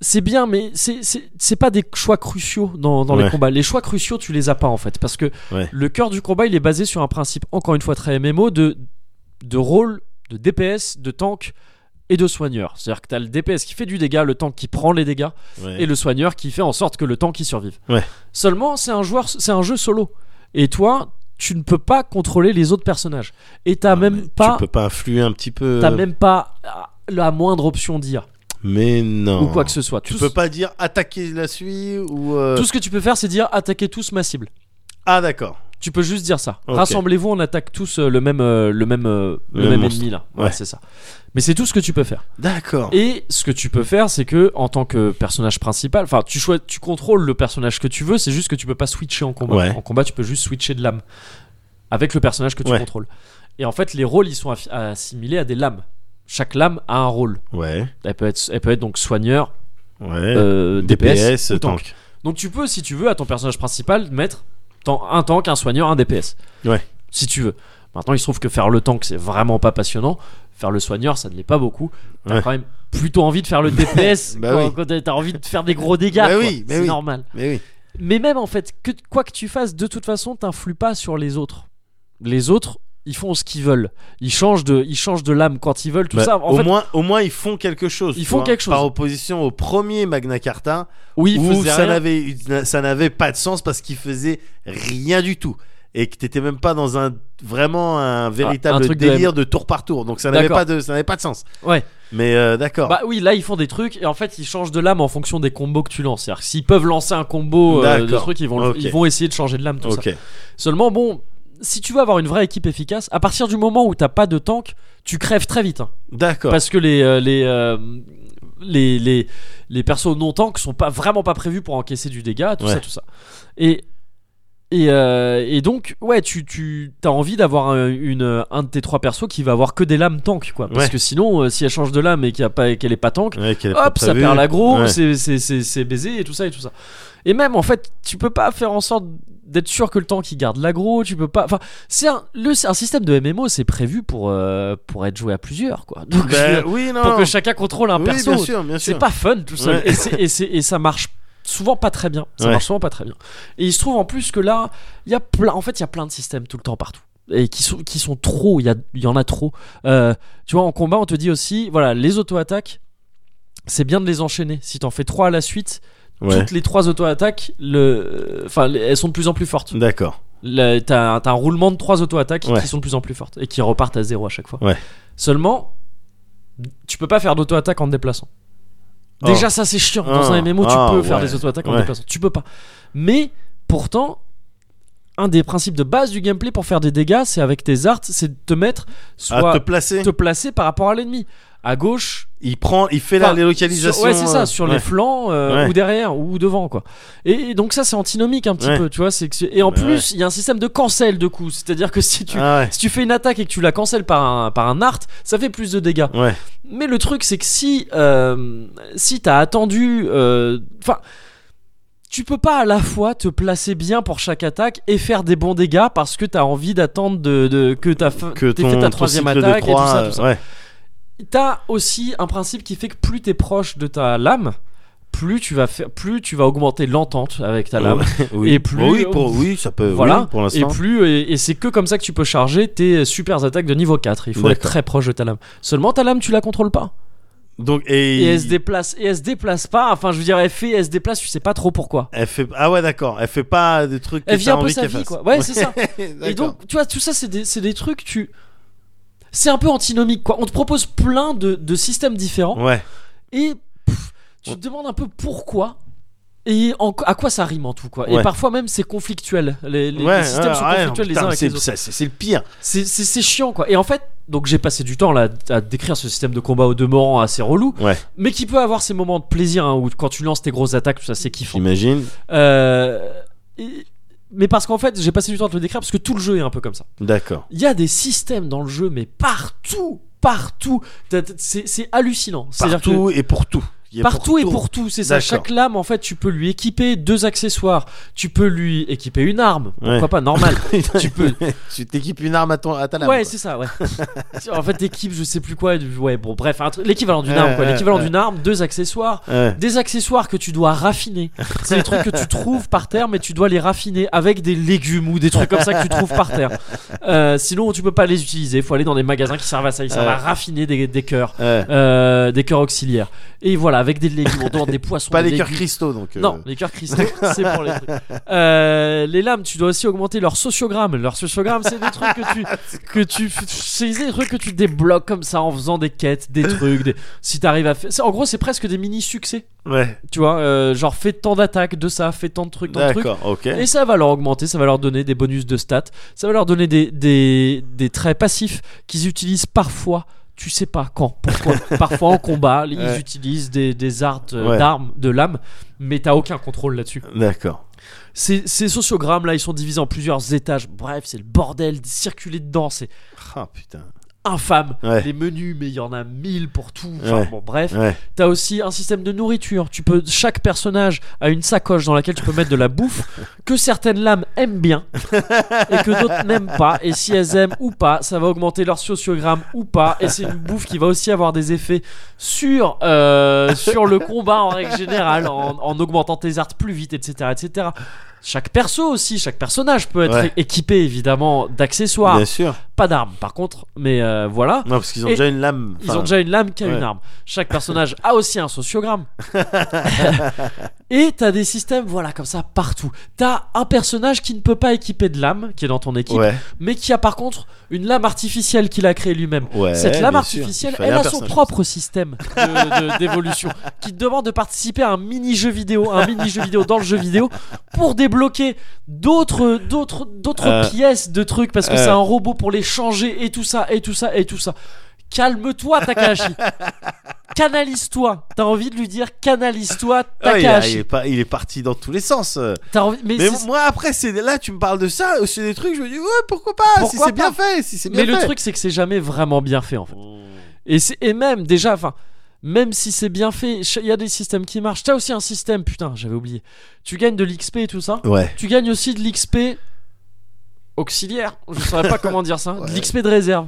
B: c'est bien, mais c'est- c'est c'est pas des choix cruciaux dans, dans les
A: Ouais.
B: combats. Les choix cruciaux, tu les as pas en fait, parce que
A: Ouais.
B: le cœur du combat, il est basé sur un principe encore une fois très MMO de de rôle, de DPS, de tank et de soigneur. C'est-à-dire que t'as le DPS qui fait du dégât, le tank qui prend les dégâts
A: Ouais.
B: et le soigneur qui fait en sorte que le tank y survive.
A: Ouais.
B: Seulement, c'est un joueur, c'est un jeu solo. Et toi, tu ne peux pas contrôler les autres personnages. Et t'as
A: Non, mais
B: même pas,
A: Tu peux pas euh, influer un petit peu.
B: t'as même pas ah, la moindre option d'IA
A: Mais non.
B: ou quoi que ce soit.
A: Tu
B: tout,
A: peux
B: ce-
A: pas dire attaquer la suie ou. euh,
B: tout ce que tu peux faire, c'est dire attaquez tous ma cible.
A: Ah d'accord.
B: Tu peux juste dire ça.
A: Ok.
B: Rassemblez-vous, on attaque tous euh, le même, euh, le même, euh, le
A: Le
B: même
A: monstre.
B: ennemi là.
A: Ouais.
B: c'est ça. Mais c'est tout ce que tu peux faire.
A: D'accord.
B: Et Euh, ce que tu peux faire, c'est que en tant que personnage principal, enfin, tu choi- tu contrôles le personnage que tu veux. C'est juste que tu peux pas switcher en combat.
A: Ouais.
B: En combat, tu peux juste switcher de lame avec le personnage que tu
A: Ouais.
B: contrôles. Et en fait, les rôles, ils sont affi- assimilés à des lames. Chaque lame a un rôle.
A: Ouais.
B: Elle peut être, elle peut être donc soigneur,
A: Ouais.
B: euh, DPS,
A: DPS,
B: ou tank.
A: tank.
B: Donc tu peux, si tu veux, à ton personnage principal mettre tan- un tank, un soigneur, un DPS.
A: Ouais.
B: Si tu veux. Maintenant, il se trouve que faire le tank, c'est vraiment pas passionnant. Faire le soigneur, ça ne l'est pas beaucoup. T'as
A: Ouais.
B: quand même plutôt envie de faire le DPS
A: Bah
B: quand,
A: oui.
B: quand t'as- t'as envie de faire des gros dégâts.
A: Bah
B: quoi.
A: oui, bah
B: c'est
A: oui.
B: normal.
A: Mais oui.
B: Mais même en fait, que, quoi que tu fasses, de toute façon, t'influes pas sur les autres. Les autres, ils font ce qu'ils veulent. Ils changent de, ils changent de lame quand ils veulent, tout
A: Bah,
B: ça. En
A: au
B: fait,
A: moins, au moins ils font quelque chose.
B: Ils
A: tu
B: font
A: vois,
B: quelque chose.
A: Par opposition au premier Magna Carta
B: oui, ils
A: où
B: faisaient
A: ça
B: rien.
A: n'avait, ça n'avait pas de sens parce qu'ils faisaient rien du tout et que t'étais même pas dans un vraiment un véritable
B: Ah, un truc de
A: délire de, tour par tour. Donc ça n'avait
B: D'accord.
A: pas de, ça n'avait pas de sens.
B: Ouais.
A: Mais euh, d'accord.
B: Bah oui, là ils font des trucs et en fait ils changent de lame en fonction des combos que tu lances. C'est-à-dire que s'ils peuvent lancer un combo euh, de
A: D'accord.
B: trucs, ils vont, le-
A: Ok.
B: ils vont essayer de changer de lame tout
A: ok.
B: ça. Seulement bon, si tu veux avoir une vraie équipe efficace, à partir du moment où t'as pas de tank, tu crèves très vite. hein.
A: D'accord.
B: parce que les euh, les, euh, les les les persos non tanks sont pas vraiment pas prévus pour encaisser du dégât, tout
A: Ouais.
B: ça, tout ça. Et Et, euh, et donc, ouais, tu, tu as envie d'avoir un, une- un de tes trois persos qui va avoir que des lames tank, quoi. Parce
A: Ouais.
B: que sinon, euh, si elle change de lame et qu'il y a pas- qu'elle est pas tank,
A: Ouais, qu'elle est pas
B: hop, ça
A: prévue.
B: perd l'aggro,
A: Ouais.
B: c'est- c'est c'est- c'est baisé et tout ça et tout ça. Et même en fait, tu peux pas faire en sorte d'être sûr que le tank il garde l'aggro, tu peux pas. Enfin, c'est un, le- c'est un système de MMO, c'est prévu pour, euh, pour être joué à plusieurs, quoi. Donc,
A: Bah,
B: euh,
A: oui, non.
B: pour que chacun contrôle un
A: oui,
B: perso,
A: bien sûr, bien
B: c'est
A: sûr.
B: pas fun tout seul.
A: Ouais.
B: Et, c'est- et c'est- et ça marche souvent pas très bien. Ça
A: Ouais.
B: marche souvent pas très bien. Et il se trouve en plus que là, il y a plein, en fait, il y a plein de systèmes tout le temps partout. Et qui sont, qui sont trop, il y, a- il y en a trop. Euh, tu vois, en combat, on te dit aussi, voilà, les auto-attaques, c'est bien de les enchaîner. Si t'en fais trois à la suite,
A: Ouais.
B: toutes les trois auto-attaques, le, enfin, les- elles sont de plus en plus fortes.
A: D'accord.
B: Le- T'as t'as un roulement de trois auto-attaques
A: Ouais.
B: qui sont de plus en plus fortes et qui repartent à zéro à chaque fois.
A: Ouais.
B: Seulement, tu peux pas faire d'auto-attaque en te déplaçant. Déjà, ça c'est chiant. Dans
A: Ah.
B: un MMO, tu
A: Oh. Ah,
B: peux faire
A: ouais.
B: des auto-attaques en
A: Ouais.
B: déplaçant. Tu peux pas. Mais pourtant, un des principes de base du gameplay pour faire des dégâts, c'est avec tes arts, c'est de te mettre
A: à
B: soit
A: te placer.
B: te placer par rapport à l'ennemi. À gauche,
A: Il prend, il fait
B: Enfin,
A: la localisation.
B: sur- ouais, c'est ça, sur les flancs euh,
A: euh, Ouais.
B: ou derrière ou devant quoi. Et, et donc ça c'est antinomique un petit
A: Ouais.
B: peu, tu vois. c'est que c'est- et en
A: Ouais,
B: plus il y a un système de cancel de coups, c'est-à-dire que si tu
A: Ah
B: si tu fais une attaque et que tu la cancelles par un, par un art, ça fait plus de dégâts.
A: ouais. Ouais.
B: Mais le truc, c'est que si, euh, si t'as attendu. euh, Enfin. tu peux pas à la fois te placer bien pour chaque attaque et faire des bons dégâts parce que t'as envie d'attendre de, de- que t'as fa-
A: Que
B: t'aies
A: ton,
B: fait ta
A: ton
B: troisième
A: cycle de
B: attaque et
A: trois,
B: tout ça. tout ça.
A: Ouais.
B: T'as aussi un principe qui fait que plus t'es proche de ta lame, plus tu vas, faire, plus tu vas augmenter l'entente avec ta lame.
A: oui.
B: Et plus-
A: Oui, pour, Euh, oui, ça peut.
B: Voilà.
A: oui, pour
B: Et
A: l'instant.
B: plus et, et c'est que comme ça que tu peux charger tes super attaques de niveau 4. Il faut être
A: D'accord.
B: très proche de ta lame. Seulement ta lame tu la contrôles pas.
A: Donc et,
B: Et elle se déplace, et elle se déplace pas. Enfin, je veux dire, elle fait, elle se déplace, tu sais pas trop pourquoi.
A: Elle fait. Ah ouais, d'accord. Elle fait pas des trucs. que
B: Elle
A: t'as
B: vit un peu
A: envie
B: sa
A: qu'elle
B: vie,
A: fasse.
B: quoi. Ouais, c'est ça.
A: D'accord.
B: Et donc, tu vois, tout ça, c'est des, c'est des trucs, tu. C'est un peu antinomique, quoi. On te propose plein de, de systèmes différents,
A: Ouais.
B: et pff, tu te demandes un peu pourquoi. Et en- à quoi ça rime en tout quoi Et
A: Ouais.
B: parfois même c'est conflictuel. Les, les- les
A: ouais,
B: systèmes
A: ouais,
B: sont
A: ouais,
B: conflictuels les
A: putain,
B: uns avec
A: c'est-
B: les autres.
A: ça, C'est c'est le pire.
B: C'est- C'est c'est chiant quoi. Et en fait, donc j'ai passé du temps là à décrire ce système de combat au demeurant assez relou,
A: Ouais.
B: mais qui peut avoir ses moments de plaisir hein, où quand tu lances tes grosses attaques, tout ça c'est kiffant.
A: J'imagine.
B: Euh, et- mais parce qu'en fait, j'ai passé du temps à te le décrire parce que tout le jeu est un peu comme ça.
A: D'accord.
B: Il y a des systèmes dans le jeu, mais partout, partout. T'as- t'as- C'est c'est hallucinant. C'est-à-dire que-
A: Partout et pour tout. Il y a
B: Partout et pour tout, c'est ça.
A: D'accord.
B: Chaque lame, en fait, tu peux lui équiper deux accessoires. Tu peux lui équiper une arme. Pourquoi
A: Ouais.
B: pas, normal. tu peux.
A: tu t'équipes une arme à, ton, à ta lame.
B: Ouais,
A: quoi.
B: c'est ça, ouais. en fait, équipe, je sais plus quoi. du- Ouais, bon, bref, un truc- l'équivalent d'une
A: Ouais,
B: arme, quoi.
A: ouais,
B: L'équivalent
A: ouais.
B: d'une arme, deux accessoires
A: Ouais.
B: des accessoires que tu dois raffiner. C'est des trucs que tu trouves par terre, mais tu dois les raffiner avec des légumes ou des trucs comme ça que tu trouves par terre. Euh, sinon, tu peux pas les utiliser. Il faut aller dans des magasins qui servent à ça. Ils servent à
A: Ouais.
B: raffiner des, des cœurs,
A: Ouais.
B: euh, des cœurs auxiliaires. Et voilà, avec des légumes, on demande des poissons.
A: Pas
B: des
A: les cœurs
B: légumes.
A: cristaux donc. euh,
B: Non, les cœurs cristaux, c'est pour les trucs. Euh, les lames, tu dois aussi augmenter leur sociogramme. Leur sociogramme, c'est des trucs que tu, que tu, c'est des trucs que tu débloques comme ça en faisant des quêtes, des trucs. Des, si t'arrives à faire, c'est- en gros, c'est presque des mini succès.
A: Ouais.
B: Tu vois, euh, genre fais tant d'attaques de ça, fais tant de trucs, tant de trucs.
A: D'accord. Ok.
B: Et ça va leur augmenter, ça va leur donner des bonus de stats, ça va leur donner des, des, des traits passifs qu'ils utilisent parfois, tu sais pas quand, pourquoi. parfois en combat, ils
A: Ouais.
B: utilisent des, des arts euh,
A: Ouais.
B: d'armes, de lames, mais t'as aucun contrôle là-dessus.
A: D'accord.
B: Ces, ces sociogrammes là, ils sont divisés en plusieurs étages. Bref, c'est le bordel, circuler dedans, c'est
A: Ah putain.
B: infâme.
A: Ouais.
B: Les menus, mais il y en a mille pour tout. Enfin,
A: Ouais.
B: bon, bref.
A: Ouais.
B: T'as aussi un système de nourriture. Tu peux chaque personnage a une sacoche dans laquelle tu peux mettre de la bouffe que certaines lames aiment bien et que d'autres n'aiment pas. Et si elles aiment ou pas, ça va augmenter leur sociogramme ou pas. Et c'est une bouffe qui va aussi avoir des effets sur euh, sur le combat en règle générale, en, en augmentant tes arts plus vite, etc., etc. Chaque perso aussi, chaque personnage peut être
A: Ouais.
B: équipé évidemment d'accessoires,
A: Bien sûr.
B: pas d'armes par contre, mais euh, voilà.
A: Non parce qu'ils ont
B: Et-
A: déjà une lame.
B: Ils
A: enfin,
B: ont déjà une lame qui a
A: ouais.
B: une arme. Chaque personnage a aussi un sociogramme. Et t'as des systèmes, voilà, comme ça, partout. T'as un personnage qui ne peut pas équiper de lame, qui est dans ton équipe,
A: Ouais.
B: mais qui a par contre une lame artificielle qu'il a créée lui-même.
A: Ouais,
B: Cette lame
A: bien sûr.
B: artificielle,
A: Il fallait
B: elle
A: un
B: a son
A: personnage.
B: propre système de- de- d'évolution qui te demande de participer à un mini-jeu vidéo, un mini-jeu vidéo dans le jeu vidéo pour débloquer d'autres d'autres d'autres
A: Euh,
B: pièces de trucs parce que
A: euh.
B: c'est un robot pour les changer et tout ça et tout ça et tout ça. calme-toi, Takahashi. canalise-toi. T'as envie de lui dire canalise-toi,
A: Ah, il, a- il
B: Takahashi.
A: est pas- il est parti dans tous les sens. euh.
B: T'as envie, mais
A: Mais
B: c'est-
A: moi, après, c'est là, tu me parles de ça, c'est des trucs, je me dis, ouais, pourquoi pas Si
B: Pourquoi
A: c'est bien
B: pas
A: fait, si c'est bien
B: mais le
A: fait.
B: truc, c'est que c'est jamais vraiment bien fait en fait. Et, c'est- et même, déjà, enfin, même si c'est bien fait, ch- il y a des systèmes qui marchent. T'as aussi un système, putain, j'avais oublié. Tu gagnes de l'XP et tout ça.
A: Ouais.
B: Tu gagnes aussi de l'XP auxiliaire, je saurais pas comment dire ça, de
A: Ouais.
B: l'XP de réserve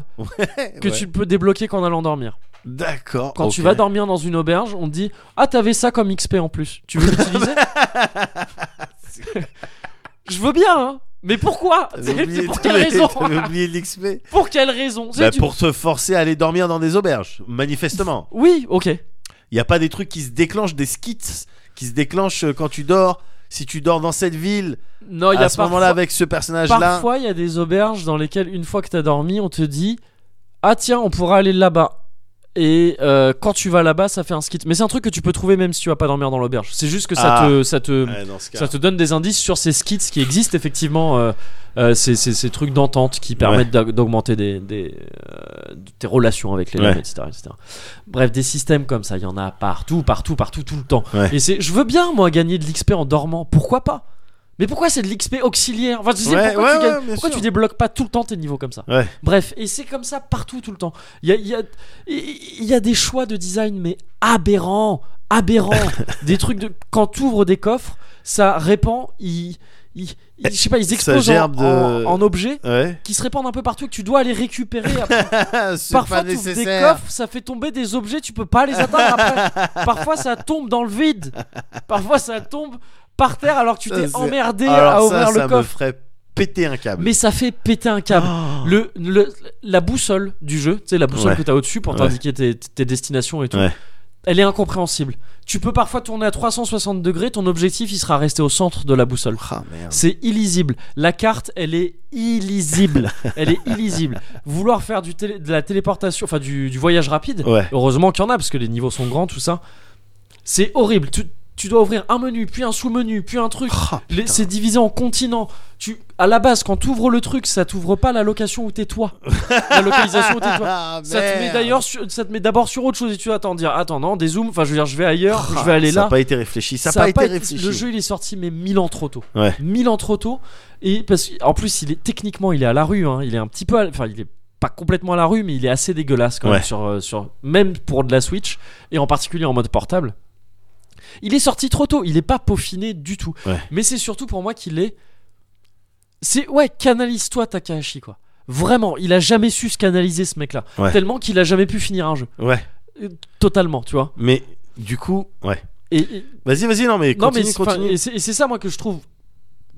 B: que
A: Ouais.
B: tu peux débloquer qu'en allant dormir.
A: D'accord.
B: Quand tu
A: ok.
B: vas dormir dans une auberge, on te dit "Ah, t'avais ça comme XP en plus. Tu veux l'utiliser Je veux bien, hein. Mais pourquoi
A: T'avais oublié-
B: C'est- Pour quelle
A: t'avais-
B: raison
A: t'avais oublié l'XP
B: Pour quelle raison C'est
A: Bah,
B: du-
A: Pour se forcer à aller dormir dans des auberges, manifestement.
B: Oui, ok.
A: Il y a pas des trucs qui se déclenchent, des skits qui se déclenchent euh, quand tu dors. Si tu dors dans cette ville,
B: Non, Oh, il y a
A: à ce moment-là, avec ce
B: parfois-
A: personnage-là.
B: Parfois, il y a des auberges dans lesquelles, une fois que t'as dormi, on te dit Ah, tiens, on pourra aller là-bas. Et euh, quand tu vas là-bas, ça fait un skit. Mais c'est un truc que tu peux trouver même si tu vas pas dormir dans l'auberge. C'est juste que ça
A: Ah.
B: te. Ça te...
A: Ouais, dans ce cas.
B: Ça te donne des indices sur ces skits qui existent effectivement, euh, euh, ces, ces- ces trucs d'entente qui permettent d'aug- d'augmenter des, des, euh, de- tes relations avec les
A: Ouais.
B: dames, etc., etc. Bref, des systèmes comme ça, il y en a partout, partout, partout, tout le temps.
A: Ouais.
B: Et c'est, je veux bien moi gagner de l'XP en dormant, pourquoi pas Mais pourquoi c'est de l'XP auxiliaire Enfin, tu sais,
A: Ouais,
B: pourquoi,
A: ouais,
B: tu, gagnes-
A: ouais, bien
B: pourquoi
A: sûr.
B: tu débloques pas tout le temps tes niveaux comme ça
A: Ouais.
B: Bref, et c'est comme ça partout, tout le temps. Il y a, il y a- il y a des choix de design, mais aberrants, aberrants. des trucs de. Quand tu ouvres des coffres, ça répand, ils. ils- ils- je sais pas, ils
A: Ça
B: explosent en,
A: gerbe de-
B: en- en objets
A: Ouais.
B: qui se répandent un peu partout, que tu dois aller récupérer. après.
A: C'est
B: Parfois,
A: pas
B: tu ouvres des
A: nécessaire.
B: coffres, ça fait tomber des objets, tu peux pas les atteindre après. Parfois, ça tombe dans le vide. Parfois, ça tombe par terre alors que tu
A: Ça,
B: t'es
A: c'est-
B: emmerdé à
A: Alors,
B: ouvrir
A: ça, ça
B: le
A: me
B: coffre.
A: ferait péter un câble.
B: Mais ça fait péter un câble.
A: Oh.
B: Le, le- la boussole du jeu, tu sais, la boussole
A: Ouais.
B: que t'as au-dessus pour
A: Ouais.
B: t'indiquer tes, tes destinations et tout,
A: Ouais.
B: elle est incompréhensible. Tu peux parfois tourner à 360 degrés, ton objectif il sera resté au centre de la boussole.
A: Ah, merde.
B: C'est illisible. La carte, elle est illisible. elle est illisible. Vouloir faire du télé- de la téléportation, enfin du, du voyage rapide,
A: Ouais.
B: heureusement qu'il y en a parce que les niveaux sont grands, tout ça. C'est horrible. Tu, tu dois ouvrir un menu, puis un sous-menu, puis un truc.
A: Ah,
B: Les- C'est divisé en continents. Tu, à la base, quand t'ouvres le truc, ça t'ouvre pas la location où t'es toi. la localisation où t'es toi.
A: Ah,
B: Ça te met
A: merde.
B: d'ailleurs, sur- ça te met d'abord sur autre chose et tu attends dire attends non dézoom. Enfin je veux dire je vais ailleurs,
A: Ah,
B: je vais aller
A: Ça
B: là.
A: n'a pas été réfléchi. Ça n'a
B: Ça a
A: pas été
B: été-
A: réfléchi.
B: Le jeu il est sorti mais mille ans trop tôt.
A: Ouais.
B: Mille ans trop tôt et parce qu'en plus il est techniquement il est à la rue. hein. Il est un petit peu, à- enfin il est pas complètement à la rue mais il est assez dégueulasse quand même
A: Ouais.
B: sur euh, sur même pour de la Switch et en particulier en mode portable. Il est sorti trop tôt. Il est pas peaufiné du tout.
A: Ouais.
B: Mais c'est surtout pour moi qu'il est. C'est ouais canalise-toi Takahashi quoi. Vraiment, il a jamais su se canaliser ce mec-là.
A: Ouais.
B: Tellement qu'il a jamais pu finir un jeu.
A: Ouais.
B: Euh, Totalement, tu vois.
A: Mais du coup, ouais.
B: Et, et-
A: Vas-y, vas-y, non, mais
B: non,
A: continue,
B: mais c'est- enfin,
A: continue.
B: et c'est et c'est ça moi que je trouve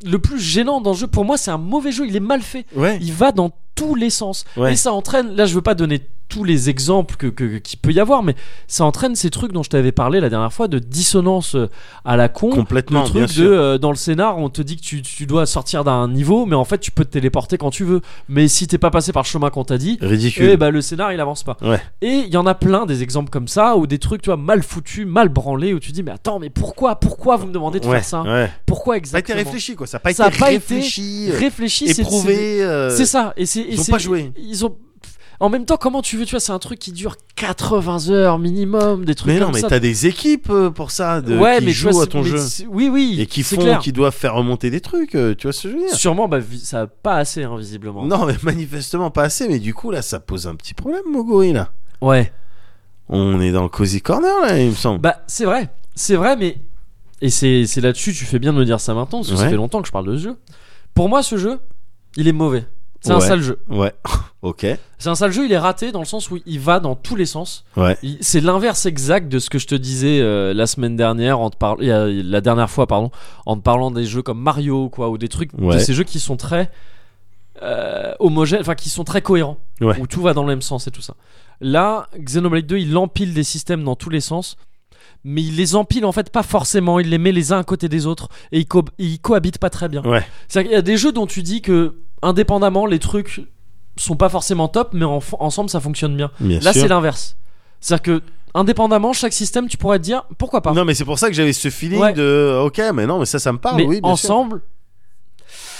B: le plus gênant dans le jeu. Pour moi, c'est un mauvais jeu. Il est mal fait.
A: Ouais.
B: Il va dans tous les sens.
A: Ouais.
B: Et ça entraîne. Là, je veux pas donner tous les exemples que que- qu'il peut y avoir, mais ça entraîne ces trucs dont je t'avais parlé la dernière fois de dissonance euh, à la con.
A: Complètement,
B: le
A: bien
B: truc de
A: sûr.
B: euh, dans le scénar, on te dit que tu, tu dois sortir d'un niveau, mais en fait tu peux te téléporter quand tu veux. Mais si t'es pas passé par le chemin qu'on t'a dit,
A: Ridicule.
B: eh ben le scénar il avance pas.
A: Ouais.
B: Et il y en a plein des exemples comme ça ou des trucs tu vois mal foutus, mal branlés où tu dis mais attends mais pourquoi pourquoi vous me demandez de
A: ouais,
B: faire ça
A: ouais.
B: Pourquoi
A: Ça a été
B: exactement
A: réfléchi, quoi. Ça n'a pas
B: Ça a
A: été
B: pas été
A: réfléchi, euh,
B: Réfléchis, c'est- c'est-
A: éprouvé. euh,
B: C'est ça. Et c'est et
A: ils ont
B: c'est-
A: pas joué.
B: Ils ont en même temps, comment tu veux, tu vois, c'est un truc qui dure 80 heures minimum, des trucs
A: Mais non,
B: comme
A: mais
B: ça.
A: t'as des équipes euh, pour ça de,
B: ouais,
A: qui
B: mais tu
A: jouent
B: vois,
A: à
B: c'est-
A: ton
B: mais
A: jeu
B: c'est- Oui, oui.
A: et qui
B: c'est
A: font,
B: clair.
A: qui doivent faire remonter des trucs. euh, tu vois ce que je veux dire
B: Sûrement, bah, vi- ça a pas assez, hein, visiblement.
A: Non, mais manifestement pas assez. Mais du coup, là, ça pose un petit problème, Moguri. Là,
B: Ouais.
A: on est dans le cozy corner, là, il me semble.
B: Bah, c'est vrai. C'est vrai, mais. Et c'est c'est là-dessus, tu fais bien de me dire ça maintenant, parce que ça
A: Ouais.
B: fait longtemps que je parle de ce jeu. Pour moi, ce jeu, il est mauvais. C'est un
A: Ouais.
B: sale jeu.
A: Ouais. ok.
B: C'est un sale jeu, il est raté dans le sens où il va dans tous les sens.
A: Ouais.
B: Il- C'est l'inverse exact de ce que je te disais euh, la semaine dernière, en te par- euh, la dernière fois, pardon, en te parlant des jeux comme Mario, quoi, ou des trucs, de
A: Ouais.
B: ces jeux qui sont très euh, homogènes, enfin qui sont très cohérents,
A: Ouais.
B: où tout va dans le même sens et tout ça. Là, Xenoblade 2, il empile des systèmes dans tous les sens, mais il les empile en fait pas forcément, il les met les uns à côté des autres et ils, co- ils cohabitent pas très bien.
A: Ouais.
B: C'est-à-dire qu'il y a des jeux dont tu dis que indépendamment les trucs sont pas forcément top, mais en- ensemble ça fonctionne bien.
A: Bien
B: Là,
A: sûr.
B: c'est l'inverse. C'est-à-dire que, indépendamment, chaque système, tu pourrais te dire pourquoi pas.
A: Non, mais c'est pour ça que j'avais ce feeling
B: Ouais.
A: de euh, ok, mais non, mais ça, ça me parle.
B: mais
A: oui, bien sûr.
B: ensemble,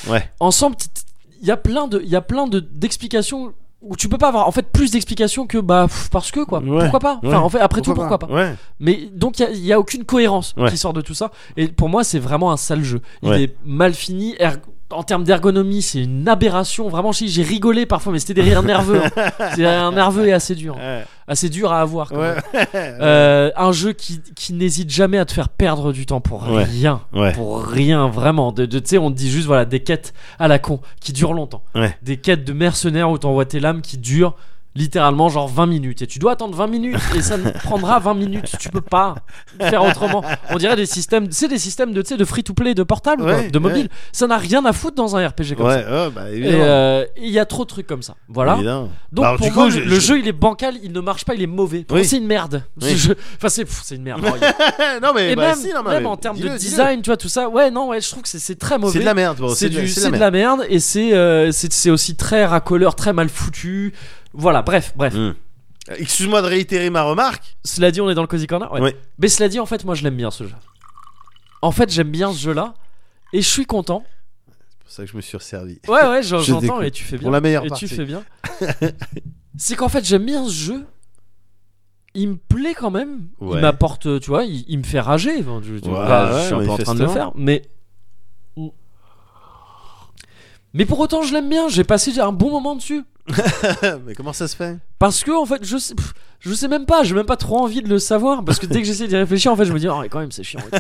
A: Ouais.
B: ensemble, t- t- il y a plein de, il y a plein de d'explications où tu peux pas avoir en fait plus d'explications que bah pff, parce que quoi.
A: Ouais,
B: Pourquoi pas
A: ouais.
B: Enfin en fait après tout pourquoi pas.
A: Ouais.
B: Mais donc il n'y a, aucune cohérence
A: Ouais.
B: qui sort de tout ça. Et pour moi, c'est vraiment un sale jeu. Il
A: Ouais.
B: est mal fini. erg- En termes d'ergonomie, c'est une aberration. Vraiment, je- j'ai rigolé parfois, mais c'était des rires nerveux. hein. C'est un nerveux et assez dur, hein.
A: Ouais.
B: assez dur à avoir. quand
A: Ouais.
B: même. Euh, un jeu qui, qui n'hésite jamais à te faire perdre du temps pour
A: Ouais.
B: rien,
A: Ouais.
B: pour rien vraiment. De, de- tu sais, on te dit juste voilà des quêtes à la con qui durent longtemps,
A: Ouais.
B: des quêtes de mercenaires où t'envoies tes lames qui durent littéralement genre 20 minutes et tu dois attendre 20 minutes et ça ne prendra 20 minutes tu peux pas faire autrement on dirait des systèmes c'est des systèmes de tu sais de free to play de portable quoi,
A: Ouais,
B: de mobile ça n'a rien à foutre dans un RPG comme ça
A: Ouais, ouais, bah,
B: et
A: évidemment.
B: euh, il y a trop de trucs comme ça voilà
A: Évidemment.
B: donc
A: Bah,
B: pour
A: du
B: moi,
A: coup,
B: le-
A: je-
B: le
A: je-
B: jeu il est bancal, il ne marche pas, il est mauvais. Pour
A: Oui.
B: moi, C'est une merde.
A: Oui.
B: Ce jeu- Enfin c'est pff, c'est une merde.
A: non, mais
B: Et
A: bah,
B: même,
A: si, non, mais-
B: même en termes de
A: dis-le, dis-le.
B: design, tu vois tout ça. Ouais non ouais, je trouve que c'est- c'est très mauvais.
A: C'est de la merde, bon,
B: C'est
A: de la-
B: du-
A: c'est
B: c'est de la merde et c'est euh, c'est c'est aussi très racoleur, très mal foutu. Voilà, bref, bref.
A: Mm. Excuse-moi de réitérer ma remarque.
B: Cela dit, on est dans le Cozy Corner. Ouais.
A: Ouais.
B: Mais cela dit, en fait, moi je l'aime bien ce jeu. En fait, j'aime bien ce jeu-là et je suis content.
A: C'est pour ça que je me suis resservi.
B: Ouais, ouais, j'en-
A: Je
B: j'entends
A: t'écoute.
B: et tu fais bien.
A: Pour la meilleure
B: et
A: partie.
B: tu fais bien. c'est qu'en fait, j'aime bien ce jeu. Il me plaît quand même.
A: Ouais.
B: Il m'apporte, euh, tu vois, il, il me fait rager. Enfin, tu- tu-
A: Ouais,
B: là, je suis
A: ouais,
B: un peu en train de le
A: manifestement.
B: faire, mais. Mais pour autant, je l'aime bien. J'ai passé un bon moment dessus.
A: mais comment ça se fait
B: Parce que en fait, je sais, pff, je sais même pas, j'ai même pas trop envie de le savoir. Parce que dès que j'essaie d'y réfléchir, en fait, je me dis, oh, mais quand même, c'est chiant. ouais.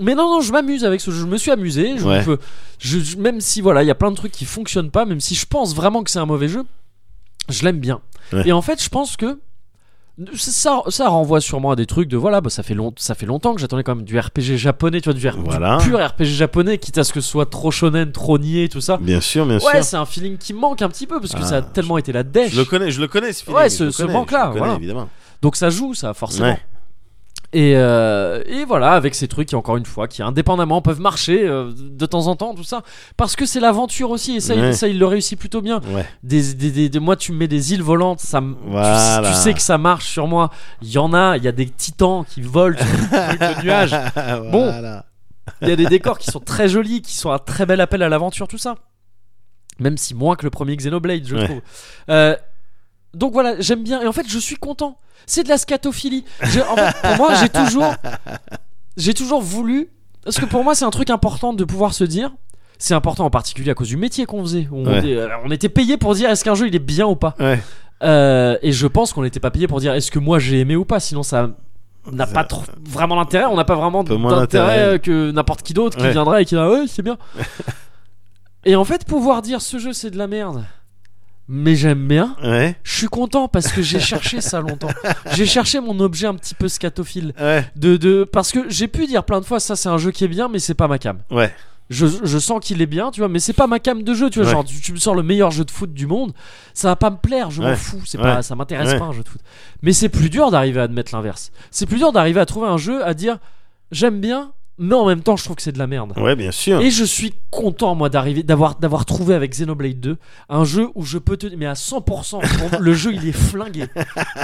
B: mais non, non, je m'amuse avec ce jeu, je me suis amusé. Je
A: Ouais.
B: peux- je- je- même si, voilà, il y a plein de trucs qui fonctionnent pas, même si je pense vraiment que c'est un mauvais jeu, je l'aime bien.
A: Ouais.
B: Et en fait, je pense que. Ça, ça renvoie sûrement à des trucs de voilà bah ça fait long, ça fait longtemps que j'attendais quand même du RPG japonais tu vois du, R- du
A: Voilà.
B: pur RPG japonais quitte à ce que ce soit trop shonen trop nié tout ça
A: Bien sûr, bien
B: ouais
A: sûr.
B: c'est un feeling qui me manque un petit peu parce que
A: Ah,
B: ça a tellement été la dèche
A: Je le connais, je le connais ce film.
B: Ouais,
A: je
B: ce-
A: le
B: ce
A: connais,
B: manque-là,
A: je le connais,
B: voilà.
A: évidemment.
B: donc ça joue, ça, forcément.
A: Ouais.
B: Et, euh, et voilà, avec ces trucs qui, encore une fois, qui indépendamment peuvent marcher euh, de temps en temps, tout ça. Parce que c'est l'aventure aussi, et ça,
A: Ouais.
B: il, ça, il le réussit plutôt bien.
A: Ouais.
B: Des, des- des- des- moi, tu me mets des îles volantes, ça, me- tu-
A: Voilà.
B: tu, sais que ça marche sur moi. Il y en a, il y a des titans qui volent sur des trucs de nuages. Bon.
A: Voilà.
B: Il y a des décors qui sont très jolis, qui sont un très bel appel à l'aventure, tout ça. Même si moins que le premier Xenoblade, je
A: Ouais.
B: trouve. Euh, donc voilà, j'aime bien. Et en fait, je suis content. C'est de la scatophilie. Je- en fait, pour moi, j'ai toujours, j'ai toujours voulu. Parce que pour moi, c'est un truc important de pouvoir se dire. C'est important en particulier à cause du métier qu'on faisait. On,
A: Ouais.
B: est- on était payé pour dire est-ce qu'un jeu il est bien ou pas.
A: Ouais.
B: Euh, et je pense qu'on n'était pas payé pour dire est-ce que moi j'ai aimé ou pas. Sinon, ça n'a pas trop, vraiment l'intérêt. On n'a pas vraiment
A: Un peu moins
B: d'intérêt
A: d'intérêt.
B: euh, que n'importe qui d'autre qui
A: Ouais.
B: viendra et qui dira ouais, c'est bien. et en fait, pouvoir dire ce jeu c'est de la merde, mais j'aime bien.
A: Ouais.
B: Je suis content parce que j'ai cherché ça longtemps. J'ai cherché mon objet un petit peu scatophile.
A: Ouais.
B: De, de, parce que j'ai pu dire plein de fois, ça c'est un jeu qui est bien, mais c'est pas ma cam.
A: Ouais.
B: Je, je sens qu'il est bien, tu vois, mais c'est pas ma cam de jeu, tu vois.
A: Ouais.
B: Genre, tu, tu me sors le meilleur jeu de foot du monde, ça va pas me plaire, je m'en
A: Ouais.
B: fous, c'est
A: Ouais.
B: pas, ça m'intéresse
A: Ouais.
B: pas un jeu de foot. Mais c'est plus dur d'arriver à admettre l'inverse. C'est plus dur d'arriver à trouver un jeu, à dire j'aime bien, mais en même temps je trouve que c'est de la merde.
A: Ouais, bien sûr.
B: Et je suis content moi d'arriver d'avoir d'avoir trouvé avec Xenoblade 2 un jeu où je peux te mais à 100% pour- le jeu il est flingué.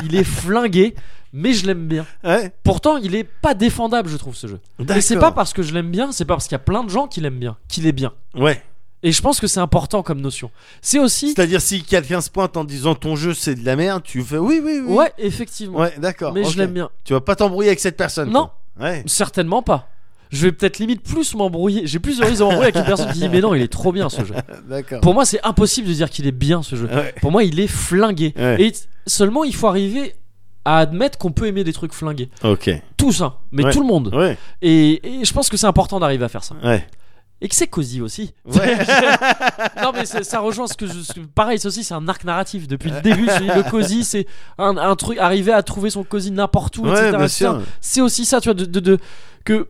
B: Il est flingué mais je l'aime bien.
A: Ouais.
B: Pourtant, il est pas défendable, je trouve, ce jeu. Et c'est pas
A: D'accord.
B: parce que je l'aime bien, c'est pas parce qu'il y a plein de gens qui l'aiment bien, qu'il est bien.
A: Ouais.
B: Et je pense que c'est important comme notion. C'est aussi.
A: C'est-à-dire si quelqu'un se pointe en disant ton jeu c'est de la merde, tu fais oui, oui, oui.
B: Ouais, effectivement.
A: Ouais, d'accord.
B: Mais
A: ok.
B: je l'aime bien.
A: Tu vas pas t'embrouiller avec cette personne.
B: Non.
A: quoi. Ouais.
B: Certainement pas. Je vais peut-être limite plus m'embrouiller. J'ai plus de risques de m'embrouiller avec une personne qui dit Mais non, il est trop bien ce jeu.
A: D'accord.
B: Pour moi, c'est impossible de dire qu'il est bien ce jeu.
A: Ouais.
B: Pour moi, il est flingué.
A: Ouais.
B: Et t- seulement, il faut arriver à admettre qu'on peut aimer des trucs flingués.
A: Ok.
B: Tous, hein. Mais
A: Ouais.
B: tout le monde.
A: Ouais.
B: Et, et je pense que c'est important d'arriver à faire ça.
A: Ouais.
B: Et que c'est cosy aussi.
A: Ouais.
B: non mais c'est- ça rejoint ce que je... ce que- Pareil, ça aussi c'est un arc narratif. Depuis le début, je dis, le cosy, c'est un, un truc... Arriver à trouver son cosy n'importe où,
A: Ouais,
B: etc.,
A: bien
B: etc..
A: sûr.
B: C'est aussi ça, tu vois, de... de- de- que...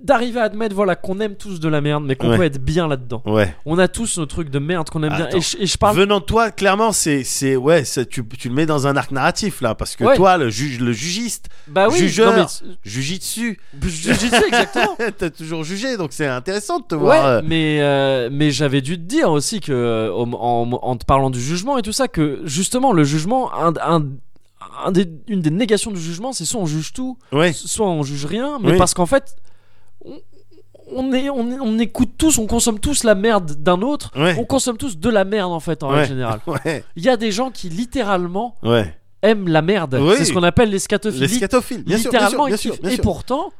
B: D'arriver à admettre voilà, qu'on aime tous de la merde, mais qu'on
A: Ouais.
B: peut être bien là-dedans.
A: Ouais.
B: On a tous nos trucs de merde qu'on aime bien.
A: Attends.
B: Et je, et je parle...
A: Venant de toi, clairement, c'est, c'est ouais, ça- tu, tu le mets dans un arc narratif là, parce que
B: Ouais.
A: toi, le juge, le jugiste,
B: Bah oui,
A: jugeur.
B: non,
A: juge dessus.
B: mais... je- je- je sais exactement.
A: T'as toujours jugé, donc c'est intéressant de te
B: Ouais,
A: voir. euh,
B: mais euh, mais j'avais dû te dire aussi que euh, en, en- en te parlant du jugement et tout ça que justement le jugement un, un- un des- une des négations du jugement c'est soit on juge tout
A: Ouais.
B: soit on juge rien mais
A: Oui.
B: parce qu'en fait on, on, est, on, est- on écoute tous, on consomme tous la merde d'un autre.
A: Ouais.
B: On consomme tous de la merde en fait en
A: ouais.
B: règle générale.
A: Ouais,
B: Il y a des gens qui littéralement
A: ouais.
B: aiment la merde.
A: Oui.
B: C'est ce qu'on appelle les scatophiles.
A: Les scatophiles, bien sûr, bien sûr,
B: littéralement,
A: bien
B: ils
A: sûr,
B: kiffent.
A: bien
B: Et
A: sûr.
B: pourtant,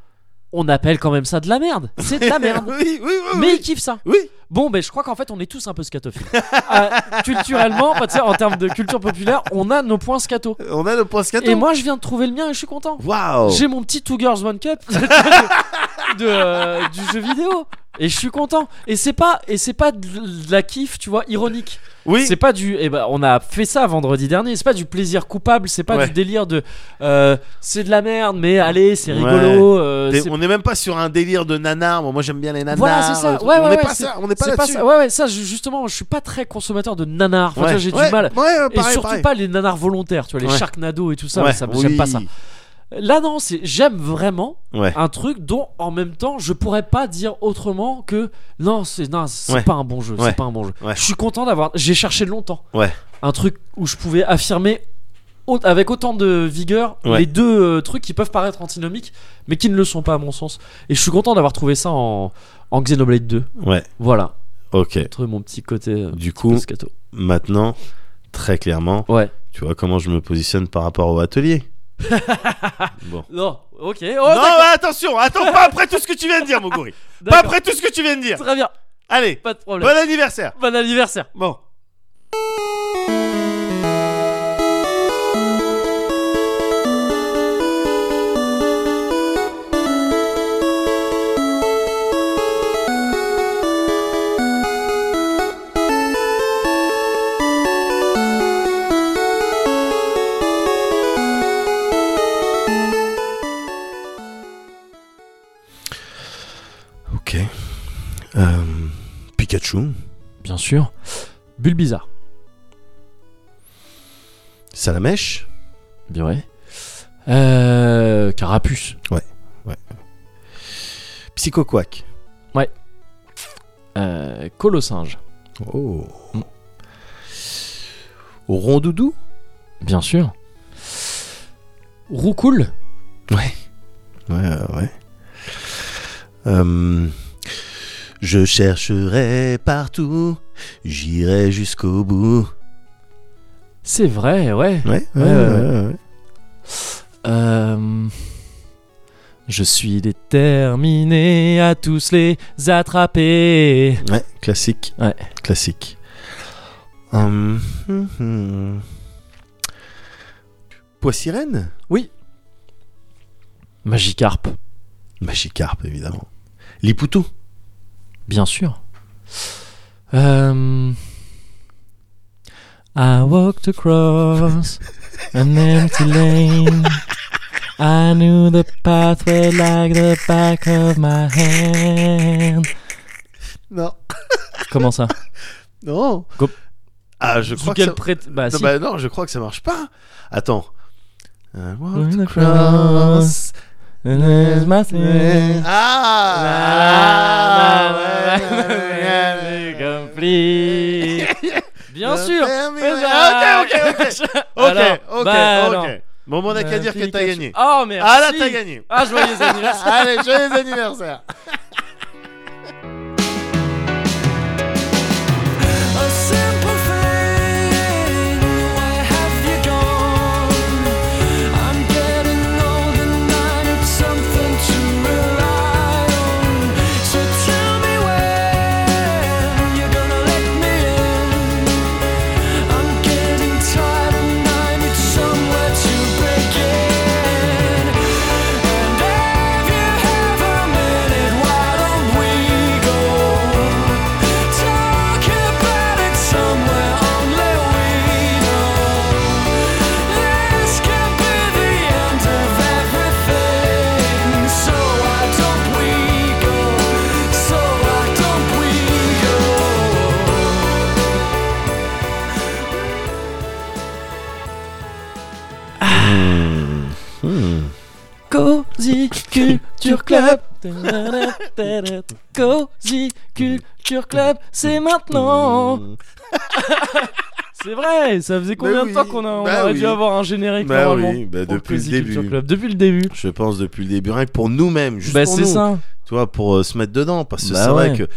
B: on appelle quand même ça de la merde. C'est de la merde.
A: oui, oui, oui.
B: Mais ils
A: oui.
B: kiffent ça.
A: Oui,
B: Bon, ben je crois qu'en fait on est tous un peu scatophiles. Euh, culturellement, enfin, tu sais, en termes de culture populaire, on a nos points scato.
A: on a le point scato.
B: Et moi je viens de trouver le mien et je suis content.
A: Waouh
B: J'ai mon petit Two Girls One Cup de- de, euh, du jeu vidéo et je suis content. Et c'est pas et c'est pas de de la kiff, tu vois, ironique.
A: Oui,
B: C'est pas du. Eh ben, on a fait ça vendredi dernier. C'est pas du plaisir coupable. C'est pas
A: Ouais.
B: du délire de. euh, c'est de la merde, mais allez, c'est rigolo. euh,
A: T'es-
B: c'est-
A: on n'est même pas sur un délire de nanar. Moi, moi, j'aime bien les nanars.
B: Voilà, c'est
A: euh,
B: ça.
A: tout-
B: Ouais,
A: on
B: ouais,
A: n'est
B: ouais,
A: pas
B: c'est-
A: ça. On n'est pas
B: c'est
A: là-dessus.
B: ça. Ouais, ouais, ça, je- justement, je suis pas très consommateur de nanars. Enfin, tu vois,
A: Ouais,
B: j'ai
A: ouais,
B: du mal.
A: Ouais, ouais,
B: Et
A: Ah, pareil,
B: surtout
A: pareil.
B: pas les nanars volontaires, tu vois, les
A: Ouais.
B: Sharknado et tout ça,
A: Ouais,
B: ça
A: oui.
B: j'aime pas ça. Là, non, c'est j'aime vraiment
A: Ouais.
B: un truc dont en même temps je pourrais pas dire autrement que non c'est non c'est
A: Ouais.
B: pas un bon jeu
A: Ouais.
B: c'est pas un bon jeu
A: Ouais.
B: je suis content d'avoir j'ai cherché longtemps
A: Ouais.
B: un truc où je pouvais affirmer au- avec autant de vigueur
A: Ouais.
B: les deux euh, trucs qui peuvent paraître antinomiques mais qui ne le sont pas à mon sens et je suis content d'avoir trouvé ça en, en Xenoblade 2
A: Ouais,
B: voilà
A: ok.
B: J'ai trouvé mon petit côté euh,
A: Du coup,
B: scato
A: maintenant, très clairement,
B: ouais
A: tu vois comment je me positionne par rapport au atelier. bon.
B: non ok oh,
A: non,
B: d'accord,
A: mais attention, attends, pas après tout ce que tu viens de dire, Moguri. Pas
B: d'accord.
A: après tout ce que tu viens de dire.
B: très bien
A: Allez,
B: pas de problème
A: bon anniversaire.
B: bon anniversaire
A: Bon. Ok. Euh, Pikachu,
B: bien sûr bulle bizarre
A: Salamèche.
B: Bien ouais. Euh, Carapuce.
A: Psychoquack.
B: Euh, Colossinge.
A: Oh. Rondoudou
B: Bien sûr. Roucoule.
A: Ouais. Ouais, ouais, ouais. Euh, je chercherai partout, j'irai jusqu'au bout.
B: C'est vrai, ouais.
A: Ouais,
B: Ouais, ouais,
A: ouais.
B: Euh, je suis déterminé à tous les attraper.
A: Ouais, classique.
B: Ouais.
A: Classique. Hum, hum, hum. Poissirène
B: Magikarp.
A: Magikarp, évidemment. Lipoutou
B: Bien sûr. Euh, I walked across an empty lane. I knew the pathway like the back of my hand.
A: Non.
B: Comment ça
A: Non.
B: Go-
A: Ah, je
B: Sous
A: crois que
B: quel
A: ça...
B: prét- Bah,
A: non,
B: si.
A: bah non, je crois que ça marche pas. Attends. I
B: When
A: walked
B: I cross
A: across
B: And there's my thing. bah,
A: Ah
B: Compris. bah, Bien sûr.
A: Ah, Ok, ok, ok.
B: Alors,
A: Ok, ok,
B: bah, alors.
A: ok. Bon, bon, on n'a qu'à dire que t'as gagné.
B: Bah, Oh merci.
A: Ah là, t'as gagné.
B: Ah joyeux anniversaire.
A: Allez, joyeux anniversaire.
B: Ah. Hmm. Cozy Culture Club.
A: Bah Hmm.
B: Cozy Culture Club, c'est maintenant. C'est vrai, ça faisait combien
A: oui,
B: de temps qu'on a- on
A: bah
B: aurait
A: oui.
B: dû avoir un générique
A: Bah
B: normalement
A: oui, bah
B: pour
A: depuis le
B: Cozy Culture
A: début.
B: Club. Depuis le début.
A: Je pense depuis le début, rien que pour nous-mêmes, juste
B: bah
A: pour
B: c'est
A: nous,
B: ça.
A: tu vois, pour euh, se mettre dedans, parce que
B: Bah
A: c'est vrai
B: ouais.
A: que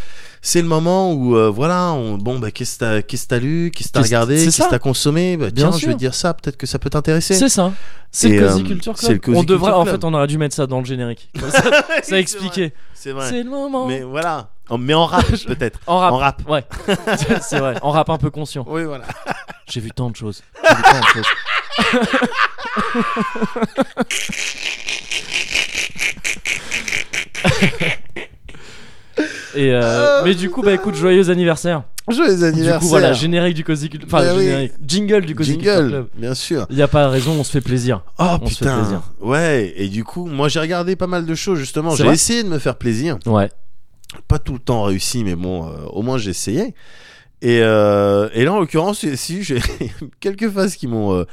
A: c'est le moment où, euh, voilà, on, bon, bah, qu'est-ce que t'as- qu'est-ce que t'as lu, qu'est-ce que t'as
B: Qu'est-ce-
A: regardé,
B: c'est
A: qu'est-ce
B: ça.
A: que t'as consommé, bah,
B: Bien
A: tiens, je
B: sûr.
A: vais te dire ça, peut-être que ça peut t'intéresser.
B: C'est ça. C'est
A: Et,
B: le Cozy
A: euh,
B: Culture
A: c'est
B: Club.
A: le Cozy
B: on devrait,
A: Culture
B: en fait,
A: Club.
B: on aurait dû mettre ça dans le générique. Comme ça, ça expliquait.
A: C'est vrai.
B: C'est le moment.
A: Mais voilà, En- mais en rap, peut-être.
B: En rap.
A: En rap.
B: Ouais. c'est vrai. En rap un peu conscient.
A: Oui, voilà.
B: J'ai vu tant de choses. J'ai vu tant de choses. Et euh,
A: Ah,
B: mais du coup, bah écoute, joyeux anniversaire.
A: Joyeux anniversaire.
B: Du coup, voilà, générique du Cozy Club. Enfin,
A: Bah oui.
B: générique. Jingle du Cozy Culture
A: Jingle,
B: Club.
A: bien sûr.
B: Il n'y a pas raison, on se fait plaisir.
A: Oh
B: On se fait
A: putain.
B: plaisir.
A: Ouais, et du coup, moi j'ai regardé pas mal de choses justement.
B: C'est
A: J'ai
B: vrai
A: essayé de me faire plaisir.
B: Ouais.
A: Pas tout le temps réussi, mais bon, euh, au moins j'ai essayé. Et, euh, et là en l'occurrence, si j'ai quelques phases qui m'ont euh,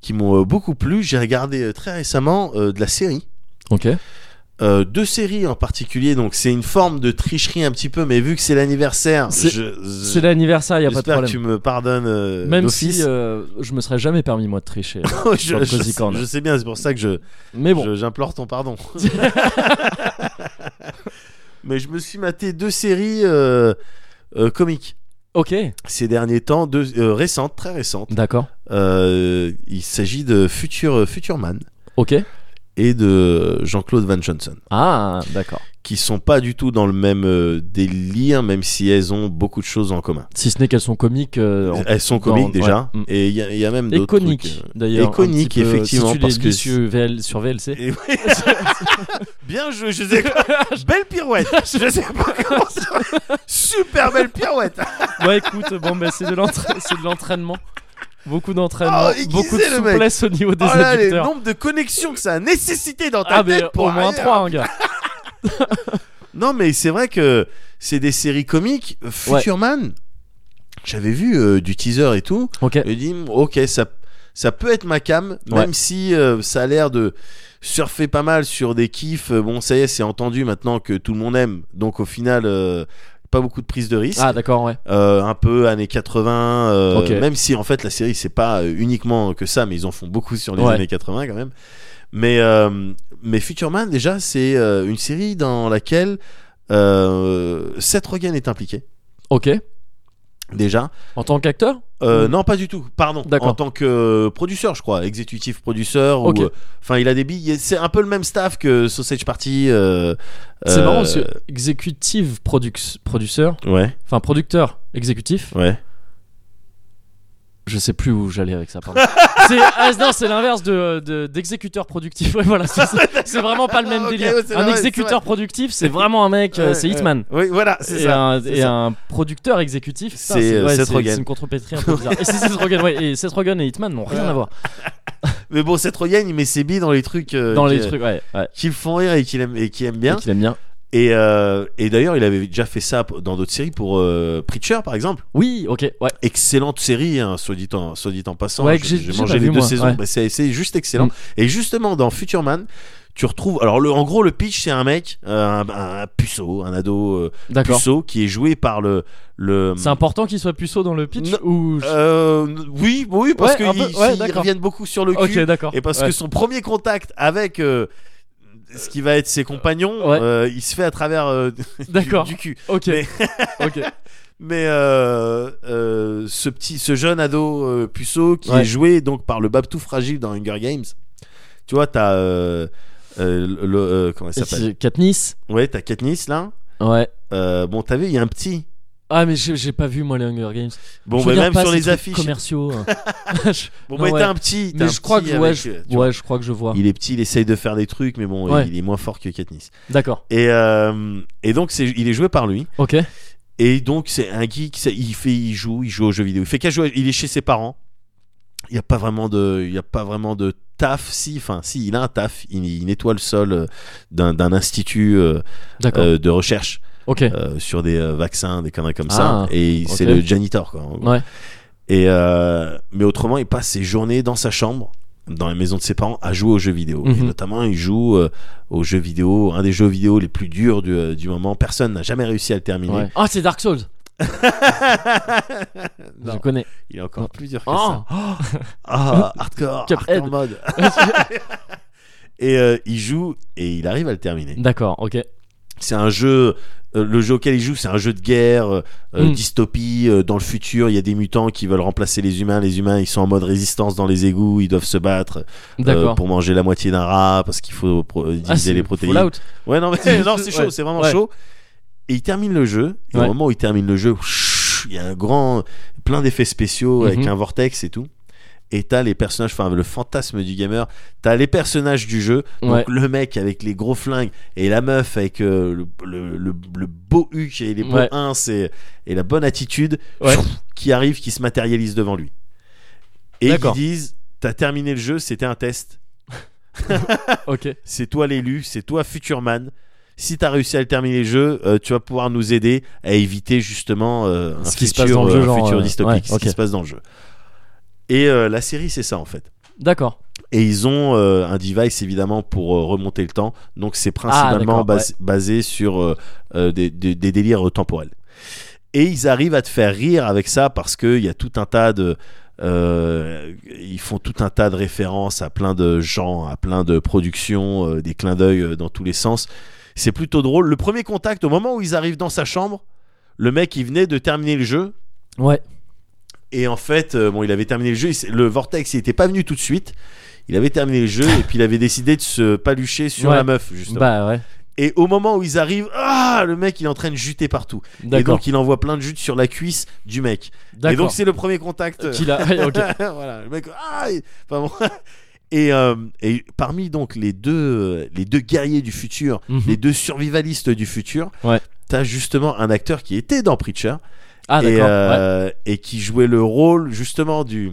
A: qui m'ont euh, beaucoup plu. J'ai regardé euh, très récemment euh, de la série.
B: Ok.
A: Euh, deux séries en particulier, donc c'est une forme de tricherie un petit peu, mais vu que c'est l'anniversaire,
B: C'est-
A: je- je-
B: C'est l'anniversaire, il n'y a pas de
A: j'espère que
B: problème.
A: tu me pardonnes euh,
B: Même
A: d'office.
B: si euh, je me serais jamais permis moi de tricher.
A: je,
B: sur le
A: je
B: Cozy
A: sais-
B: Corner.
A: je sais bien, c'est pour ça que je,
B: Mais bon.
A: Je- J'implore ton pardon. Mais je me suis maté deux séries euh, euh, comiques
B: Ok.
A: ces derniers temps, deux, euh, récentes, très récentes.
B: D'accord.
A: Euh, il s'agit de Future, euh, Future Man
B: Ok.
A: et de Jean-Claude Van Johnson,
B: Ah, d'accord.
A: qui sont pas du tout dans le même euh, délire, même si elles ont beaucoup de choses en commun.
B: Si ce n'est qu'elles sont comiques. euh, en-
A: Elles sont comiques
B: ouais.
A: déjà,
B: Mm.
A: et il y, a- il y a même
B: Et
A: d'autres
B: coniques,
A: trucs. euh,
B: d'ailleurs.
A: et coniques,
B: un petit peu,
A: effectivement,
B: si tu les
A: parce
B: lis
A: que-
B: sur VL sur VLC.
A: Et oui. Bien joué, je sais Belle pirouette. Je sais pas comment ça. Super belle pirouette.
B: Ouais, écoute, bon, bah, c'est de l'entra- c'est de l'entraînement. Beaucoup d'entraînement,
A: Oh, aiguisé,
B: beaucoup de
A: le mec.
B: souplesse au niveau des
A: oh là, les
B: adducteurs.
A: nombres de connexions que ça a nécessité dans ta
B: ah, mais
A: tête pour
B: au moins
A: arriver à-
B: trois, hein, gars.
A: Non, mais c'est vrai que c'est des séries comiques. Futureman, j'avais vu euh, du teaser et tout.
B: Ok.
A: Et dit, ok, ça, ça peut être ma cam, même
B: Ouais.
A: si euh, ça a l'air de surfer pas mal sur des kiffs. Euh, Bon, ça y est, c'est entendu maintenant que tout le monde aime. Donc au final, euh, pas beaucoup de prise de risque.
B: Ah, d'accord, ouais.
A: Euh, un peu années 80 euh,
B: Ok.
A: même si en fait la série c'est pas euh, uniquement que ça mais ils en font beaucoup sur les
B: Ouais.
A: années 80 quand même mais euh, mais Futureman déjà c'est euh, une série dans laquelle euh, Seth Rogen est impliqué
B: Ok.
A: déjà
B: En tant qu'acteur
A: Euh,
B: Mm.
A: non pas du tout pardon
B: D'accord.
A: en tant que euh, producteur je crois exécutif producteur
B: Ok.
A: ou euh, enfin il a des billes c'est un peu le même staff que Sausage Party euh,
B: C'est
A: euh,
B: marrant parce que executive produc- producer,
A: ouais
B: enfin producteur exécutif,
A: ouais
B: je sais plus où j'allais avec ça, pardon. c'est, ah, non, c'est l'inverse de, de- d'exécuteur productif. Ouais, voilà, c'est, c'est- c'est vraiment pas le même
A: Ok,
B: délire.
A: ouais, c'est
B: un
A: vrai,
B: exécuteur productif, c'est vraiment un mec, euh,
A: Ouais,
B: c'est
A: ouais.
B: Hitman.
A: oui voilà c'est
B: et,
A: ça
B: un,
A: c'est
B: et
A: ça.
B: un producteur exécutif, putain,
A: C'est,
B: c'est,
A: euh,
B: ouais,
A: Seth
B: c'est-
A: Rogen.
B: c'est une contrepétrie un peu bizarre. et c'est Seth Rogen, ouais, et Seth Rogen et Hitman n'ont rien à voir
A: mais bon Seth Rogen il met ses billes dans les trucs euh,
B: dans les
A: qui-
B: trucs, ouais, ouais.
A: qui le font rire et qui aiment et qui aiment
B: Et
A: bien.
B: qu'il aime bien.
A: Et, euh, et d'ailleurs, il avait déjà fait ça p- dans d'autres séries pour euh, Preacher, par exemple.
B: Oui, ok, ouais.
A: Excellente série, hein, soit dit en soit dit en passant.
B: Ouais,
A: Je-
B: que j'ai-
A: j'ai
B: j'ai
A: mangé
B: pas
A: les
B: vu,
A: deux
B: moi,
A: saisons.
B: ouais.
A: Bah, c'est c'est juste excellent.
B: Mm.
A: Et justement, dans Future Man. Tu retrouves alors le en gros le pitch c'est un mec euh, un, un puceau un ado euh,
B: D'accord.
A: puceau qui est joué par le le
B: C'est important qu'il soit puceau dans le pitch
A: euh, Non,
B: ou.
A: Euh, oui oui parce
B: Ouais,
A: que
B: un peu-
A: ils-
B: ouais,
A: ils
B: d'accord.
A: reviennent beaucoup sur le cul
B: Ok, d'accord.
A: et parce
B: Ouais.
A: que son premier contact avec euh, ce qui va être ses compagnons,
B: Ouais.
A: euh, il se fait à travers euh,
B: D'accord.
A: du, du cul.
B: Ok.
A: Mais-
B: ok.
A: Mais euh, euh, ce petit, ce jeune ado euh, puceau qui
B: Ouais.
A: est joué donc par le Babtou fragile dans Hunger Games. Tu vois, t'as euh, euh, le, le- euh, comment
B: Et
A: elle s'appelle
B: c'est Katniss.
A: Ouais, t'as Katniss là.
B: Ouais.
A: Euh, bon, t'as vu, il y a un petit.
B: Ah mais j'ai j'ai pas vu moi les Hunger Games.
A: Bon,
B: Je
A: bah,
B: regarde
A: même
B: pas
A: sur
B: ces
A: les
B: trucs
A: affiches.
B: commerciaux. hein. Je-
A: Bon,
B: Non,
A: bah,
B: ouais.
A: t'as un petit. t'as
B: mais
A: un
B: je crois
A: petit
B: que ouais,
A: avec,
B: je...
A: euh, tu vois.
B: ouais, je crois que je vois.
A: Il est petit, il essaye de faire des trucs, mais bon,
B: Ouais.
A: il il est moins fort que Katniss.
B: D'accord.
A: Et euh, et donc, c'est, il est joué par lui.
B: Ok.
A: Et donc c'est un geek, c'est- il fait, il joue, il joue aux jeux vidéo. Il fait qu'à jouer, il est chez ses parents. Il n'y a pas vraiment de, il y a pas vraiment de taf. Si, enfin si, il a un taf. Il, il nettoie le sol euh, d'un d'un institut euh,
B: D'accord.
A: euh, de recherche
B: ok.
A: euh, sur des euh, vaccins, des conneries comme
B: Ah,
A: ça. Et
B: ok.
A: c'est le janitor quoi. en gros.
B: Ouais.
A: Et euh, mais autrement, il passe ses journées dans sa chambre, dans la maison de ses parents, à jouer aux jeux vidéo. Et
B: Mhm.
A: notamment, il joue euh, aux jeux euh, vidéo, un des jeux vidéo les plus durs du, du moment. Personne n'a jamais réussi à le terminer.
B: Ouais. Ah c'est Dark Souls. Je
A: Non,
B: connais.
A: il est encore
B: Non.
A: plus dur que
B: Oh.
A: ça. Ah, hardcore,
B: Cuphead.
A: hardcore mode. et euh, il joue et il arrive à le terminer.
B: D'accord, ok.
A: C'est un jeu. euh, le jeu auquel il joue, c'est un jeu de guerre, euh, euh,
B: Mm.
A: dystopie. euh, dans le futur, il y a des mutants qui veulent remplacer les humains. Les humains, ils sont en mode résistance dans les égouts. Ils doivent se battre euh,
B: D'accord.
A: pour manger la moitié d'un rat parce qu'il faut pro- diviser
B: Ah, c'est
A: les protéines.
B: Fallout.
A: Ouais, non, mais non, c'est chaud,
B: Ouais.
A: c'est vraiment
B: Ouais.
A: chaud. Et il termine le jeu. Et
B: Ouais.
A: au moment où il termine le jeu, il y a un grand, plein d'effets spéciaux avec
B: Mhm.
A: un vortex et tout. Et t'as les personnages, enfin le fantasme du gamer, t'as les personnages du jeu, donc
B: Ouais.
A: le mec avec les gros flingues et la meuf avec euh, le, le, le, le beau huc et les beaux
B: Ouais.
A: ins et, et la bonne attitude
B: Ouais.
A: qui arrive, qui se matérialise devant lui. Et ils
B: D'accord.
A: disent, t'as terminé le jeu, c'était un test
B: Ok.
A: c'est toi l'élu, c'est toi Futurman. Si t'as réussi à le terminer le jeu, euh, tu vas pouvoir nous aider à éviter justement euh, un
B: Ce qui se
A: futur,
B: passe dans le
A: euh,
B: jeu, genre,
A: futur
B: euh,
A: dystopique,
B: ouais,
A: ce
B: ok.
A: qui se passe dans le jeu. Et euh, la série, c'est ça en fait.
B: D'accord.
A: Et ils ont euh, un device évidemment pour euh, remonter le temps, donc c'est principalement
B: d'accord,
A: bas- basé sur euh, euh, des, des- des délires temporels. Et ils arrivent à te faire rire avec ça parce qu'il y a tout un tas de. euh, ils font tout un tas de références à plein de gens, à plein de productions, euh, des clins d'œil euh, dans tous les sens. C'est plutôt drôle. Le premier contact, au moment où ils arrivent dans sa chambre, le mec il venait de terminer le jeu.
B: Ouais.
A: Et en fait, euh, bon, il avait terminé le jeu. il s- Le Vortex, il était pas venu tout de suite. Il avait terminé le jeu et puis il avait décidé de se palucher sur
B: Ouais.
A: la meuf, justement.
B: Bah ouais.
A: Et au moment où ils arrivent, ah, le mec, il est en train de juter partout. Et
B: D'accord.
A: donc, il envoie plein de jutes sur la cuisse du mec. Et
B: D'accord.
A: donc, c'est le premier contact. euh,
B: Qu'il a- ouais, ok.
A: voilà, le mec, ah, il- enfin bon. Et, euh, et parmi donc les deux, les deux guerriers du futur,
B: Mhm.
A: les deux survivalistes du futur,
B: Ouais.
A: t'as justement un acteur qui était dans Preacher,
B: Ah
A: et,
B: d'accord. ouais.
A: euh, et qui jouait le rôle justement du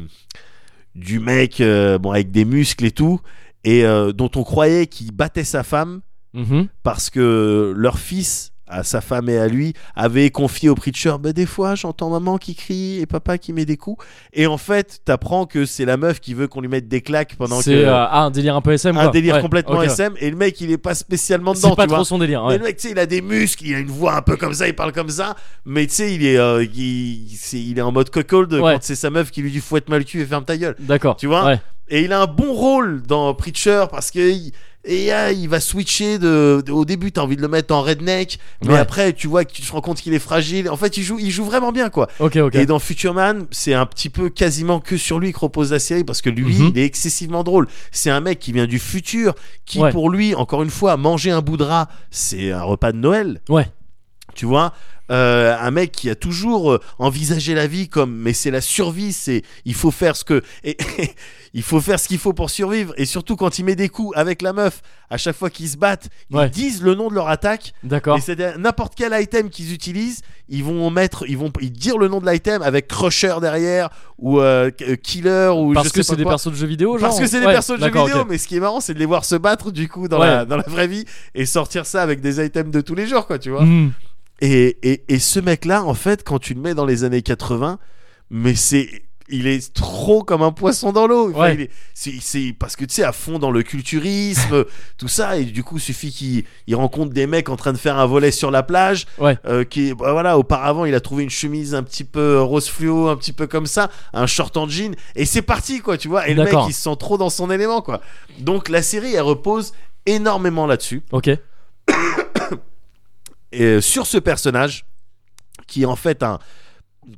A: du mec euh, bon avec des muscles et tout et euh, dont on croyait qu'il battait sa femme
B: Mhm.
A: parce que leur fils à sa femme et à lui avait confié au preacher bah, des fois j'entends maman qui crie et papa qui met des coups et en fait t'apprends que c'est la meuf qui veut qu'on lui mette des claques pendant que
B: C'est euh, ah, un délire un peu SM
A: un
B: quoi.
A: délire
B: Ouais,
A: complètement
B: ok, ouais.
A: SM et le mec il est pas spécialement dedans
B: C'est pas
A: tu vois.
B: trop son délire.
A: Mais
B: ouais.
A: le mec, tu sais, il a des muscles, il a une voix un peu comme ça, il parle comme ça, mais tu sais, il est, euh, il, c'est- il est en mode cuckold
B: Ouais.
A: quand c'est sa meuf qui lui dit fouette mal cul et ferme ta gueule.
B: D'accord.
A: Tu vois
B: Ouais.
A: Et il a un bon rôle dans Preacher parce que il, et, ah, il va switcher de, de- au début, t'as envie de le mettre en redneck, mais
B: Ouais.
A: après, tu vois que tu te rends compte qu'il est fragile. En fait, il joue, il joue vraiment bien, quoi.
B: Ok ok.
A: Et dans Future Man, c'est un petit peu quasiment que sur lui que repose la série parce que lui,
B: Mhm.
A: il est excessivement drôle. C'est un mec qui vient du futur, qui
B: Ouais.
A: pour lui, encore une fois, manger un bout de rat, c'est un repas de Noël.
B: Ouais.
A: Tu vois Euh, un mec qui a toujours euh, envisagé la vie comme mais c'est la survie c'est il faut faire ce que et il faut faire ce qu'il faut pour survivre et surtout quand il met des coups avec la meuf à chaque fois qu'ils se battent ils
B: Ouais.
A: disent le nom de leur attaque
B: D'accord.
A: et c'est-à-dire, n'importe quel item qu'ils utilisent, ils vont mettre, ils vont ils dire le nom de l'item avec Crusher derrière ou euh, euh, Killer ou
B: Parce
A: je sais
B: que
A: pas
B: c'est des
A: quoi.
B: persos de jeux vidéo genre.
A: Parce que c'est des
B: Ouais,
A: persos de jeux
B: d'accord,
A: vidéo,
B: ok.
A: mais ce qui est marrant, c'est de les voir se battre du coup dans,
B: Ouais.
A: la, dans la vraie vie et sortir ça avec des items de tous les jours, quoi, tu vois.
B: Mhm.
A: Et, et, et ce mec-là, en fait, quand tu le mets dans les années 80, mais c'est. Il est trop comme un poisson dans l'eau. Enfin,
B: Ouais.
A: il est- c'est- c'est parce que tu sais, à fond dans le culturisme, tout ça. Et du coup, suffit qu'il il rencontre des mecs en train de faire un volet sur la plage.
B: Ouais.
A: euh, qui, bah, voilà, auparavant, il a trouvé une chemise un petit peu euh, rose fluo, un petit peu comme ça, un short en jean. Et c'est parti, quoi, tu vois. Et le mec,
B: D'accord.
A: il se sent trop dans son élément, quoi. Donc, la série, elle repose énormément là-dessus
B: Ok.
A: et euh, sur ce personnage qui est en fait un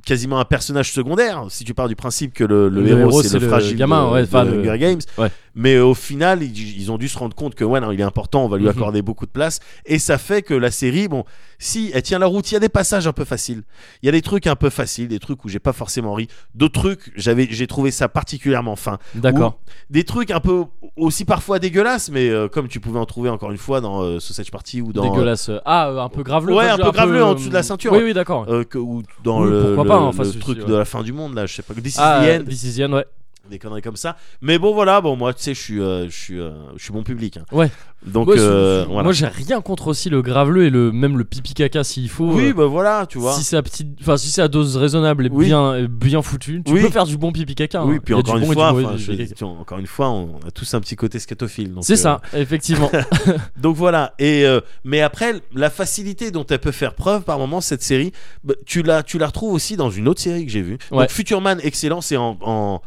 A: quasiment un personnage secondaire hein, si tu pars du principe que le, le
B: Le
A: héros,
B: héros,
A: c'est
B: c'est
A: le
B: le
A: fragile
B: gamin,
A: de,
B: ouais,
A: de
B: enfin, le-
A: Hunger Games
B: ouais.
A: mais euh, au final ils, ils ont dû se rendre compte que ouais non, il est important on va lui
B: Mhm.
A: accorder beaucoup de place et ça fait que la série bon si elle tient la route il y a des passages un peu faciles il y a des trucs un peu faciles des trucs où j'ai pas forcément ri d'autres trucs j'avais j'ai trouvé ça particulièrement fin
B: D'accord.
A: ou des trucs un peu aussi parfois dégueulasses mais euh, comme tu pouvais en trouver encore une fois dans euh, Sausage Party ou dans euh,
B: Dégueulasse. Ah euh, un peu graveleux.
A: Ouais,
B: quoi,
A: un peu graveleux, en dessous de la ceinture,
B: Oui
A: ouais.
B: oui d'accord.
A: euh, que, ou dans
B: Oui,
A: le,
B: pourquoi
A: le-
B: pas, hein,
A: le
B: face aussi,
A: truc
B: ouais.
A: de la fin du monde là je sais pas This is
B: Ah
A: the end,
B: This is the end, ouais.
A: euh, des conneries comme ça mais bon voilà bon moi tu sais je suis euh, je suis euh, je suis bon public hein.
B: Ouais.
A: Donc
B: Moi, c'est-
A: euh, voilà.
B: Moi, j'ai rien contre aussi le graveleux et le même le pipi caca s'il faut.
A: oui,
B: euh,
A: bah voilà, tu vois.
B: Si c'est à petite, enfin si c'est à dose raisonnable et
A: Oui.
B: bien et bien foutu, tu
A: Oui.
B: peux faire du bon pipi caca. hein.
A: oui, puis
B: Il y a du
A: encore
B: bon
A: une
B: et du
A: fois,
B: mauvais,
A: enfin,
B: du
A: je-
B: pipi caca.
A: tu vois, encore une fois, on a tous un petit côté scatophile. donc,
B: C'est
A: euh,
B: ça, effectivement.
A: Donc voilà. Et euh, mais après, la facilité dont elle peut faire preuve par moment cette série, bah, tu la tu la retrouves aussi dans une autre série que j'ai vue.
B: Ouais.
A: Donc Futureman, excellent, c'est en, en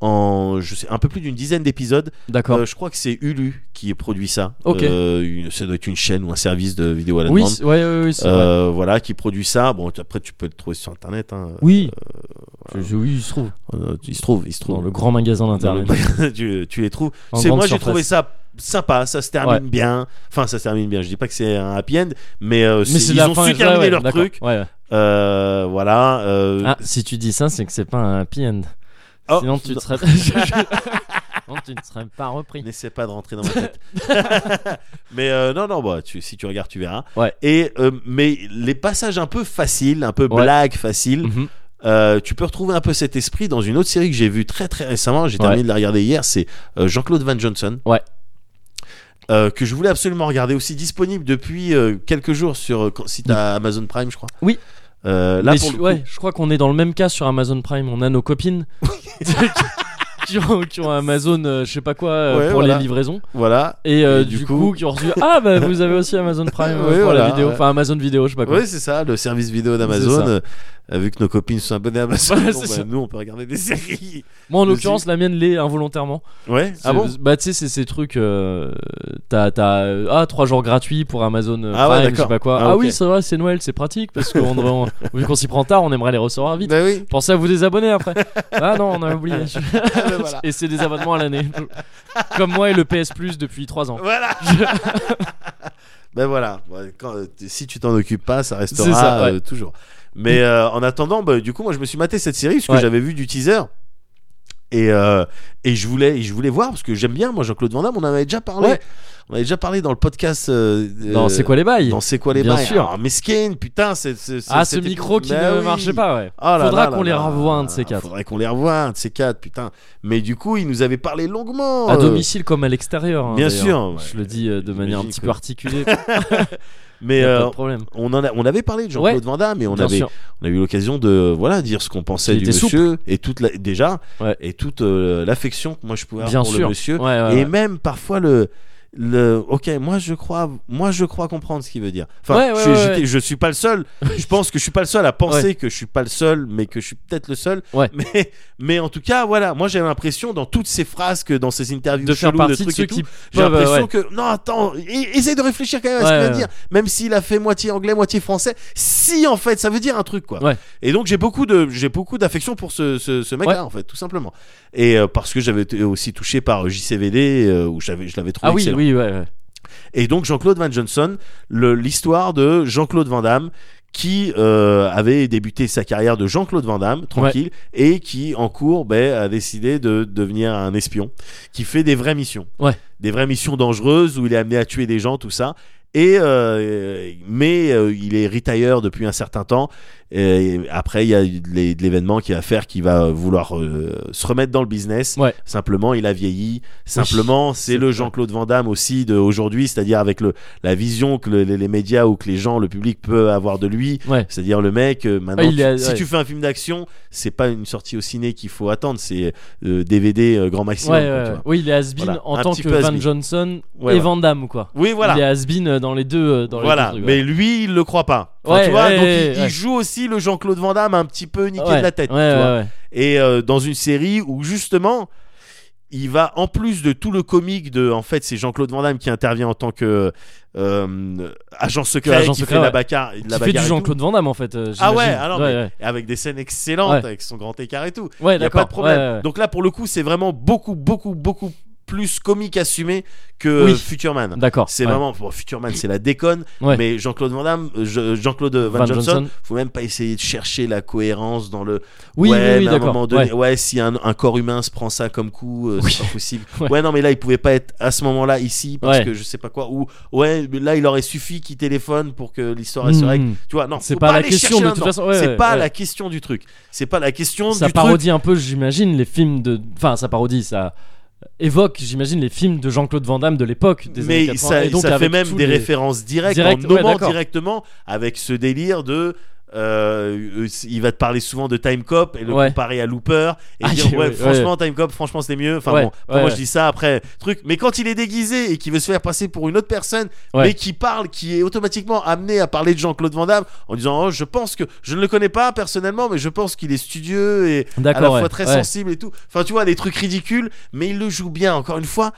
A: en je sais un peu plus d'une dizaine d'épisodes.
B: D'accord.
A: Euh, je crois que c'est Hulu qui produit ça.
B: Ok.
A: Euh, une- ça doit être une chaîne ou un service de vidéo à la
B: oui,
A: demande.
B: c'est- ouais, ouais, ouais, c'est vrai.
A: Euh, voilà, qui produit ça. Bon, après tu peux le trouver sur internet. hein.
B: oui. Je- je- oui, il se trouve
A: Euh, il se trouve, il se trouve.
B: dans le grand magasin
A: Dans le
B: d'internet.
A: magasin, tu, tu les trouves.
B: En
A: C'est
B: grande
A: moi j'ai
B: surface.
A: trouvé ça sympa, ça se termine
B: Ouais.
A: bien. Enfin, ça se termine bien. Je dis pas que c'est un happy end, mais, euh, c'est-
B: Mais c'est
A: ils
B: la
A: ont
B: fin,
A: su
B: ouais,
A: terminer
B: ouais,
A: leur
B: d'accord.
A: truc.
B: Ouais, ouais.
A: Euh, voilà. euh,
B: Ah, si tu dis ça, c'est que c'est pas un happy end.
A: oh,
B: Sinon, tu ne
A: non,
B: serais... Sinon, tu ne serais pas repris.
A: N'essaie pas de rentrer dans ma tête. mais euh, non, non, bah, tu, si tu regardes, tu verras.
B: Ouais.
A: Et euh, mais les passages un peu faciles, un peu
B: Ouais.
A: blagues faciles,
B: Mhm.
A: euh, tu peux retrouver un peu cet esprit dans une autre série que j'ai vue très très récemment. J'ai
B: Ouais.
A: terminé de la regarder hier. C'est euh, Jean-Claude Van Johnson.
B: Ouais.
A: Euh, que je voulais absolument regarder aussi disponible depuis euh, quelques jours sur euh, quand- si t'as Amazon Prime je crois
B: Mm. Oui.
A: Euh, là
B: Mais
A: pour
B: je,
A: le coup-
B: ouais, je crois qu'on est dans le même cas sur Amazon Prime. On a nos copines qui, ont, qui ont Amazon, euh, je sais pas quoi, euh,
A: Ouais,
B: pour
A: voilà.
B: les livraisons.
A: voilà
B: Et, euh,
A: Et
B: du,
A: du
B: coup,
A: coup-
B: qui ont reçu Ah, bah vous avez aussi Amazon Prime euh,
A: Ouais,
B: pour la
A: voilà,
B: vidéo.
A: ouais.
B: Enfin, Amazon vidéo, je sais pas quoi.
A: oui c'est ça le service vidéo
B: C'est ça.
A: d'Amazon euh, euh, vu que nos copines sont abonnées à Amazon
B: Ouais,
A: bon,
B: c'est
A: bah,
B: ça.
A: nous on peut regarder des séries
B: Moi, en
A: Vas-y.
B: l'occurrence, la mienne l'est involontairement.
A: ouais ah bon
B: C'est- Bah, tu sais, c'est ces trucs. euh, t'as, t'as, euh, ah, 3 jours gratuits pour Amazon euh,
A: Ah ouais,
B: Prime, je sais
A: d'accord.
B: pas quoi. Ah,
A: Ah, ok.
B: oui, c'est vrai, c'est Noël, c'est pratique parce qu'on on- vu qu'on s'y prend tard, on aimerait les recevoir vite.
A: bah oui
B: Pensez à vous désabonner après. ah non, on a oublié.
A: Ah, bah, voilà
B: Et c'est des abonnements à l'année. Comme moi et le PS Plus depuis 3 ans.
A: voilà ben voilà Ouais, quand, euh, t- si tu t'en occupes pas ça restera
B: C'est ça, ouais.
A: euh, toujours mais euh, en attendant bah, du coup moi je me suis maté cette série parce que
B: Ouais.
A: j'avais vu du teaser et, euh, et je voulais et je voulais voir parce que j'aime bien moi Jean-Claude Van Damme on en avait déjà parlé
B: Ouais.
A: on avait déjà parlé dans le podcast euh,
B: Non,
A: euh,
B: c'est quoi les bails
A: dans c'est quoi les
B: Bien
A: bails
B: sûr.
A: Alors, mesquine putain c'est c'est- c'est-
B: Ah, ce
A: c'était-
B: micro qui
A: Bah
B: ne
A: oui.
B: marchait pas, ouais.
A: Ah là
B: Faudra
A: là
B: qu'on
A: là
B: les
A: là.
B: revoie un de ces quatre.
A: Faudrait qu'on les revoie un de ces quatre, putain. Mais du coup, il nous avait parlé longuement.
B: À
A: euh,
B: domicile comme à l'extérieur. hein,
A: bien
B: d'ailleurs.
A: sûr, ouais.
B: Je le dis euh, de manière un
A: J'imagine
B: petit
A: que-
B: peu articulée.
A: Mais
B: y a pas
A: euh,
B: de problème.
A: on, en a- on avait parlé de Jean-Claude
B: Ouais.
A: Van Damme et on
B: Bien
A: avait,
B: sûr.
A: on a eu l'occasion de voilà dire ce qu'on pensait
B: Il
A: du
B: était souple.
A: monsieur et toute la, déjà
B: Ouais.
A: et toute euh, l'affection que moi je pouvais
B: Bien
A: avoir pour
B: sûr.
A: le monsieur
B: Ouais, ouais,
A: et
B: ouais.
A: même parfois le le ok moi je crois moi je crois comprendre ce qu'il veut dire enfin
B: Ouais, ouais,
A: je,
B: ouais,
A: j'étais-
B: ouais.
A: je suis pas le seul je pense que je suis pas le seul à penser que je suis pas le seul mais que je suis peut-être le seul
B: Ouais.
A: mais mais en tout cas voilà moi j'avais l'impression dans toutes ces phrases que dans ces interviews
B: de faire
A: cheloues,
B: partie de
A: trucs
B: ceux
A: et tout,
B: qui
A: j'ai
B: peuvent,
A: l'impression
B: ouais.
A: que. Non, attends, e- essaye de réfléchir quand même à ce
B: Ouais,
A: qu'il vient
B: ouais,
A: de dire. Même s'il a fait moitié anglais, moitié français, si en fait, ça veut dire un truc quoi.
B: Ouais.
A: Et donc j'ai beaucoup de, j'ai beaucoup d'affection pour ce, ce, ce mec-là
B: Ouais.
A: en fait, tout simplement. Et euh, parce que j'avais été aussi touché par euh, JCVD euh, où j'avais, je l'avais trouvé
B: Ah oui,
A: excellent.
B: oui, ouais, ouais.
A: Et donc Jean-Claude Van Johnson, le- l'histoire de Jean-Claude Van Damme qui euh, avait débuté sa carrière de Jean-Claude Van Damme, tranquille, et qui en cours ben, a décidé de devenir un espion, qui fait des vraies missions.
B: Ouais.
A: Des vraies missions dangereuses où il est amené à tuer des gens, tout ça. Et euh, mais euh, il est retire depuis un certain temps. Et après, il y a de l'é- de l'événement qui va faire qu'il va vouloir euh, se remettre dans le business.
B: Ouais.
A: Simplement, il a vieilli. Simplement, c'est
B: c'est
A: le
B: vrai.
A: Jean-Claude Van Damme aussi d'aujourd'hui, c'est-à-dire avec le, la vision que le- les, les médias ou que les gens, le public peut avoir de lui.
B: Ouais.
A: C'est-à-dire le mec, euh, maintenant,
B: Ah, il
A: tu-
B: est-
A: si
B: ouais.
A: tu fais un film d'action, c'est pas une sortie au ciné qu'il faut attendre, c'est euh, DVD euh, grand
B: Ouais,
A: maximum.
B: ouais,
A: quoi, tu
B: ouais.
A: vois.
B: Oui, il est has-been
A: Voilà,
B: en
A: un
B: tant
A: petit
B: que
A: peu
B: Van
A: has-been.
B: Johnson
A: Ouais,
B: et
A: ouais.
B: Van Damme, quoi.
A: Oui, voilà.
B: Il est has-been euh, dans les deux. euh, Dans les
A: voilà,
B: deux trucs, ouais.
A: mais lui, il le croit pas. Enfin,
B: Ouais,
A: tu vois,
B: ouais,
A: donc
B: ouais,
A: il, il
B: ouais.
A: joue aussi le Jean-Claude Van Damme un petit peu niqué
B: Ouais,
A: de la tête.
B: ouais,
A: tu
B: ouais,
A: vois.
B: ouais.
A: Et euh, dans une série où justement, il va en plus de tout le comique de, en fait, c'est Jean-Claude Van Damme qui intervient en tant que euh, agent secret,
B: agent
A: qui
B: secret,
A: fait
B: ouais.
A: la bagarre, la
B: Qui fait
A: bagarre
B: du
A: et tout.
B: Jean-Claude Van Damme en fait. euh,
A: Ah ouais,
B: j'imagine.
A: alors,
B: ouais,
A: mais-
B: ouais.
A: Et avec des scènes excellentes,
B: Ouais.
A: avec son grand écart et tout.
B: Ouais,
A: Il n'y a
B: d'accord.
A: pas de problème.
B: Ouais, ouais, ouais.
A: Donc là, pour le coup, c'est vraiment beaucoup, beaucoup, beaucoup plus comique assumé que
B: Oui.
A: euh, Future Man.
B: D'accord.
A: C'est
B: ouais.
A: vraiment. Bon, Future Man, c'est la déconne.
B: Ouais.
A: Mais Jean-Claude Van Damme, euh, je- Jean-Claude Van,
B: Van
A: Johnson,
B: Johnson.
A: faut même pas essayer de chercher la cohérence dans le.
B: Oui,
A: ouais,
B: oui, oui,
A: mais à un
B: d'accord.
A: moment
B: ouais.
A: donné, ouais, si un, un corps humain se prend ça comme coup, euh, c'est pas possible.
B: Ouais.
A: ouais. non, mais là, il pouvait pas être à ce moment-là ici parce
B: Ouais.
A: que je sais pas quoi. Ou ouais, mais là, il aurait suffi qu'il téléphone pour que l'histoire elle se
B: Mhm.
A: règle. Tu vois, non,
B: C'est
A: faut
B: pas la
A: aller
B: question,
A: chercher
B: de toute
A: là-dedans.
B: façon, ouais,
A: c'est
B: ouais,
A: pas
B: ouais.
A: la question du truc. C'est pas la question
B: Ça
A: du truc.
B: parodie un peu, j'imagine, les films de. Enfin, ça parodie, ça. évoque, j'imagine, les films de Jean-Claude Van Damme de l'époque. des années
A: Mais
B: 80,
A: ça,
B: et donc
A: ça fait
B: avec
A: même
B: tous
A: des
B: les-
A: références directes
B: Direct,
A: en
B: ouais,
A: nommant
B: d'accord.
A: directement avec ce délire de. euh, il va te parler souvent de Time Cop et le
B: Ouais.
A: comparer à Looper et
B: Ah,
A: dire
B: ouais,
A: ouais,
B: ouais.
A: franchement Time Cop franchement c'était mieux enfin
B: Ouais,
A: bon enfin, moi
B: ouais.
A: je dis ça après truc mais quand il est déguisé et qu'il veut se faire passer pour une autre personne
B: Ouais.
A: mais qui parle qui est automatiquement amené à parler de Jean-Claude Van Damme en disant oh, je pense que je ne le connais pas personnellement mais je pense qu'il est studieux et à la
B: D'accord,
A: fois
B: ouais,
A: très
B: ouais.
A: sensible et tout. Enfin, tu vois, des trucs ridicules, mais il le joue bien. Encore une fois,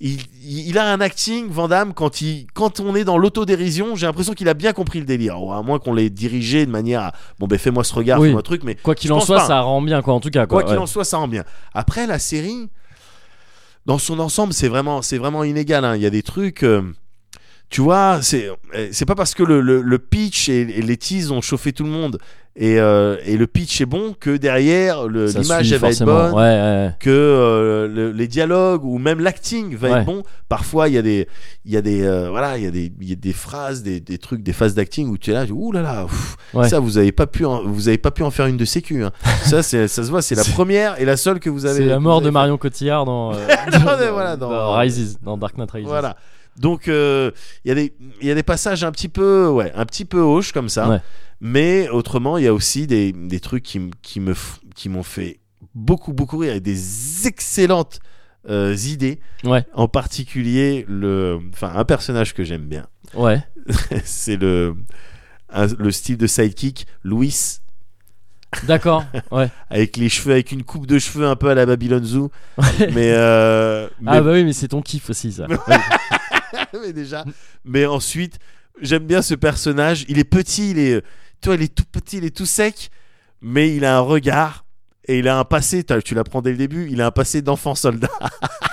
A: il, il il a un acting, Van Damme, quand, il, quand on est dans l'autodérision, j'ai l'impression qu'il a bien compris le délire. Ou à moins qu'on l'ait dirigé de manière à bon, ben fais-moi ce regard,
B: Oui.
A: fais-moi un truc, mais
B: Quoi qu'il
A: Je
B: en
A: pense
B: soit,
A: pas.
B: ça rend bien, quoi, en tout cas.
A: quoi
B: Quoi,
A: qu'il
B: ouais.
A: en soit, ça rend bien. Après, la série, dans son ensemble, c'est vraiment, c'est vraiment inégal. hein. Il y a des trucs. euh, tu vois, c'est euh, c'est pas parce que le, le- le pitch et, et les teases ont chauffé tout le monde et, euh, et le pitch est bon que derrière le-
B: Ça
A: l'image
B: suit
A: elle va être
B: forcément.
A: bonne
B: Ouais, ouais.
A: que euh, le- les dialogues ou même l'acting va
B: Ouais.
A: être bon. Parfois, il y a des, il y a des, euh, voilà, il y a des, il y a des phrases, des, des trucs, des phases d'acting où tu es là, ouh là là, pff,
B: Ouais.
A: ça vous avez pas pu, en- vous avez pas pu en faire une de sécu. hein. ça, c'est, ça se voit, c'est la
B: C'est-
A: première et la seule que vous avez.
B: C'est la
A: vous
B: mort
A: avez
B: de
A: fait.
B: Marion Cotillard dans, euh,
A: mais voilà, dans-
B: Rises, dans Dark Knight Rises.
A: Voilà. Donc euh, il y a des il y a des passages un petit peu ouais un petit peu hoche comme ça,
B: Ouais.
A: mais autrement il y a aussi des, des trucs qui, m- qui me f- qui m'ont fait beaucoup beaucoup rire et des excellentes euh, idées.
B: Ouais.
A: En particulier le enfin un personnage que j'aime bien,
B: Ouais.
A: c'est le un- le style de sidekick Louis
B: D'accord. Ouais.
A: avec les cheveux avec une coupe de cheveux un peu à la Babylon Zoo, mais, euh, mais
B: Ah bah oui, mais c'est ton kiff aussi, ça.
A: mais déjà. Mais ensuite, j'aime bien ce personnage. Il est petit, il est, tu vois, il est tout petit, il est tout sec, mais il a un regard et il a un passé. T'as- Tu l'apprends dès le début. Il a un passé d'enfant soldat.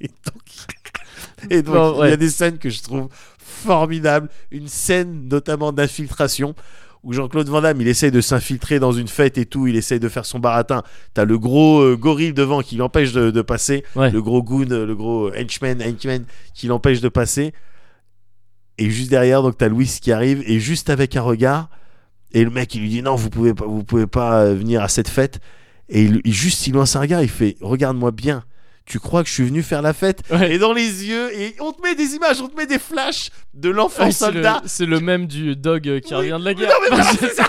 A: et donc, et donc,
B: Bon, ouais.
A: il y a des scènes que je trouve formidables. Une scène notamment d'infiltration. Où Jean-Claude Van Damme, il essaye de s'infiltrer dans une fête et tout, il essaye de faire son baratin. T'as le gros euh, gorille devant qui l'empêche de, de passer,
B: Ouais.
A: le gros goon, euh, le gros henchman, henchman, qui l'empêche de passer. Et juste derrière, donc t'as Louis qui arrive et juste avec un regard. Et le mec, il lui dit non, vous pouvez pas, vous pouvez pas euh, venir à cette fête. Et il, il- juste, il lance un regard. Il fait regarde-moi bien. Tu crois que je suis venu faire la fête
B: Ouais.
A: Et dans les yeux, et on te met des images, on te met des flashs de l'enfant
B: Ouais, c'est le-
A: soldat.
B: C'est le même du dog euh, qui
A: Oui.
B: revient de la
A: Mais
B: guerre.
A: non, mais voilà, c'est ça,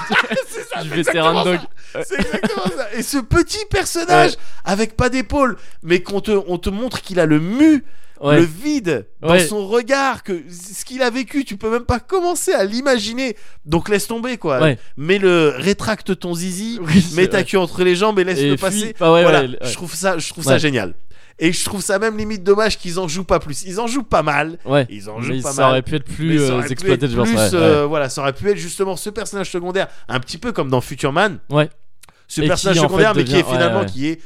B: c'est
A: ça,
B: Du
A: c'est
B: vétéran
A: exactement
B: dog.
A: C'est exactement ça. Et ce petit personnage avec pas d'épaule, mais qu'on te, on te montre qu'il a le mu
B: Ouais.
A: le vide dans
B: Ouais.
A: son regard que ce qu'il a vécu tu peux même pas commencer à l'imaginer donc laisse tomber quoi
B: Ouais.
A: mets le rétracte ton zizi
B: Oui, c'est
A: mets ta
B: vrai.
A: queue entre les jambes et laisse
B: Et
A: le
B: fuis.
A: passer
B: Ah ouais,
A: voilà
B: ouais, ouais.
A: je trouve ça je trouve ça
B: Ouais.
A: génial et je trouve ça même limite dommage qu'ils en jouent pas plus ils en jouent pas mal
B: Ouais.
A: ils en jouent
B: Mais
A: pas
B: ça aurait
A: mal
B: pu être
A: mais
B: plus
A: ça
B: euh,
A: aurait pu
B: exploité,
A: être
B: je pense.
A: plus,
B: ouais, ouais.
A: euh, voilà ça aurait pu être justement ce personnage secondaire un petit peu comme dans Futureman
B: Ouais.
A: ce
B: Et qui,
A: personnage
B: en fait,
A: secondaire mais qui
B: devient-
A: est finalement
B: ouais, ouais.
A: qui est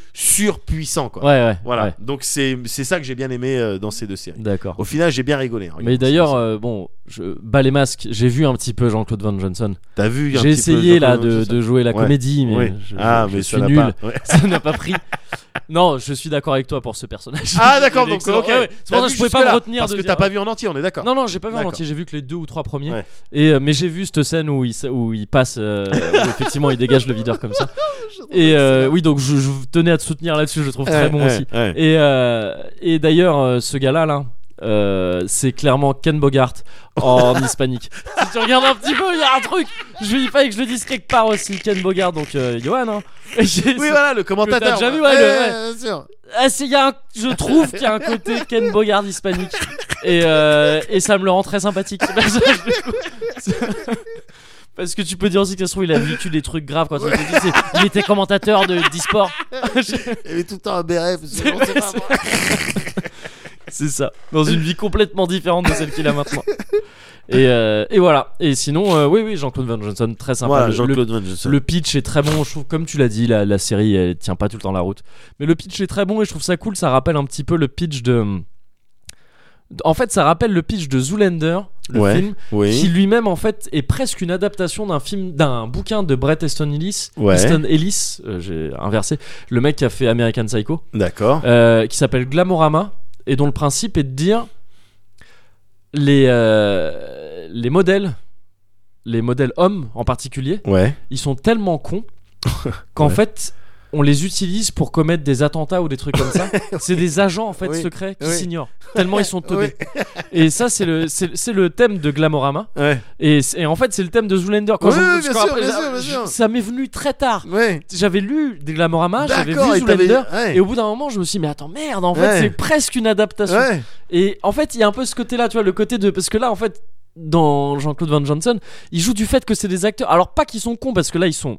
A: surpuissant quoi
B: Ouais, ouais,
A: voilà
B: ouais.
A: donc c'est c'est ça que j'ai bien aimé euh, dans ces deux séries
B: D'accord.
A: au final, j'ai bien rigolé. hein.
B: Mais d'ailleurs, euh, bon, je bats les masques. J'ai vu un petit peu Jean-Claude Van Johnson.
A: t'as vu un
B: J'ai
A: petit peu
B: essayé
A: Jean-Claude
B: là
A: Van
B: de,
A: Damme,
B: de jouer la
A: Ouais.
B: comédie, mais
A: Oui.
B: je,
A: ah,
B: je- je
A: mais
B: suis
A: ça n'a
B: nul.
A: pas. ouais.
B: ça n'a pas pris. Non, je suis d'accord avec toi pour ce personnage.
A: Ah, d'accord.
B: Il est
A: Donc,
B: excellent.
A: ok.
B: Ouais, ouais. C'est
A: T'as
B: pour ça que
A: vu
B: je pouvais pas me
A: jusque-là,
B: retenir
A: Parce
B: de
A: que
B: dire- ah
A: t'as pas vu en entier, on est d'accord.
B: Non, non, j'ai pas vu en
A: D'accord.
B: entier, j'ai vu que les deux ou trois premiers.
A: Ouais.
B: Et, euh, mais j'ai vu cette scène où il, s- où il passe, euh, où effectivement il dégage le videur comme ça. Et euh, oui, donc je, je tenais à te soutenir là-dessus, je le trouve
A: Ouais,
B: très bon
A: ouais,
B: aussi.
A: ouais.
B: Et, euh, et d'ailleurs, euh, ce gars-là, là, euh, c'est clairement Ken Bogart en hispanique. Si tu regardes un petit peu, il y a un truc. Je lui dis pas que je le dise quelque part aussi, Ken Bogart, donc euh, Johan. Hein. Et j'ai-
A: Oui, voilà, le commentateur.
B: t'as déjà vu, ouais,
A: Ouais,
B: le-
A: ouais,
B: ouais.
A: bien sûr.
B: Ah, c'est- il y a un- je trouve qu'il y a un côté Ken Bogard hispanique. Et, euh, et ça me le rend très sympathique. C'est pas ça, je- Parce que tu peux dire aussi que ça se trouve, il a vécu des trucs graves. Quoi. Ça se trouve, c'est- Il était commentateur de d'e-sport.
A: Il y avait tout le temps un BRF.
B: C'est
A: on sait pas,
B: vrai,
A: moi.
B: C'est ça. Dans une vie complètement différente de celle qu'il a maintenant. Et, euh, et voilà. Et sinon, euh, oui, oui, Jean-Claude Van Johnson, très sympa.
A: Voilà,
B: Le- le
A: Jean-Claude Van Johnson.
B: le pitch est très bon, je trouve, comme tu l'as dit, la, la série elle tient pas tout le temps la route. Mais le pitch est très bon et je trouve ça cool, ça rappelle un petit peu le pitch de. En fait, ça rappelle le pitch de Zoolander, le
A: Ouais,
B: film, qui
A: Oui.
B: lui-même en fait est presque une adaptation d'un film, d'un bouquin de Bret Easton Ellis.
A: Ouais.
B: Easton Ellis, euh, j'ai inversé, le mec qui a fait American Psycho,
A: D'accord.
B: euh, qui s'appelle Glamorama et dont le principe est de dire les euh, les modèles, les modèles hommes en particulier
A: Ouais.
B: ils sont tellement cons qu'en
A: Ouais.
B: fait on les utilise pour commettre des attentats ou des trucs comme ça. C'est des agents en fait
A: Oui.
B: secrets qui
A: Oui.
B: s'ignorent tellement ils sont teubés.
A: Ouais.
B: Et ça c'est le c'est c'est le thème de Glamorama
A: Ouais.
B: et, c'est- et en fait c'est le thème de Zoolander. Quand
A: Oui,
B: je-
A: oui,
B: parce
A: bien
B: que
A: sûr,
B: après,
A: bien
B: j'a-
A: sûr, bien sûr.
B: Ça m'est venu très tard.
A: Ouais.
B: J'avais lu des Glamorama, j'avais
A: D'accord,
B: vu
A: et t'avais-
B: Zoolander.
A: ouais.
B: Et au bout d'un moment, je me suis dit, mais attends, merde, en fait,
A: Ouais.
B: c'est presque une adaptation.
A: Ouais.
B: Et en fait, il y a un peu ce côté-là, tu vois, le côté de. Parce que là, en fait, dans Jean-Claude Van Johnson, il joue du fait que c'est des acteurs. Alors, pas qu'ils sont cons, parce que là, ils sont.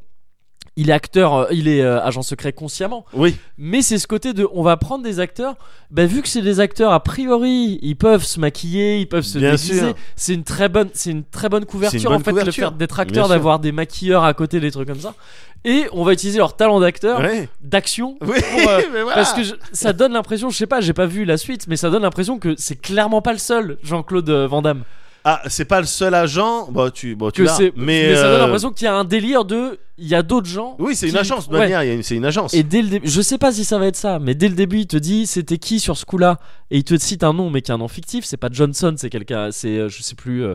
B: Il est acteur, euh, il est euh, agent secret consciemment,
A: Oui.
B: mais c'est ce côté de on va prendre des acteurs. Bah, vu que c'est des acteurs, a priori, ils peuvent se maquiller, ils peuvent se
A: Bien
B: déguiser.
A: sûr.
B: C'est une très bonne, c'est une très bonne couverture
A: bonne
B: en fait le
A: couverture.
B: faire d'être acteur,
A: Bien sûr.
B: d'avoir des maquilleurs à côté, des trucs comme ça. Et on va utiliser leur talent d'acteur,
A: Ouais.
B: d'action,
A: Oui.
B: pour, euh,
A: mais voilà.
B: parce que je- ça donne l'impression, je sais pas, j'ai pas vu la suite, mais ça donne l'impression que c'est clairement pas le seul Jean-Claude euh, Van Damme.
A: Ah, c'est pas le seul agent. Bah, tu, bon, tu
B: Que
A: l'as.
B: c'est,
A: Mais,
B: ça
A: euh,
B: donne l'impression qu'il y a un délire de, il y a d'autres gens.
A: Oui, c'est une
B: qui-
A: agence. De
B: ouais.
A: manière, il y a une- c'est une agence.
B: Et dès le début, je sais pas si ça va être ça, mais dès le début, il te dit c'était qui sur ce coup-là, et il te cite un nom, mais qui est un nom fictif. C'est pas Johnson, c'est quelqu'un, c'est euh, je sais plus, euh,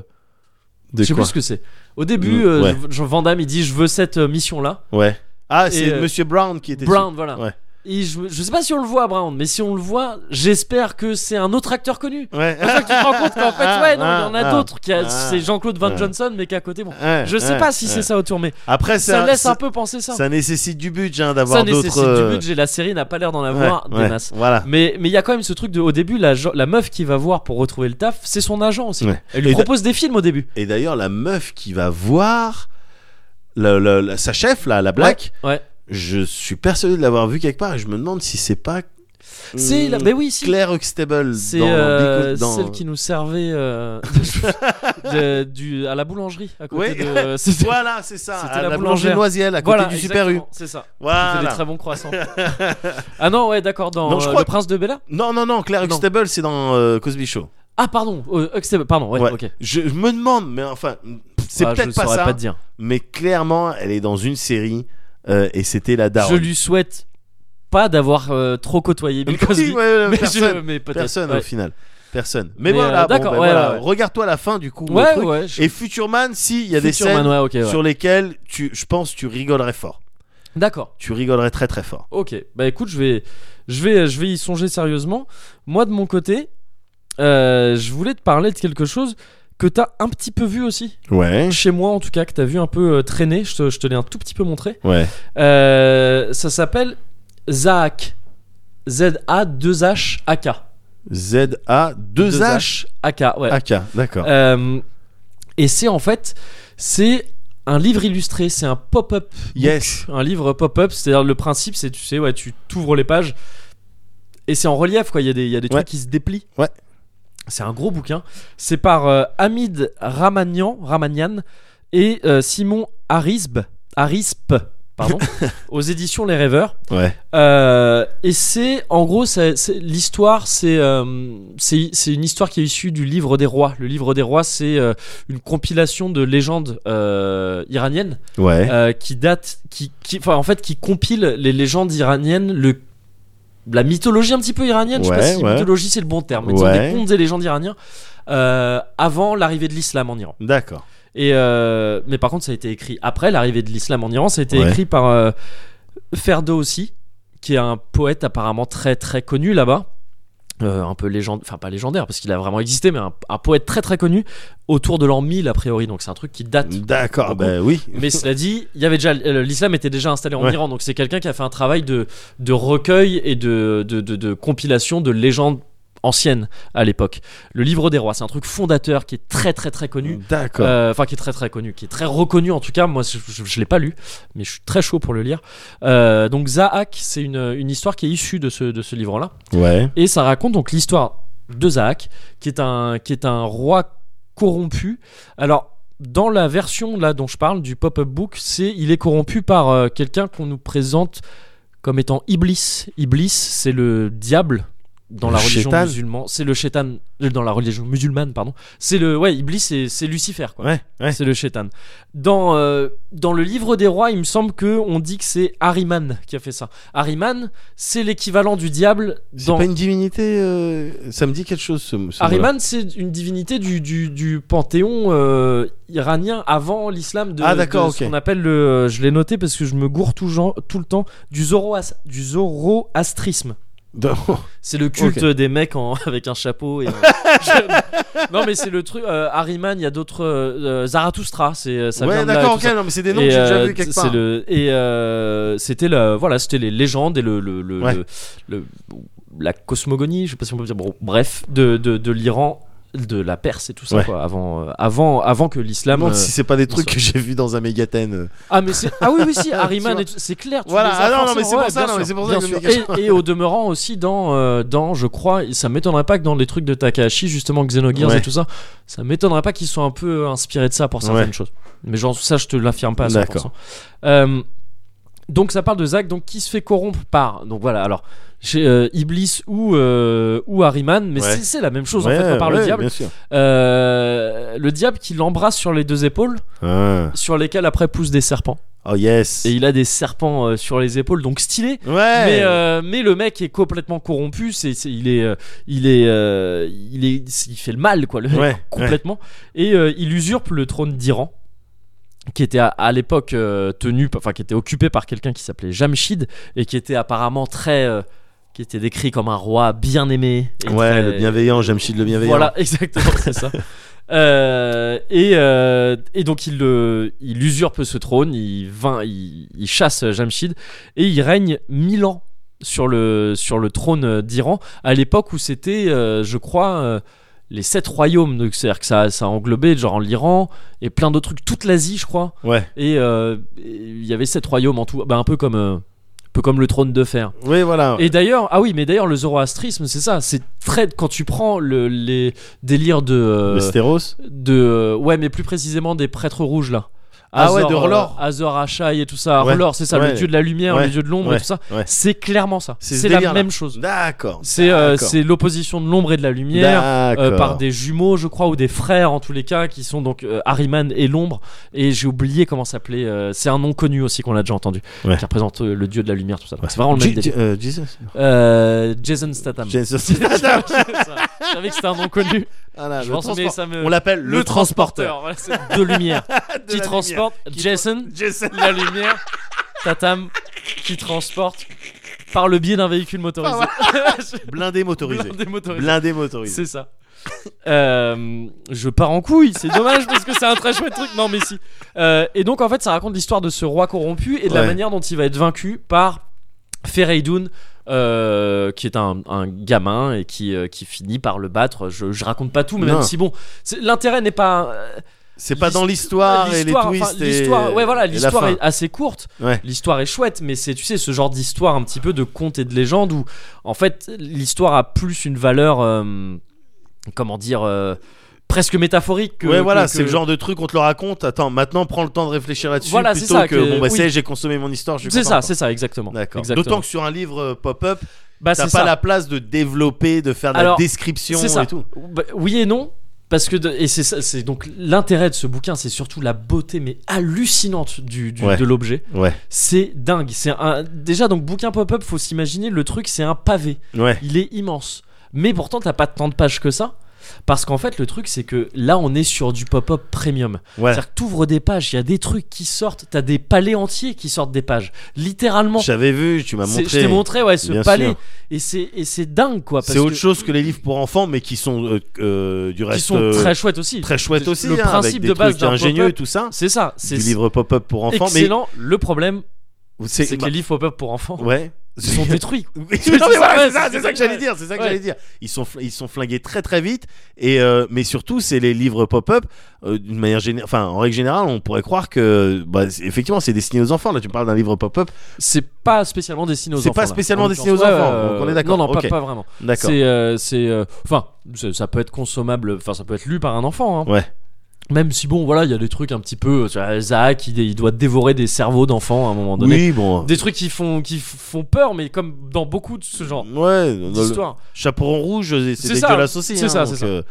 A: De
B: je sais
A: quoi
B: plus ce que c'est. Au début,
A: Mm,
B: euh,
A: ouais.
B: je- Van Damme, il dit je veux cette euh, mission-là.
A: Ouais. Ah, c'est
B: Et, euh,
A: Monsieur Brown qui était.
B: Brown, voilà.
A: Ouais.
B: Et je, je sais pas si on le voit, Brown, mais si on le voit, j'espère que c'est un autre acteur connu.
A: sur- Ouais.
B: C'est pour ça que tu te rends compte qu'en fait, ouais, non, il y en a
A: Ah,
B: d'autres. qui a-
A: ah,
B: C'est Jean-Claude Van
A: ah.
B: Johnson, mais qu'à côté, bon.
A: Ouais,
B: Je sais
A: ouais,
B: pas si
A: ouais.
B: c'est ça autour, mais
A: Après,
B: ça,
A: ça,
B: laisse
A: ça,
B: un peu penser ça.
A: ça nécessite du budget hein,
B: Ça
A: d'avoir d'autres.
B: nécessite
A: euh,
B: du budget. La série n'a pas l'air d'en avoir
A: ouais,
B: des
A: ouais,
B: masses.
A: Voilà.
B: Mais mais il y a quand même ce truc de au début la, jo- la meuf qui va voir pour retrouver le taf c'est son agent aussi
A: Ouais.
B: elle
A: Et
B: lui
A: d'a-
B: propose des films au début
A: Et d'ailleurs, la meuf qui va voir le- le- le- sa chef, là, la black,
B: ouais
A: je suis persuadé de l'avoir vu quelque part et je me demande si c'est pas.
B: c'est
A: hum,
B: la- mais oui si.
A: Claire Huxtable
B: c'est
A: dans,
B: euh,
A: Big Good- dans-
B: celle qui nous servait euh, de- du, à la boulangerie à côté
A: Ouais.
B: de euh, c'était-
A: Voilà, c'est ça.
B: C'était
A: à
B: la
A: la,
B: boulangère.
A: boulangerie Noisiel, à côté
B: voilà
A: du Super U.
B: exactement, c'est ça C'était des
A: Voilà.
B: très bons croissants. ah non, ouais, d'accord, dans
A: Non, je
B: euh,
A: crois
B: Le Prince de Bella
A: Non, non, non, Claire
B: Non.
A: Huxtable, c'est dans euh, Cosby Show.
B: Ah, pardon, euh, Huxtable, pardon, ouais,
A: Ouais.
B: ok.
A: Je je me demande, mais enfin, c'est
B: Ah, je
A: peut-être pas
B: saurais
A: ça.
B: pas te dire.
A: mais clairement, elle est dans une série euh, et c'était la daronne.
B: Je lui souhaite pas d'avoir euh, trop côtoyé Bill
A: Oui,
B: Cosby.
A: ouais, ouais,
B: mais je-
A: personne,
B: mais peut-être.
A: personne
B: ouais.
A: au final. Personne. Mais,
B: Mais,
A: voilà,
B: euh,
A: bon,
B: d'accord,
A: ben
B: ouais,
A: voilà.
B: ouais, ouais.
A: regarde-toi la fin du coup. le
B: Ouais,
A: truc.
B: ouais. je-
A: Et Futureman, si, il y a des
B: Future
A: scènes
B: Man, ouais, ok, ouais.
A: sur lesquelles tu, je pense tu rigolerais fort.
B: D'accord.
A: Tu rigolerais très très fort.
B: Ok. Bah écoute, je vais, je vais, je vais y songer sérieusement. Moi, de mon côté, euh, je voulais te parler de quelque chose que t'as un petit peu vu aussi.
A: Ouais.
B: Chez moi, en tout cas, que t'as vu un peu euh, traîner. Je te, je te l'ai un tout petit peu montré.
A: Ouais.
B: Euh, ça s'appelle Zahak. Z-A-2-H-A-K.
A: Z-A-2-H.
B: A-K, ouais.
A: AK, d'accord.
B: Euh, et c'est en fait, c'est un livre illustré, c'est un pop-up,
A: yes.
B: un livre pop-up. C'est-à-dire le principe, c'est tu sais, ouais, tu t'ouvres les pages et c'est en relief quoi. Il y a des, il y a des
A: Ouais.
B: trucs qui se déplient.
A: Ouais.
B: C'est un gros bouquin. C'est par euh, Hamid Ramanian, Ramanian et euh, Simon Harisb, Harisp, pardon, aux éditions Les Rêveurs.
A: Ouais.
B: Euh, et c'est en gros ça- c'est- l'histoire c'est euh, c'est c'est une histoire qui est issue du livre des rois le livre des rois c'est euh, une compilation de légendes euh, iraniennes
A: Ouais.
B: euh, qui date qui qui enfin en fait qui compile les légendes iraniennes le la mythologie un petit peu iranienne je sais
A: Ouais,
B: pas si
A: ouais.
B: mythologie c'est le bon terme mais disons
A: Ouais.
B: des contes et légendes iraniens euh, avant l'arrivée de l'islam en Iran
A: D'accord.
B: et euh, mais par contre, ça a été écrit après l'arrivée de l'islam en Iran. Ça a été
A: Ouais.
B: écrit par euh, Ferdowsi, qui est un poète apparemment très très connu là-bas. Euh, un peu légende, enfin pas légendaire parce qu'il a vraiment existé, mais un, un poète très très connu autour de l'an 1000 a priori. Donc c'est un truc qui date.
A: D'accord,
B: Beaucoup.
A: ben oui.
B: Mais cela dit, il y avait déjà euh, l'islam était déjà installé en
A: Ouais.
B: Iran, donc c'est quelqu'un qui a fait un travail de de recueil et de de, de- de compilation de légendes anciennes à l'époque. Le livre des rois, c'est un truc fondateur qui est très très très connu.
A: D'accord.
B: Euh, Enfin, qui est très très connu, qui est très reconnu en tout cas. Moi, je, je- je l'ai pas lu, mais je suis très chaud pour le lire. Euh, donc, Zahak, c'est une, une histoire qui est issue de ce, de ce livre-là.
A: ouais.
B: Et ça raconte donc l'histoire de Zahak, qui est un, qui est un roi corrompu. Alors. Dans la version là dont je parle du pop-up book, c'est il est corrompu par euh, quelqu'un qu'on nous présente comme étant Iblis. Iblis, c'est le diable dans
A: Le
B: la religion
A: shétan.
B: musulmane, c'est le chétan dans la religion musulmane pardon. C'est le ouais, Iblis c'est c'est Lucifer quoi.
A: Ouais, ouais.
B: C'est le chétan. Dans, euh, dans le livre des rois, il me semble que on dit que c'est Ahriman qui a fait ça. Ahriman, c'est l'équivalent du diable
A: C'est
B: dans
A: pas une divinité. euh, Ça me dit quelque chose, ce, ce mot-là.
B: Ahriman, c'est une divinité du, du, du panthéon euh, iranien avant l'islam de,
A: Ah, d'accord,
B: de ce
A: ok.
B: qu'on appelle le. euh, Je l'ai noté parce que je me gourre tout, genre- tout le temps du, zoroas- du zoroastrisme.
A: Dans-
B: C'est le culte des mecs en- avec un chapeau. Et, un- Je- Non, mais c'est le truc. euh, Ahriman, il y a d'autres. euh, Zarathustra, c'est, ça vient
A: Ouais,
B: de là et
A: d'accord,
B: tout
A: ok,
B: ça.
A: non, mais c'est des noms
B: Et,
A: que j'ai déjà
B: euh,
A: vus quelque
B: c'est
A: part.
B: le- et euh, c'était la, voilà, c'était les légendes et le, le, le-
A: Ouais.
B: le- le- la cosmogonie, je sais pas si on peut dire, bon, bref, de, de, de l'Iran, de la Perse et tout ça,
A: Ouais.
B: quoi, avant, euh, avant, avant que
A: Je
B: l'islam.
A: me demande
B: euh,
A: si c'est pas des trucs
B: bonsoir.
A: que j'ai vus dans un Megaten.
B: Ah mais c'est, ah oui, oui, si, Harriman,
A: vois.
B: et tout- c'est clair. tu
A: Voilà,
B: les as
A: ah non, non,
B: forcément,
A: mais c'est pour
B: ouais,
A: ça,
B: bien
A: non, mais
B: sûr,
A: c'est pour ça
B: bien
A: que je
B: sûr.
A: me cache.
B: Et, et au demeurant aussi dans, euh, dans, je crois, ça m'étonnerait pas que dans les trucs de Takahashi, justement, Xenogears
A: Ouais.
B: et tout ça, ça m'étonnerait pas qu'ils soient un peu inspirés de ça pour certaines
A: Ouais.
B: choses. Mais genre, ça, je te l'affirme pas à 100%.
A: D'accord.
B: Euh, donc ça parle de Zack donc qui se fait corrompre par donc voilà alors chez euh, Iblis ou euh, ou Harriman mais
A: Ouais.
B: c'est- c'est la même chose
A: Ouais,
B: en fait par
A: ouais,
B: le diable
A: Bien sûr.
B: Euh, le diable qui l'embrasse sur les deux épaules
A: Ah.
B: sur lesquelles après poussent des serpents
A: Oh yes.
B: et il a des serpents euh, sur les épaules donc stylé
A: Ouais.
B: mais, euh, mais le mec est complètement corrompu, c'est, c'est- il est, euh, il est, euh, il est, il fait le mal quoi, le mec,
A: Ouais,
B: complètement. Et euh, il usurpe le trône d'Iran, qui était à, à l'époque euh, tenu, enfin qui était occupé par quelqu'un qui s'appelait Jamshid et qui était apparemment très, euh, qui était décrit comme un roi bien aimé. et
A: Ouais,
B: très-
A: le bienveillant, Jamshid le bienveillant.
B: voilà, exactement, c'est ça. Euh, et, euh, et donc il, le- il usurpe ce trône, il, vain- il, il chasse Jamshid et il règne mille ans sur le, sur le trône d'Iran à l'époque où c'était, euh, je crois, euh, les sept royaumes. Donc c'est-à-dire que ça, ça englobait genre l'Iran et plein d'autres trucs, toute l'Asie, je crois.
A: Ouais.
B: Et euh, et il y avait sept royaumes en tout, bah, un peu comme, euh, un peu comme le trône de fer.
A: Oui, voilà.
B: Et d'ailleurs, ah oui, mais d'ailleurs, le zoroastrisme, c'est ça. C'est très. Quand tu prends le, les délires de. euh,
A: Le stéros.
B: de euh, ouais, mais plus précisément des prêtres rouges, là.
A: Ah ouais, de
B: euh,
A: R'hllor.
B: Azor Ahai et tout ça.
A: Ouais.
B: R'hllor, c'est ça,
A: Ouais.
B: le dieu de la lumière,
A: Ouais.
B: le dieu de l'ombre
A: Ouais.
B: et tout ça.
A: Ouais.
B: C'est clairement ça.
A: C'est ce
B: C'est la
A: délire-là.
B: même chose.
A: D'accord.
B: C'est euh,
A: D'accord.
B: c'est l'opposition de l'ombre et de la lumière. euh,
A: D'accord.
B: par des jumeaux, je crois, ou des frères en tous les cas, qui sont donc euh, Harriman et l'ombre. Et j'ai oublié comment s'appelait. euh, c'est un nom connu aussi qu'on a déjà entendu,
A: Ouais.
B: qui représente euh, le dieu de la lumière, tout ça. Donc
A: Ouais.
B: C'est vraiment le même
A: J-
B: délire.
A: J- euh, Jesus.
B: Euh, Jason Statham.
A: Jesus.
B: Je savais que c'était un nom connu.
A: Voilà,
B: Je
A: Ah, le
B: pense, mais
A: transport.
B: ça me.
A: On l'appelle le, transporteur.
B: Voilà, c'est deux lumières.
A: De
B: qui
A: la
B: transporte
A: lumière. Qui
B: Jason,
A: Jason.
B: la lumière, Tatam, qui transporte par le biais d'un véhicule motorisé.
A: Blindé Ah, motorisé.
B: Blindé motorisé.
A: Blindé motorisé.
B: C'est ça. Euh, je pars en couille, c'est dommage parce que c'est un très chouette truc. Non, mais si. Euh, et donc, en fait, ça raconte l'histoire de ce roi corrompu et de la
A: Ouais.
B: manière dont il va être vaincu par Fereydoun. euh, qui est un, un gamin et qui, euh, qui finit par le battre. Je, je raconte pas tout, mais
A: Non.
B: même si bon, c'est- l'intérêt n'est pas. euh,
A: C'est pas dans
B: l'hist-
A: l'histoire et les
B: l'histoire, enfin,
A: twists. et-
B: l'histoire- ouais, voilà,
A: et la
B: l'histoire
A: fin.
B: est assez courte.
A: Ouais.
B: L'histoire est chouette, mais c'est, tu sais, ce genre d'histoire un petit peu de conte et de légende où, en fait, l'histoire a plus une valeur, euh, comment dire, euh, presque métaphorique que.
A: ouais, voilà,
B: que-
A: c'est
B: que-
A: le genre de truc on te le raconte. Attends, maintenant prends le temps de réfléchir là-dessus
B: Voilà, c'est
A: plutôt
B: ça,
A: que,
B: que-
A: bon bah
B: oui.
A: c'est j'ai consommé mon histoire. Je suis
B: C'est
A: content,
B: ça,
A: quoi.
B: c'est ça, exactement.
A: D'accord.
B: Exactement.
A: D'autant que sur un livre euh, pop-up,
B: Bah,
A: t'as
B: c'est
A: pas
B: ça.
A: la place de développer, de faire de la
B: Alors,
A: description
B: c'est ça.
A: et tout.
B: Bah, oui et non. Parce que de- et c'est ça- c'est donc l'intérêt de ce bouquin, c'est surtout la beauté mais hallucinante du, du-
A: Ouais.
B: de l'objet.
A: Ouais,
B: C'est dingue. C'est un déjà donc bouquin pop-up, faut s'imaginer le truc, c'est un pavé.
A: ouais,
B: il est immense. Mais pourtant, t'as pas tant de pages que ça. Parce qu'en fait, le truc, c'est que là, on est sur du pop-up premium.
A: ouais.
B: C'est-à-dire que t'ouvres des pages, il y a des trucs qui sortent, t'as des palais entiers qui sortent des pages. Littéralement.
A: J'avais vu, tu m'as
B: C'est-
A: montré.
B: Je t'ai montré, ouais, ce
A: Bien
B: palais.
A: sûr.
B: Et c'est, et c'est dingue, quoi. parce
A: C'est autre
B: que-
A: chose que les livres pour enfants, mais qui sont euh, euh, du
B: Qui
A: reste
B: sont
A: euh,
B: très chouettes aussi.
A: très chouettes
B: Le
A: aussi. hein,
B: principe
A: avec des
B: de base
A: trucs
B: d'un
A: ingénieux
B: pop-up,
A: et tout ça.
B: C'est ça. C'est
A: Du livre pop-up pour enfants,
B: excellent. Le problème,
A: mais
B: c'est, que les livres pop-up pour enfants
A: ouais.
B: sont détruits. quoi.
A: Oui, non, mais voilà,
B: Ouais,
A: c'est ça,
B: c'est
A: c'est
B: ça,
A: ça que j'allais
B: ouais.
A: dire, c'est ça que
B: Ouais.
A: j'allais dire. Ils sont, fl- ils sont flingués très très vite et euh, mais surtout c'est les livres pop-up euh, d'une manière géné- enfin en règle générale on pourrait croire que bah, c'est- effectivement c'est destiné aux enfants là tu me parles d'un livre pop-up
B: C'est pas spécialement destiné aux enfants.
A: C'est pas
B: là,
A: spécialement
B: en
A: destiné aux
B: l'occurrence.
A: enfants,
B: Ouais,
A: donc on
B: euh,
A: est d'accord.
B: Non, non, pas-
A: Ok.
B: pas vraiment.
A: d'accord
B: C'est, euh, c'est, euh, enfin, c'est- ça peut être consommable, enfin, ça peut être lu par un enfant. hein.
A: ouais
B: Même si, bon, voilà, il y a des trucs un petit peu. tu vois, Zach, il, il doit dévorer des cerveaux d'enfants à un moment donné.
A: Oui, bon.
B: Des trucs qui font, qui f- font peur, mais comme dans beaucoup de ce genre
A: Ouais, dans le-
B: d'histoire.
A: Chaperon rouge, c'est- c'est
B: C'est ça,
A: dégueulasse aussi.
B: c'est
A: hein,
B: ça,
A: donc,
B: c'est ça.
A: euh,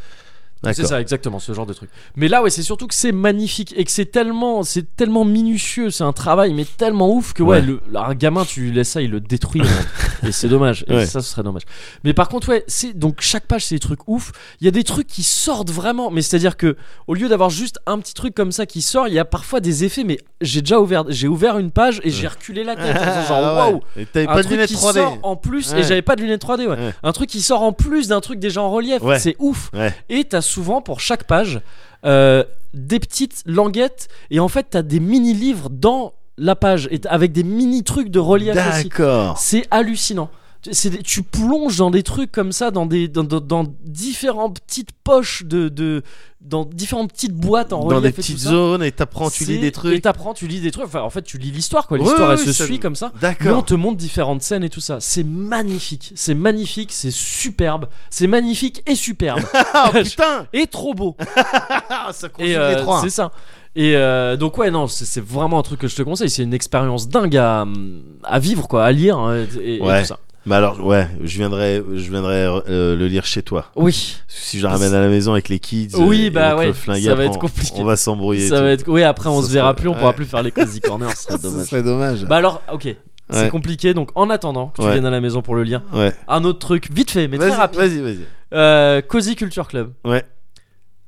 B: C'est
A: D'accord.
B: ça, exactement, ce genre de truc. Mais là, ouais, c'est surtout que c'est magnifique et que c'est tellement, c'est tellement minutieux, c'est un travail, mais tellement ouf que, ouais,
A: Ouais.
B: le- là, un gamin, tu lui laisses ça, il le détruit. hein. et c'est dommage. Et
A: Ouais.
B: ça, ce serait dommage. Mais par contre, ouais, c'est, donc chaque page, c'est des trucs ouf. Il y a des trucs qui sortent vraiment, mais c'est-à-dire que, au lieu d'avoir juste un petit truc comme ça qui sort, il y a parfois des effets, mais j'ai déjà ouvert, j'ai ouvert une page et j'ai reculé la tête. en disant genre,
A: Ah ouais.
B: waouh,
A: Et T'avais
B: un
A: pas de
B: truc
A: lunettes
B: qui
A: 3D.
B: sort en plus et
A: Ouais.
B: j'avais pas de lunettes 3D ouais.
A: Ouais.
B: un truc qui sort en plus d'un truc déjà en relief
A: Ouais.
B: c'est ouf
A: Ouais.
B: et t'as souvent pour chaque page euh, des petites languettes et en fait t'as des mini livres dans la page et t'as- avec des mini trucs de relief aussi
A: D'accord.
B: c'est hallucinant Tu- c'est des- tu plonges dans des trucs comme ça dans des dans, dans, dans différentes petites poches de, de dans différentes petites boîtes en
A: Dans
B: relief
A: des
B: et tout
A: petites
B: ça.
A: zones et t'apprends, tu lis
B: C'est-
A: des
B: et
A: trucs.
B: t'apprends tu lis des trucs enfin en fait tu lis l'histoire quoi
A: Ouais,
B: l'histoire
A: ouais,
B: elle se
A: ouais, ça-
B: suit comme ça mais on
A: D'accord.
B: te montre différentes scènes et tout ça. C'est magnifique. C'est magnifique. C'est superbe. C'est magnifique et superbe.
A: Ah putain
B: et trop beau.
A: Ah, Ça confie
B: Et
A: les
B: euh,
A: trois.
B: c'est ça. Et euh, donc, ouais, non, c'est c'est vraiment un truc que je te conseille. C'est une expérience dingue à, à vivre, quoi, à lire hein, et, et
A: Ouais.
B: tout ça.
A: Mais alors, ouais, je viendrai, je viendrai euh, le lire chez toi.
B: Oui.
A: Si je le ramène à la maison avec les kids,
B: Oui,
A: euh, et
B: bah
A: l'oncle
B: ouais,
A: Flingue,
B: ça va
A: après,
B: être
A: on-
B: compliqué.
A: On va s'embrouiller.
B: Ça va être... Oui, après, on
A: Ça
B: se verra
A: serait-
B: plus. On pourra
A: ouais.
B: plus faire les crazy corners. Ce serait dommage.
A: serait dommage.
B: Bah alors, ok. C'est
A: Ouais.
B: compliqué. Donc, en attendant que tu
A: Ouais.
B: viennes à la maison pour le lire,
A: ouais.
B: un autre truc, vite fait, Bah, mais très
A: Vas-y,
B: rapide.
A: vas-y, vas-y.
B: Euh, Cozy Culture Club.
A: Ouais.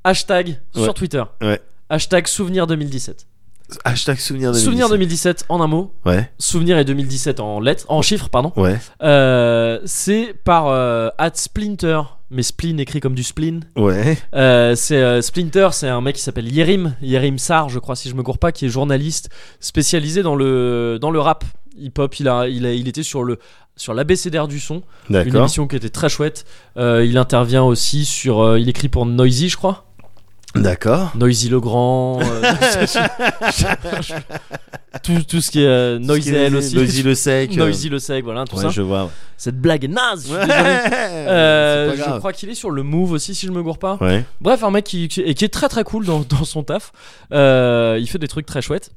B: Hashtag sur
A: Ouais.
B: Twitter.
A: Ouais.
B: Hashtag souvenir 2017.
A: Hashtag souvenir de
B: Souvenir 2017 en un mot.
A: Ouais,
B: Souvenir et 2017 en lettres, en chiffres, pardon.
A: ouais,
B: Euh, c'est par euh, at Splinter, mais spleen écrit comme du spleen.
A: ouais.
B: Euh, c'est euh, Splinter, c'est un mec qui s'appelle Yerim, Yerim Sar, je crois si je me cours pas, qui est journaliste spécialisé dans le dans le rap hip-hop. Il a, il a, il était sur le sur l'abécédaire du son, une
A: D'accord.
B: émission qui était très chouette. Euh, il intervient aussi sur, euh, il écrit pour Noisy, je crois.
A: D'accord.
B: Noisy le Grand, euh, tout, tout ce qui est euh, Noisy
A: Noisy-
B: elle aussi.
A: Noisy le sec. euh,
B: Noisy le sec, voilà, tout
A: Ouais,
B: ça.
A: je vois.
B: Cette blague est naze, je suis désolé. Euh, je crois qu'il est sur le move aussi, si je me gourre pas.
A: Ouais.
B: Bref, un mec qui, qui- et qui est très très cool dans, dans son taf. Euh, il fait des trucs très chouettes.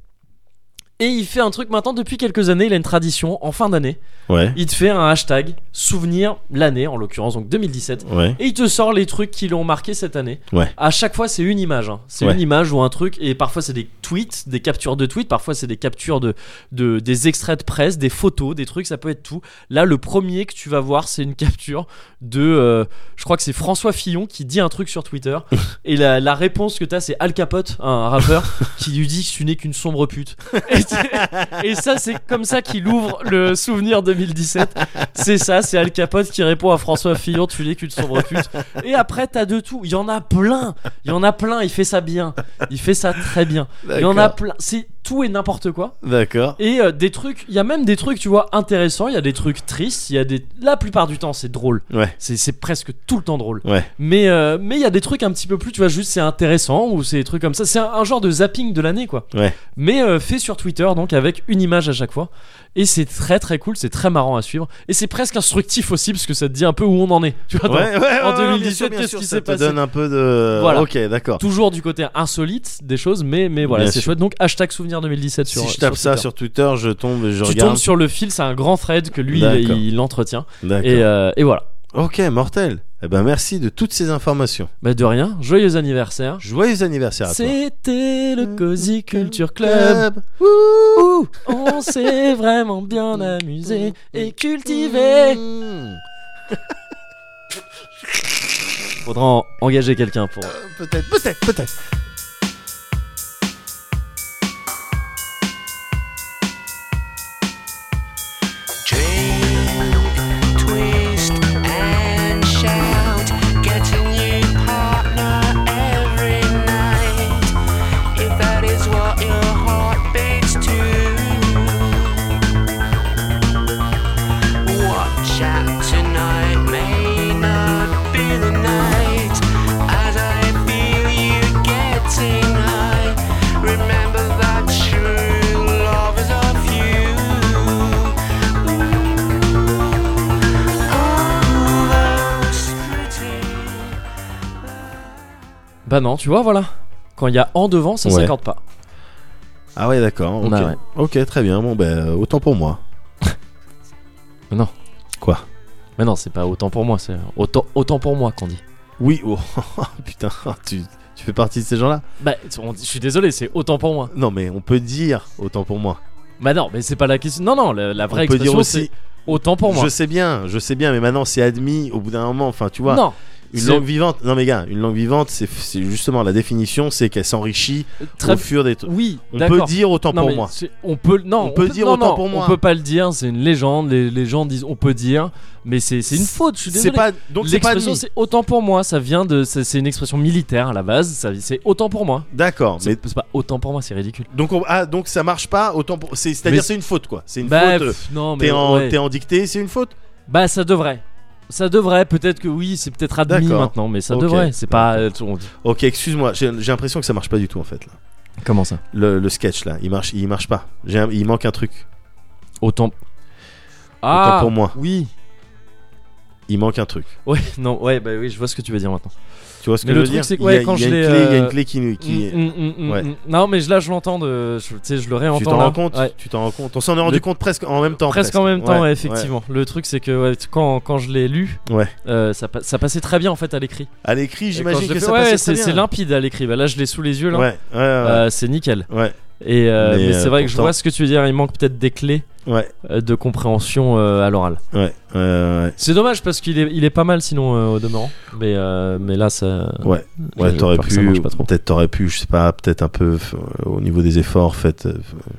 B: Et il fait un truc maintenant depuis quelques années. Il a une tradition en fin d'année.
A: Ouais.
B: Il te fait un hashtag souvenir l'année, en l'occurrence, donc 2017.
A: Ouais.
B: Et il te sort les trucs qui l'ont marqué cette année.
A: Ouais.
B: À chaque fois, c'est une image. hein. C'est
A: Ouais.
B: une image ou un truc. Et parfois, c'est des tweets, des captures de tweets. Parfois, c'est des captures de, de des extraits de presse, des photos, des trucs. Ça peut être tout. Là, le premier que tu vas voir, c'est une capture de. euh, je crois que c'est François Fillon qui dit un truc sur Twitter. et la, la réponse que t'as, c'est Al Capote, un rappeur, qui lui dit Tu n'es qu'une sombre pute. Et, c'est- et ça, c'est comme ça qu'il ouvre le souvenir 2017. C'est ça, c'est Al Capote qui répond à François Fillon, tu n'es qu'une sombre pute. Et après, t'as de tout. Il y en a plein. Il y en a plein. Il fait ça bien. Il fait ça très bien. Il y en a plein. C'est tout et n'importe quoi.
A: D'accord.
B: Et euh, des trucs, il y a même des trucs, tu vois, intéressants. Il y a des trucs tristes. Il y a des. La plupart du temps, c'est drôle.
A: Ouais.
B: C'est c'est presque tout le temps drôle.
A: Ouais.
B: Mais euh, mais il y a des trucs un petit peu plus, tu vois, juste c'est intéressant ou c'est des trucs comme ça. C'est un, un genre de zapping de l'année, quoi.
A: Ouais.
B: Mais euh, fait sur Twitter, donc avec une image à chaque fois. Et c'est très très cool, c'est très marrant à suivre. Et c'est presque instructif aussi, parce que ça te dit un peu où on en est. Tu vois, dans-
A: Ouais, ouais, ouais,
B: en
A: ouais, bien
B: 2017,
A: sûr, bien
B: qu'est-ce
A: sûr,
B: qui
A: ça
B: s'est
A: te
B: passé
A: donne un peu de.
B: Voilà.
A: Ok, d'accord.
B: toujours du côté insolite des choses, mais, mais voilà,
A: Bien
B: c'est
A: sûr.
B: chouette. Donc, hashtag souvenir 2017 sur.
A: Si je tape ça
B: Twitter.
A: sur Twitter, je tombe, et je
B: Tu
A: regarde.
B: tombes sur le fil, c'est un grand thread que lui, il-
A: D'accord.
B: il entretient.
A: D'accord.
B: Et, euh, et voilà.
A: Ok, mortel. Eh ben, merci de toutes ces informations.
B: Bah, de rien, joyeux anniversaire.
A: Joyeux anniversaire à toi.
B: C'était
A: Mm,
B: le Cozy Culture Club. Ouh, on s'est vraiment bien
A: Mm,
B: amusé et cultivé.
A: Mmh.
B: Faudra en- engager quelqu'un pour.
A: Peut-être, peut-être, peut-être.
G: twist and shout. Get a new partner every night. If that is what your heart beats to. Watch out tonight may not be the night. As I feel you getting high, remember that true love is of you. All those pretty
B: Bah non, tu vois, voilà. Quand il y a en devant, ça
A: Ouais.
B: s'accorde pas.
A: Ah ouais, d'accord. Ok.
B: Bah ouais.
A: Ok, très bien. Bon, ben, autant pour moi.
B: Non.
A: Quoi
B: Mais non, c'est pas autant pour moi, c'est autant, autant pour moi qu'on dit.
A: Oui, oh, putain, oh, tu, tu fais partie de ces gens-là
B: Bah, on dit- je suis désolé, c'est autant pour moi.
A: Non, mais on peut dire autant pour moi.
B: Bah non, mais c'est pas la question. Non, non, la, la vraie
A: on peut dire
B: expression
A: aussi.
B: c'est autant pour moi.
A: Je sais bien, je sais bien, mais maintenant c'est admis au bout d'un moment. Enfin, tu vois,
B: non,
A: une
B: c'est-
A: langue vivante. Non, mais gars, une langue vivante, c'est c'est justement la définition, c'est qu'elle s'enrichit
B: très
A: au fur des trucs.
B: oui,
A: On peut
B: d'accord.
A: dire autant
B: Non,
A: pour
B: mais
A: moi.
B: c'est- On peut non,
A: On peut dire
B: non,
A: autant
B: non,
A: pour moi.
B: On peut pas le dire, c'est une légende. Les, les gens disent on peut dire, mais c'est c'est une faute. Je suis
A: C'est pas
B: désolé.
A: donc c'est pas
B: L'expression
A: admis.
B: c'est autant pour moi. Ça vient de c'est c'est une expression militaire à la base. ça- C'est autant pour moi.
A: D'accord, mais
B: C'est c'est pas autant pour moi, c'est ridicule.
A: donc on- ah donc ça marche pas autant pour c'est c'est-à-dire
B: Mais-
A: c'est une faute quoi. C'est une
B: Bah,
A: faute. euh,
B: pff, non, mais
A: T'es en,
B: ouais.
A: t'es en dictée, c'est une faute.
B: Bah ça devrait. Ça devrait, peut-être que oui, c'est peut-être admis
A: D'accord.
B: maintenant, mais ça
A: Ok.
B: devrait. C'est pas. euh, on dit-
A: Ok, excuse-moi, j'ai j'ai l'impression que ça marche pas du tout en fait. Là.
B: Comment ça
A: Le, le sketch là, il marche, il marche pas. J'ai un- il manque un truc.
B: Autant. Ah
A: pour moi.
B: Oui.
A: Il manque un truc.
B: Ouais, non, ouais, bah oui, je vois ce que tu veux dire maintenant.
A: Tu vois ce que
B: Mais
A: je
B: le
A: veux
B: truc,
A: dire
B: c'est que,
A: Il y
B: ouais,
A: a-
B: quand
A: il y a
B: je
A: une
B: l'ai,
A: clé- il y a
B: euh,
A: une clé qui, nous- qui
B: Mm, mm, mm, mm,
A: ouais.
B: mm. Non, mais je- là, je l'entends de. je- Tu sais, je le réentends.
A: Tu t'en
B: là.
A: rends compte
B: Ouais.
A: Tu t'en rends compte On s'en est rendu
B: Le-
A: compte presque en même temps.
B: Presque en même temps, ouais,
A: ouais,
B: effectivement. Le truc, c'est que ouais, quand, quand je l'ai lu,
A: Ouais.
B: euh, ça, pa- ça passait très bien en fait à l'écrit.
A: ouais. À l'écrit,
B: Et quand
A: j'imagine
B: je l'ai
A: que
B: fait-
A: ça
B: ouais,
A: passait
B: c'est
A: très
B: c'est
A: bien.
B: limpide à l'écrit. Bah, là, je l'ai sous les yeux, là.
A: Ouais, ouais, ouais,
B: Euh, c'est nickel.
A: ouais,
B: Et euh,
A: Mais,
B: mais, c'est
A: euh,
B: vrai que je
A: pourtant-
B: vois ce que tu veux dire. Il manque peut-être des clés
A: ouais,
B: euh, de compréhension euh, à l'oral.
A: ouais, ouais,
B: C'est dommage parce qu'il est, il est pas mal sinon euh, au demeurant. Mais, euh, mais là, ça.
A: ouais, ouais. Ouais,
B: j'ai
A: t'aurais
B: peur que ça
A: pu,
B: marche pas trop.
A: peut-être t'aurais pu, je sais pas, peut-être un peu f- euh, au niveau des efforts, fait, euh, f- euh,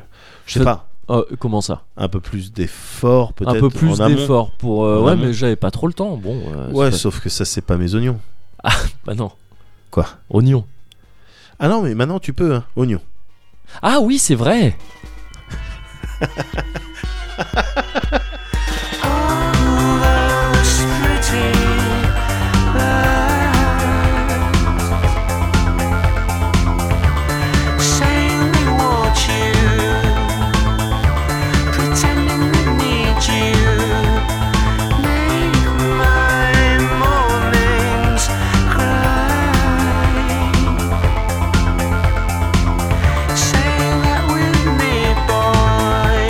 A: je sais
B: Peut-
A: pas,
B: Oh, comment ça
A: un peu plus d'efforts, peut-être.
B: Un peu
A: en
B: plus
A: amont.
B: d'effort pour. euh,
A: En
B: ouais,
A: amont.
B: mais j'avais pas trop le temps. Bon. euh, c'est
A: Ouais,
B: pas-
A: sauf que ça, c'est pas mes oignons.
B: Bah non.
A: Quoi
B: Oignon.
A: Ah non, mais maintenant tu peux, hein, oignon.
B: Ah oui, c'est vrai.
G: Those pretty lies, saying they want you, pretending they need you, make my mornings cry. Say that with me, boy.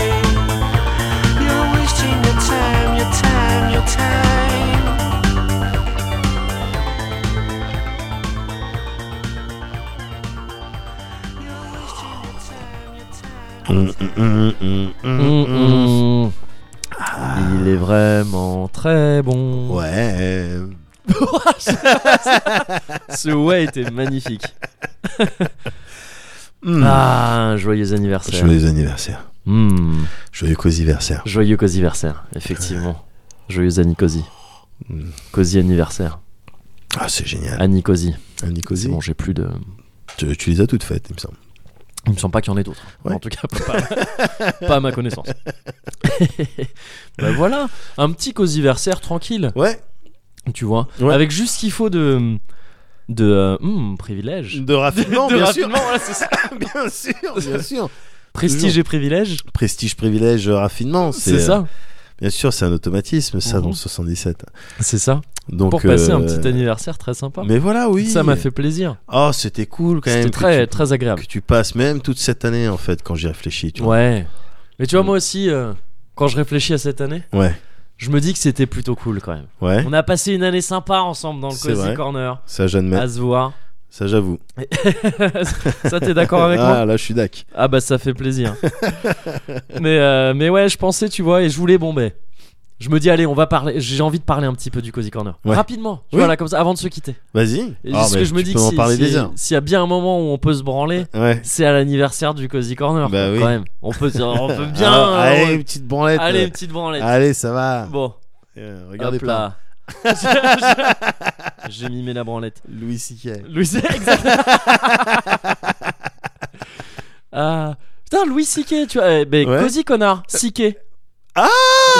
G: You're wasting your time, your time, your time. You're wasting your time, your
A: Mm,
G: time.
A: mm, mm, mm, mm, mm. Ah.
B: Mm, mm. Il est vraiment très bon.
A: Ouais.
B: Ce ouais était magnifique.
A: Mm.
B: Ah, un joyeux anniversaire.
A: Joyeux anniversaire.
B: Mm,
A: Joyeux cosiversaire.
B: Joyeux cosiversaire, effectivement. Joyeux Annie Cosi.
A: Mm.
B: Cosi anniversaire.
A: Ah, c'est génial.
B: Annie Cosi.
A: Annie Cosi.
B: C'est bon, j'ai plus de.
A: Tu, tu les as toutes faites, il me semble.
B: Il me semble pas qu'il y en ait d'autres.
A: Ouais.
B: En tout cas, pas, pas à ma connaissance. bah voilà, un petit cosiversaire tranquille.
A: Ouais.
B: tu vois
A: Ouais.
B: avec juste ce qu'il faut de de euh, hmm, privilège
A: De raffinement,
B: De
A: bien
B: raffinement,
A: sûr.
B: voilà, c'est ça.
A: bien sûr, bien sûr.
B: prestige
A: Toujours.
B: et privilège
A: Prestige, privilège, raffinement.
B: c'est
A: euh,
B: ça
A: bien sûr, c'est un automatisme, ça,
B: Mhm.
A: dans le 77.
B: c'est ça
A: Donc,
B: pour passer
A: euh,
B: un petit anniversaire très sympa
A: Mais voilà, oui.
B: ça m'a fait plaisir
A: Oh, c'était cool quand
B: c'était
A: même.
B: très
A: que,
B: très
A: tu,
B: agréable
A: que tu passes même toute cette année, en fait, quand j'y réfléchis. Tu vois.
B: ouais mais tu vois
A: Mm.
B: moi aussi euh, quand je réfléchis à cette année
A: Ouais.
B: je me dis que c'était plutôt cool quand même
A: Ouais.
B: on a passé une année sympa ensemble dans le
A: C'est
B: cozy
A: vrai.
B: corner
A: Ça, j'admets.
B: à se voir
A: Ça, j'avoue.
B: ça t'es d'accord avec moi
A: Ah, là, je suis d'ac.
B: Ah bah ça fait plaisir. mais, euh, mais ouais, je pensais, tu vois, et je voulais bomber. Je me dis, allez, on va parler. J'ai envie de parler un petit peu du Cozy Corner.
A: Ouais.
B: Rapidement, tu
A: Oui.
B: vois, là, comme ça, avant de se quitter.
A: Vas-y.
B: Et
A: Ah,
B: parce
A: mais
B: que je me
A: tu
B: dis
A: peux
B: que
A: en
B: si-
A: parler
B: si-
A: des heures.
B: s'il y a bien un moment où on peut se branler,
A: Ouais.
B: c'est à l'anniversaire du Cozy Corner.
A: Bah
B: quoi,
A: oui.
B: Quand même. On peut, on peut bien.
A: Alors,
B: euh,
A: Ah, allez,
B: ouais.
A: une petite branlette.
B: Allez,
A: euh.
B: une petite branlée.
A: Allez, ça va.
B: Bon,
A: Euh, regardez pas.
B: hop là. J'ai- J'ai mimé la branlette.
A: Louis C.K.
B: Louis exactement. ah, putain, Louis Siquet, tu vois. eh, ben,
A: Ouais.
B: Cozy connard, Siquet.
A: Ah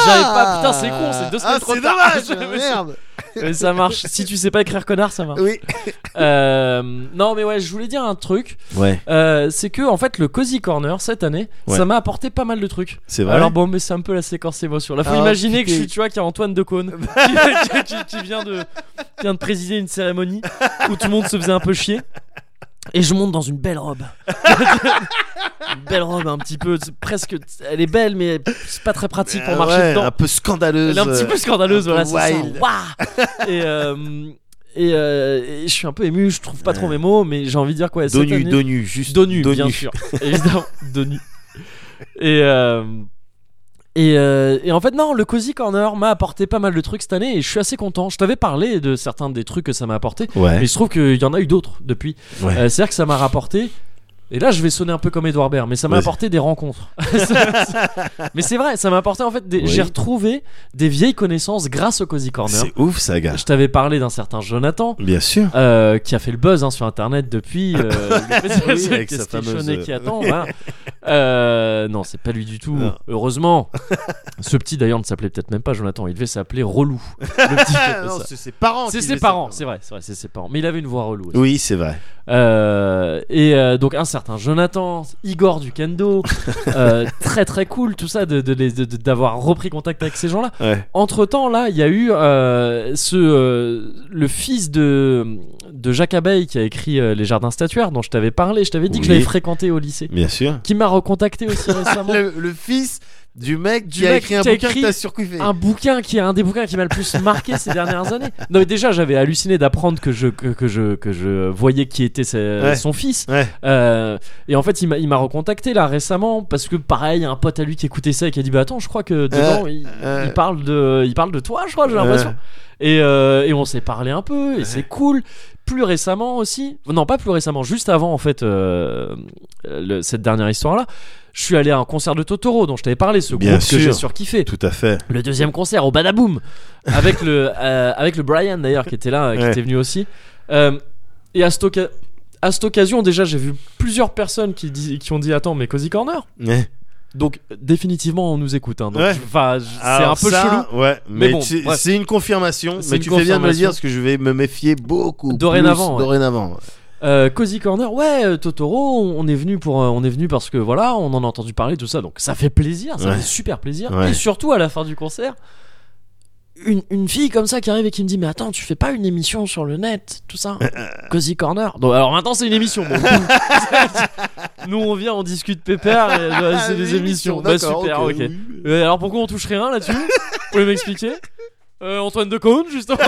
B: J'avais pas- putain, c'est con, c'est deux semaines
A: ah,
B: trop
A: c'est
B: tard.
A: dommage,
B: Je me suis-
A: merde.
B: Mais Euh, ça marche. Si tu sais pas écrire connard, ça marche.
A: Oui.
B: Euh, non, mais ouais, je voulais dire un truc.
A: Ouais,
B: Euh, c'est que, en fait, le Cozy Corner, cette année,
A: Ouais.
B: ça m'a apporté pas mal de trucs.
A: c'est vrai.
B: Alors bon, mais c'est un peu la séquence émotion. Là, faut
A: Ah,
B: imaginer que je
A: putain.
B: suis, tu vois, qu'il y a Antoine Decaune qui, qui- qui- qui vient de qui vient de présider une cérémonie où tout le monde se faisait un peu chier. Et je monte dans une belle robe. une belle robe, un petit peu. c'est Presque. Elle est belle, mais c'est pas très pratique pour
A: Euh,
B: marcher
A: ouais,
B: dedans.
A: Un peu scandaleuse.
B: Elle est un petit peu scandaleuse, euh,
A: un peu
B: voilà, c'est ça.
A: wild.
B: Waouh et, euh, et, euh, et je suis un peu ému, je trouve pas trop mes mots, mais j'ai envie de dire quoi. cette
A: Donu,
B: année-
A: donu, juste
B: Donu,
A: donu.
B: bien sûr. Évidemment, Donu. Et, euh, et, euh, et en fait, non, le Cozy Corner m'a apporté pas mal de trucs cette année et je suis assez content. Je t'avais parlé de certains des trucs que ça m'a apporté, mais
A: Ouais.
B: il se trouve qu'il y en a eu d'autres depuis.
A: Ouais.
B: Euh, C'est-à-dire que ça m'a rapporté. Et là, je vais sonner un peu comme Edouard Baird, mais ça m'a
A: Vas-y.
B: apporté des rencontres. mais c'est vrai, ça m'a apporté en fait. des-
A: Oui.
B: J'ai retrouvé des vieilles connaissances grâce au Cozy Corner.
A: C'est ouf, ça, gars.
B: Je t'avais parlé d'un certain Jonathan.
A: Bien sûr.
B: Euh, qui a fait le buzz hein, sur internet depuis euh, le
A: Oui, avec
B: qui est
A: sa
B: station
A: fameuse-
B: et qui attend voilà. Euh, non c'est pas lui du tout
A: Non.
B: heureusement ce petit d'ailleurs ne s'appelait peut-être même pas Jonathan il devait s'appeler Relou Le petit qui
A: Ah,
B: appelait
A: non,
B: ça.
A: c'est ses parents.
B: c'est
A: qui
B: ses
A: les-
B: parents c'est vrai c'est vrai c'est ses parents mais il avait une voix relou aussi.
A: Oui, c'est vrai.
B: Euh, et euh, donc un certain Jonathan, Igor du Kendo, euh, très très cool tout ça de de les- de- de- d'avoir repris contact avec ces gens-là.
A: Ouais.
B: Entre temps là, il y a eu euh, ce euh, le fils de de Jacques Abeille qui a écrit euh, les Jardins statuaires dont je t'avais parlé, je t'avais dit que je
A: Oui.
B: l'avais fréquenté au lycée,
A: Bien sûr.
B: qui m'a recontacté aussi récemment.
A: Le, le fils du mec
B: Du
A: qui a
B: mec
A: écrit un
B: qui a
A: bouquin
B: écrit
A: que t'as surkiffé.
B: Un bouquin qui est un des bouquins qui m'a le plus marqué ces dernières années. Non mais déjà j'avais halluciné d'apprendre que je que, que je que je voyais qui était sa-
A: Ouais.
B: son fils.
A: Ouais.
B: Euh, et en fait, il m'a, il m'a recontacté là récemment parce que pareil, un pote à lui qui écoutait ça et qui a dit bah attends, je crois que dedans il,
A: euh.
B: il parle de, il parle de toi, je crois, j'ai l'impression. Et, euh, et on s'est parlé un peu et c'est cool. Plus récemment aussi, non pas plus récemment, juste avant en fait euh, le- cette dernière histoire là, je suis allé à un concert de Totoro dont je t'avais parlé, ce
A: Bien
B: groupe
A: sûr.
B: que j'ai surkiffé.
A: Tout à fait.
B: Le deuxième concert au Badaboom avec le euh, avec le Brian d'ailleurs qui était là, euh, qui
A: Ouais.
B: était venu aussi. Euh, et à cette, oca- à cette occasion déjà j'ai vu plusieurs personnes qui, dis- qui ont dit attends mais Cozy Corner.
A: Ouais.
B: Donc euh, définitivement on nous écoute. hein. Donc,
A: Ouais.
B: je- enfin, je- c'est un
A: Alors
B: peu
A: ça,
B: chelou.
A: Ouais, mais,
B: bon,
A: tu-
B: bref.
A: c'est une confirmation.
B: C'est
A: Mais
B: une
A: tu fais bien de me le
B: confirmation.
A: dire parce que je vais me méfier beaucoup.
B: Dorénavant,
A: plus
B: ouais.
A: Dorénavant.
B: Euh, Cozy Corner, ouais euh, Totoro, on on est venu pour, euh, on est venu parce que voilà, on en a entendu parler tout ça. Donc ça fait plaisir, ça
A: Ouais.
B: fait super plaisir.
A: Ouais.
B: Et surtout à la fin du concert. Une, une fille comme ça qui arrive et qui me dit mais attends tu fais pas une émission sur le net tout ça Cozy Corner donc alors maintenant c'est une émission bon. nous on vient on discute pépère et, euh, c'est des émissions bah
A: Ah, d'accord,
B: super ok,
A: oui.
B: Euh, alors pourquoi on touche rien là-dessus Vous pouvez m'expliquer Euh, Antoine de Caunes justement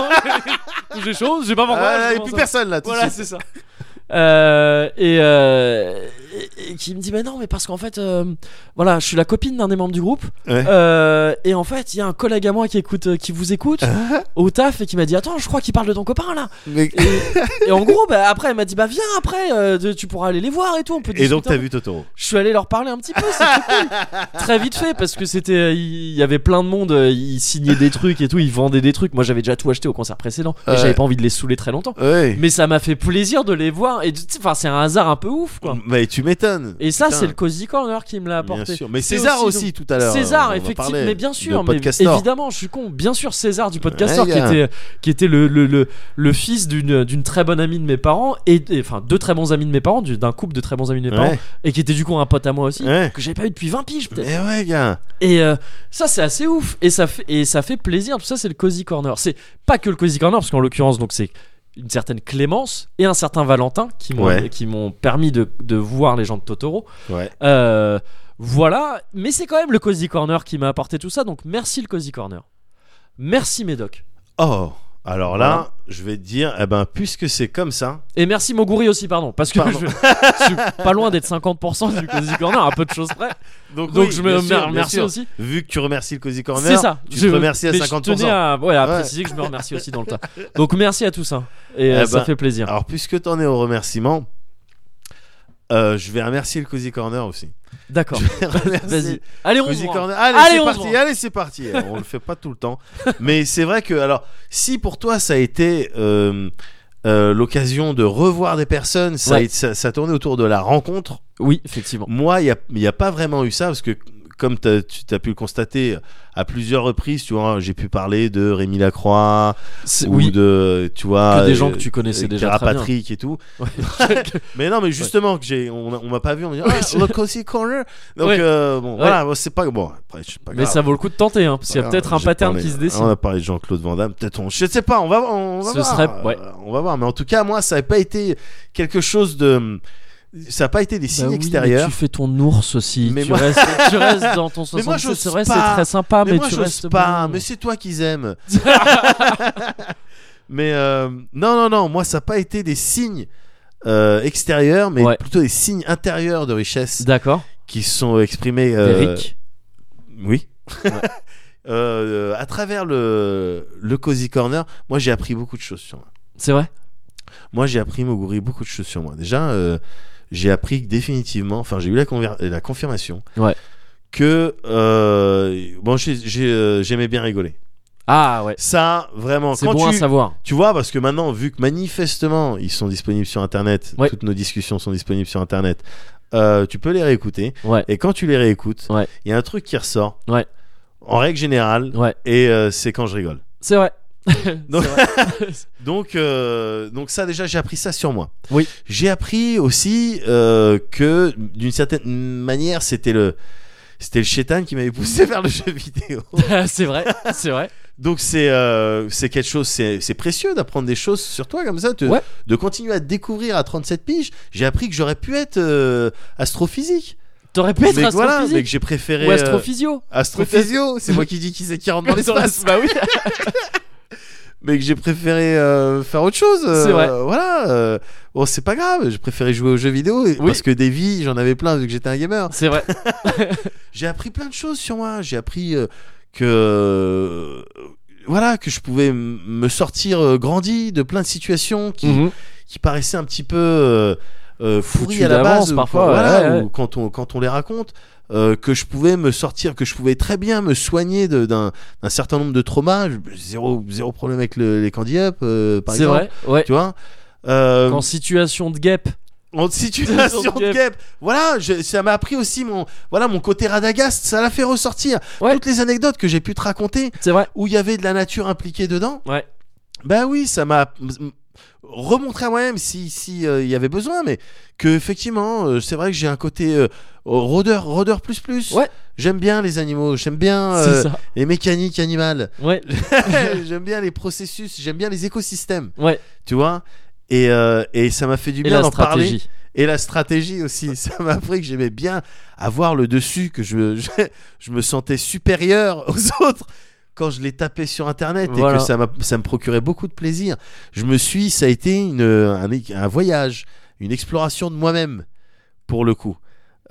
B: touche des choses j'ai pas pourquoi
A: Ah, là, et
B: je commence
A: plus
B: à-
A: personne là. tout de
B: voilà,
A: suite.
B: c'est ça. Euh, et, euh, et- et qui me dit mais non mais parce qu'en fait euh, voilà je suis la copine d'un des membres du groupe
A: Ouais.
B: Euh, et en fait il y a un collègue à moi qui écoute euh, qui vous écoute au taf et qui m'a dit attends je crois qu'il parle de ton copain là
A: Mais-
B: et, et en gros bah, après elle m'a dit bah viens après euh, tu- tu pourras aller les voir et tout on peut
A: Et donc
B: discuter un
A: t'as vu Totoro.
B: je suis allé leur parler un petit peu, c'était cool. Très vite fait, parce que c'était. euh, Il y avait plein de monde, euh, ils signaient des trucs et tout, ils vendaient des trucs. Moi j'avais déjà tout acheté au concert précédent, et
A: Ouais.
B: j'avais pas envie de les saouler très longtemps.
A: Ouais.
B: Mais ça m'a fait plaisir de les voir, et tu sais, enfin c'est un hasard un peu ouf quoi.
A: Mais tu m'étonnes.
B: Et ça,
A: Mm. Putain.
B: c'est le Cozy Corner qui me l'a
A: Bien
B: apporté.
A: sûr. Mais
B: C'est
A: César
B: aussi,
A: aussi, tout à l'heure. on
B: César,
A: en
B: effectivement,
A: parlait,
B: mais bien sûr,
A: de
B: mais
A: Podcastor.
B: évidemment, je suis con. Bien sûr, César du podcasteur
A: Ouais,
B: qui
A: gars.
B: était, qui était le, le, le, le fils d'une d'une très bonne amie de mes parents, et, et- enfin deux très bons amis de mes parents, du- d'un couple de très bons amis de mes parents,
A: Ouais.
B: et qui était du coup un pote à moi aussi,
A: Ouais.
B: que j'avais pas eu depuis 20 piges peut-être.
A: Eh ouais, gars.
B: Et euh, ça, c'est assez ouf, et ça, fait, et ça fait plaisir. Tout ça, c'est le Cozy Corner. C'est pas que le Cozy Corner, parce qu'en l'occurrence, donc c'est une certaine Clémence et un certain Valentin qui m'ont
A: Ouais.
B: qui m'ont permis de, de voir les gens de Totoro.
A: Ouais.
B: Euh, voilà, mais c'est quand même le Cozy Corner qui m'a apporté tout ça, donc merci le Cozy Corner. Merci Médoc.
A: Oh. Alors là, je vais te dire, eh ben, puisque c'est comme ça,
B: Et merci Moguri aussi, pardon, parce que
A: Pardon.
B: je, je suis pas loin d'être 50% du Cozy Corner, à peu de choses près.
A: donc,
B: Donc
A: oui,
B: je me
A: bien sûr, bien
B: remercie
A: sûr.
B: aussi.
A: Vu que tu remercies le Cozy Corner,
B: C'est ça.
A: tu te remercies à
B: mais
A: 50%.
B: Je tenais à, ouais, à
A: Ouais.
B: préciser que je me remercie aussi dans le tas. Donc merci à tout ça. Et euh,
A: Eh
B: ça
A: ben,
B: fait plaisir.
A: Alors, puisque t'en es au remerciement, euh, je vais remercier le Cozy Corner aussi.
B: D'accord.
A: Remercier
B: Vas-y. Allez, on se
A: Cozy
B: voit.
A: Corner. Allez,
B: Allez,
A: c'est
B: on se
A: parti.
B: voit.
A: Allez, c'est parti. Alors, on le fait pas tout le temps. Mais c'est vrai que, alors, si pour toi ça a été euh, euh, l'occasion de revoir des personnes, ça, a
B: Ouais.
A: été- ça, ça tournait autour de la rencontre.
B: Oui, effectivement.
A: Moi, il n'y a, il y a pas vraiment eu ça parce que comme t'as- tu as pu le constater à plusieurs reprises, tu vois, j'ai pu parler de Rémi Lacroix
B: C'est-
A: ou
B: oui,
A: de, tu vois,
B: que des gens
A: euh,
B: que tu connaissais
A: euh,
B: déjà très bien.
A: Patrick et tout.
B: Ouais.
A: Mais non, mais justement, que j'ai, on, a- on m'a pas vu, on m'a dit, ah, le Cozy Corner. Donc,
B: Ouais.
A: euh, bon,
B: Ouais.
A: voilà, c'est pas, bon, après, c'est pas
B: Mais
A: grave.
B: ça vaut le coup de tenter, hein, parce qu'il y a
A: Voilà,
B: peut-être un
A: Ah, j'ai
B: pattern
A: parlé- Ah,
B: qui se dessine.
A: On a parlé de Jean-Claude Van Damme, peut-être on. Je sais pas, on va, on va
B: Ce
A: voir.
B: serait- ouais.
A: euh, On va voir, mais en tout cas, moi, ça n'a pas été quelque chose de. Ça n'a pas été des signes
B: Bah oui,
A: extérieurs.
B: mais tu fais ton ours aussi.
A: Mais
B: tu,
A: moi-
B: restes, tu restes dans ton
A: Mais moi,
B: 60 c'est
A: j'ose
B: vrai, c'est
A: pas.
B: très sympa, mais,
A: moi,
B: tu
A: j'ose
B: restes
A: pas,
B: bon.
A: mais c'est toi qu'ils aiment. mais euh, non, non, non, moi, ça n'a pas été des signes euh, extérieurs, mais
B: Ouais.
A: plutôt des signes intérieurs de richesse
B: D'accord.
A: qui se sont exprimés. euh,
B: Eric,
A: Oui. Euh, à travers le, le Cozy Corner, moi j'ai appris beaucoup de choses sur moi.
B: c'est vrai
A: Moi j'ai appris, Moguri, beaucoup de choses sur moi. Déjà, euh, j'ai appris que définitivement, enfin j'ai eu la, conver- la confirmation
B: Ouais.
A: que euh, bon, j'ai- j'ai, euh, j'aimais bien rigoler.
B: Ah ouais.
A: Ça, vraiment,
B: C'est
A: quand
B: bon à
A: tu,
B: savoir.
A: tu vois, parce que maintenant, vu que manifestement ils sont disponibles sur Internet,
B: Ouais.
A: toutes nos discussions sont disponibles sur Internet, euh, tu peux les réécouter.
B: Ouais.
A: Et quand tu les réécoutes, il
B: Ouais.
A: y a un truc qui ressort.
B: Ouais.
A: En règle générale,
B: Ouais.
A: et euh, c'est quand je rigole.
B: C'est vrai.
A: Donc-
B: C'est vrai.
A: Donc, euh, donc ça déjà, j'ai appris ça sur moi.
B: Oui.
A: J'ai appris aussi euh, que d'une certaine manière, c'était le c'était le chétan qui m'avait poussé vers le jeu vidéo.
B: c'est vrai. C'est vrai.
A: Donc c'est euh, c'est quelque chose, c'est c'est précieux d'apprendre des choses sur toi comme ça, te-
B: Ouais.
A: de continuer à te découvrir à 37 piges. J'ai appris que j'aurais pu être euh, astrophysique.
B: T'aurais pu être
A: mais que voilà, mais
B: astrophysio
A: que j'ai préféré
B: ou
A: euh,
B: astrophysio.
A: astrophysio, c'est moi qui dis qu'ils équirent dans
B: Dans
A: l'espace.
B: Bah oui.
A: mais que j'ai préféré euh, faire autre chose. euh,
B: C'est vrai.
A: Voilà. euh, bon, c'est pas grave. J'ai préféré jouer aux jeux vidéo et-
B: Oui.
A: parce que des vies, j'en avais plein vu que j'étais un gamer.
B: C'est vrai.
A: J'ai appris plein de choses sur moi. J'ai appris euh, que euh, voilà que je pouvais m- me sortir euh, grandi de plein de situations qui,
B: Mhm.
A: qui paraissaient un petit peu euh, euh,
B: Foutues
A: pourries à la
B: d'avance,
A: base ou-
B: parfois,
A: voilà,
B: ouais, ouais.
A: ou quand on quand on les raconte. euh, que je pouvais me sortir, que je pouvais très bien me soigner de- d'un d'un certain nombre de traumas, Je- zéro, zéro problème avec le- les candy up, euh, par
B: C'est
A: exemple
B: vrai. Ouais.
A: tu vois euh,
B: En situation de guêpe.
A: en situation
B: Situation de
A: de guêpe voilà je- ça m'a appris aussi mon voilà mon côté radagast ça l'a fait ressortir
B: Ouais.
A: toutes les anecdotes que j'ai pu te raconter
B: C'est vrai.
A: où il y avait de la nature impliquée dedans
B: Ouais.
A: bah oui ça m'a m- remontré à moi-même si si euh, il y avait besoin mais que effectivement euh, c'est vrai que j'ai un côté euh, rôdeur rôdeur plus plus
B: Ouais.
A: j'aime bien les animaux j'aime bien euh,
B: C'est ça.
A: les mécaniques animales
B: Ouais.
A: j'aime bien les processus j'aime bien les écosystèmes
B: Ouais.
A: tu vois et, euh, et ça m'a fait du
B: Et
A: bien
B: la
A: d'en parler
B: stratégie.
A: et la stratégie aussi ça m'a appris que j'aimais bien avoir le dessus que je, je, je me sentais supérieur aux autres quand je les tapais sur internet et
B: Voilà.
A: que ça, m'a- ça me procurait beaucoup de plaisir je me suis ça a été une, un, un voyage une exploration de moi-même pour le coup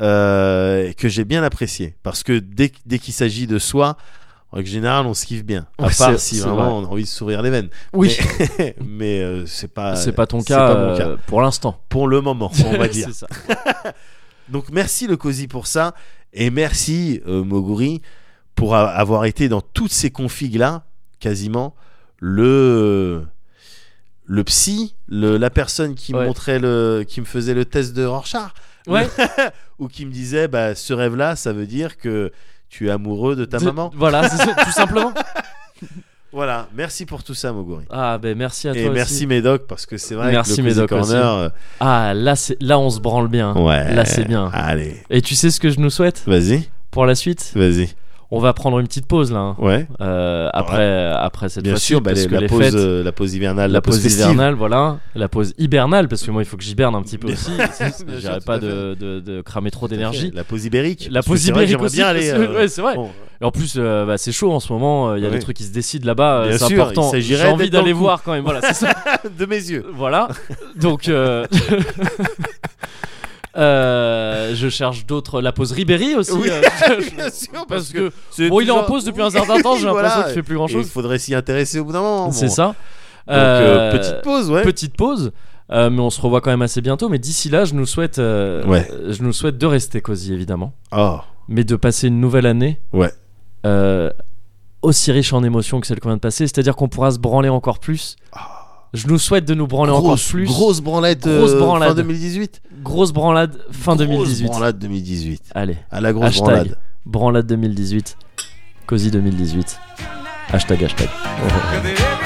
A: euh, que j'ai bien apprécié parce que dès, dès qu'il s'agit de soi en règle générale on se kiffe bien à
B: Ouais, c'est-
A: part si
B: c'est
A: vraiment on a envie de s'ouvrir les veines
B: Oui.
A: mais, mais, euh, c'est pas
B: C'est pas ton
A: c'est
B: cas,
A: pas mon cas.
B: euh, pour l'instant.
A: pour le moment on va dire
B: C'est ça.
A: donc merci le Cozy pour ça et merci euh, Moguri pour a- avoir été dans toutes ces configs là quasiment le le psy, le- la personne qui me
B: Ouais.
A: montrait le qui me faisait le test de Rorschach
B: Ouais.
A: ou qui me disait bah ce rêve là ça veut dire que tu es amoureux de ta
B: De-
A: maman.
B: Voilà, c'est ça, tout simplement.
A: Voilà, merci pour tout ça Moguri.
B: Ah ben merci à toi
A: Et merci
B: aussi.
A: Médoc parce que c'est vrai
B: Merci,
A: que le Cozy
B: Médoc,
A: Corner
B: Ah là c'est là on se branle bien. hein.
A: euh, ouais.
B: Là c'est bien.
A: Allez,
B: Et tu sais ce que je nous souhaite
A: vas-y,
B: pour la suite
A: vas-y.
B: On va prendre une petite pause là. hein.
A: Ouais.
B: Euh, après après cette
A: Bien
B: fois-ci,
A: sûr, bah,
B: parce
A: les-
B: que
A: la,
B: les
A: pause,
B: fêtes,
A: euh, la pause hivernale, la, pause, festive.
B: hivernale, voilà, la pause hibernale parce que moi il faut que j'hiberne un petit peu
A: Bien-
B: aussi.
A: Bien sûr,
B: J'arrête
A: tout
B: pas
A: à fait.
B: de, de, de cramer trop
A: Tout à
B: d'énergie.
A: fait. La pause ibérique.
B: La
A: Parce que
B: pause
A: c'est vrai que
B: ibérique aussi.
A: J'aimerais bien
B: parce
A: aller.
B: que-
A: euh,
B: ouais, c'est vrai.
A: bon,
B: Et en plus, euh, bah, c'est chaud en ce moment. euh, Il y a
A: Oui.
B: des trucs qui se décident là-bas. euh,
A: Bien
B: C'est
A: sûr,
B: important.
A: il s'agirait
B: J'ai envie
A: d'être dans
B: d'aller
A: le coup.
B: voir quand même. Voilà, c'est ça.
A: de mes yeux.
B: Voilà. Donc, euh, euh, je cherche d'autres. La pause Ribéry aussi.
A: Oui,
B: euh,
A: bien sûr, parce
B: parce
A: que
B: que bon, il est en
A: toujours-
B: pause depuis un certain temps. J'ai
A: Oui,
B: l'impression
A: voilà.
B: qu'il fait plus grand
A: Et Il
B: chose.
A: faudrait s'y intéresser au bout d'un moment.
B: C'est
A: bon.
B: ça.
A: Donc, euh,
B: Euh,
A: petite pause, ouais.
B: petite pause. euh, mais on se revoit quand même assez bientôt. Mais d'ici là, je nous souhaite, euh,
A: Ouais.
B: je nous souhaite de rester cosy évidemment,
A: Oh,
B: mais de passer une nouvelle année
A: Ouais.
B: euh, aussi riche en émotions que celle qu'on vient de passer. C'est-à-dire qu'on pourra se branler encore plus. Je nous souhaite de nous branler encore
A: Ah. grosse,
B: plus.
A: grosse branlette euh,
B: Grosse branlade.
A: fin 2018.
B: Grosse branlade fin
A: Grosse
B: 2018.
A: branlade 2018.
B: Allez,
A: À la grosse
B: Hashtag.
A: branlade.
B: Branlade 2018. Cosy 2018. Hashtag hashtag.
C: Cause it every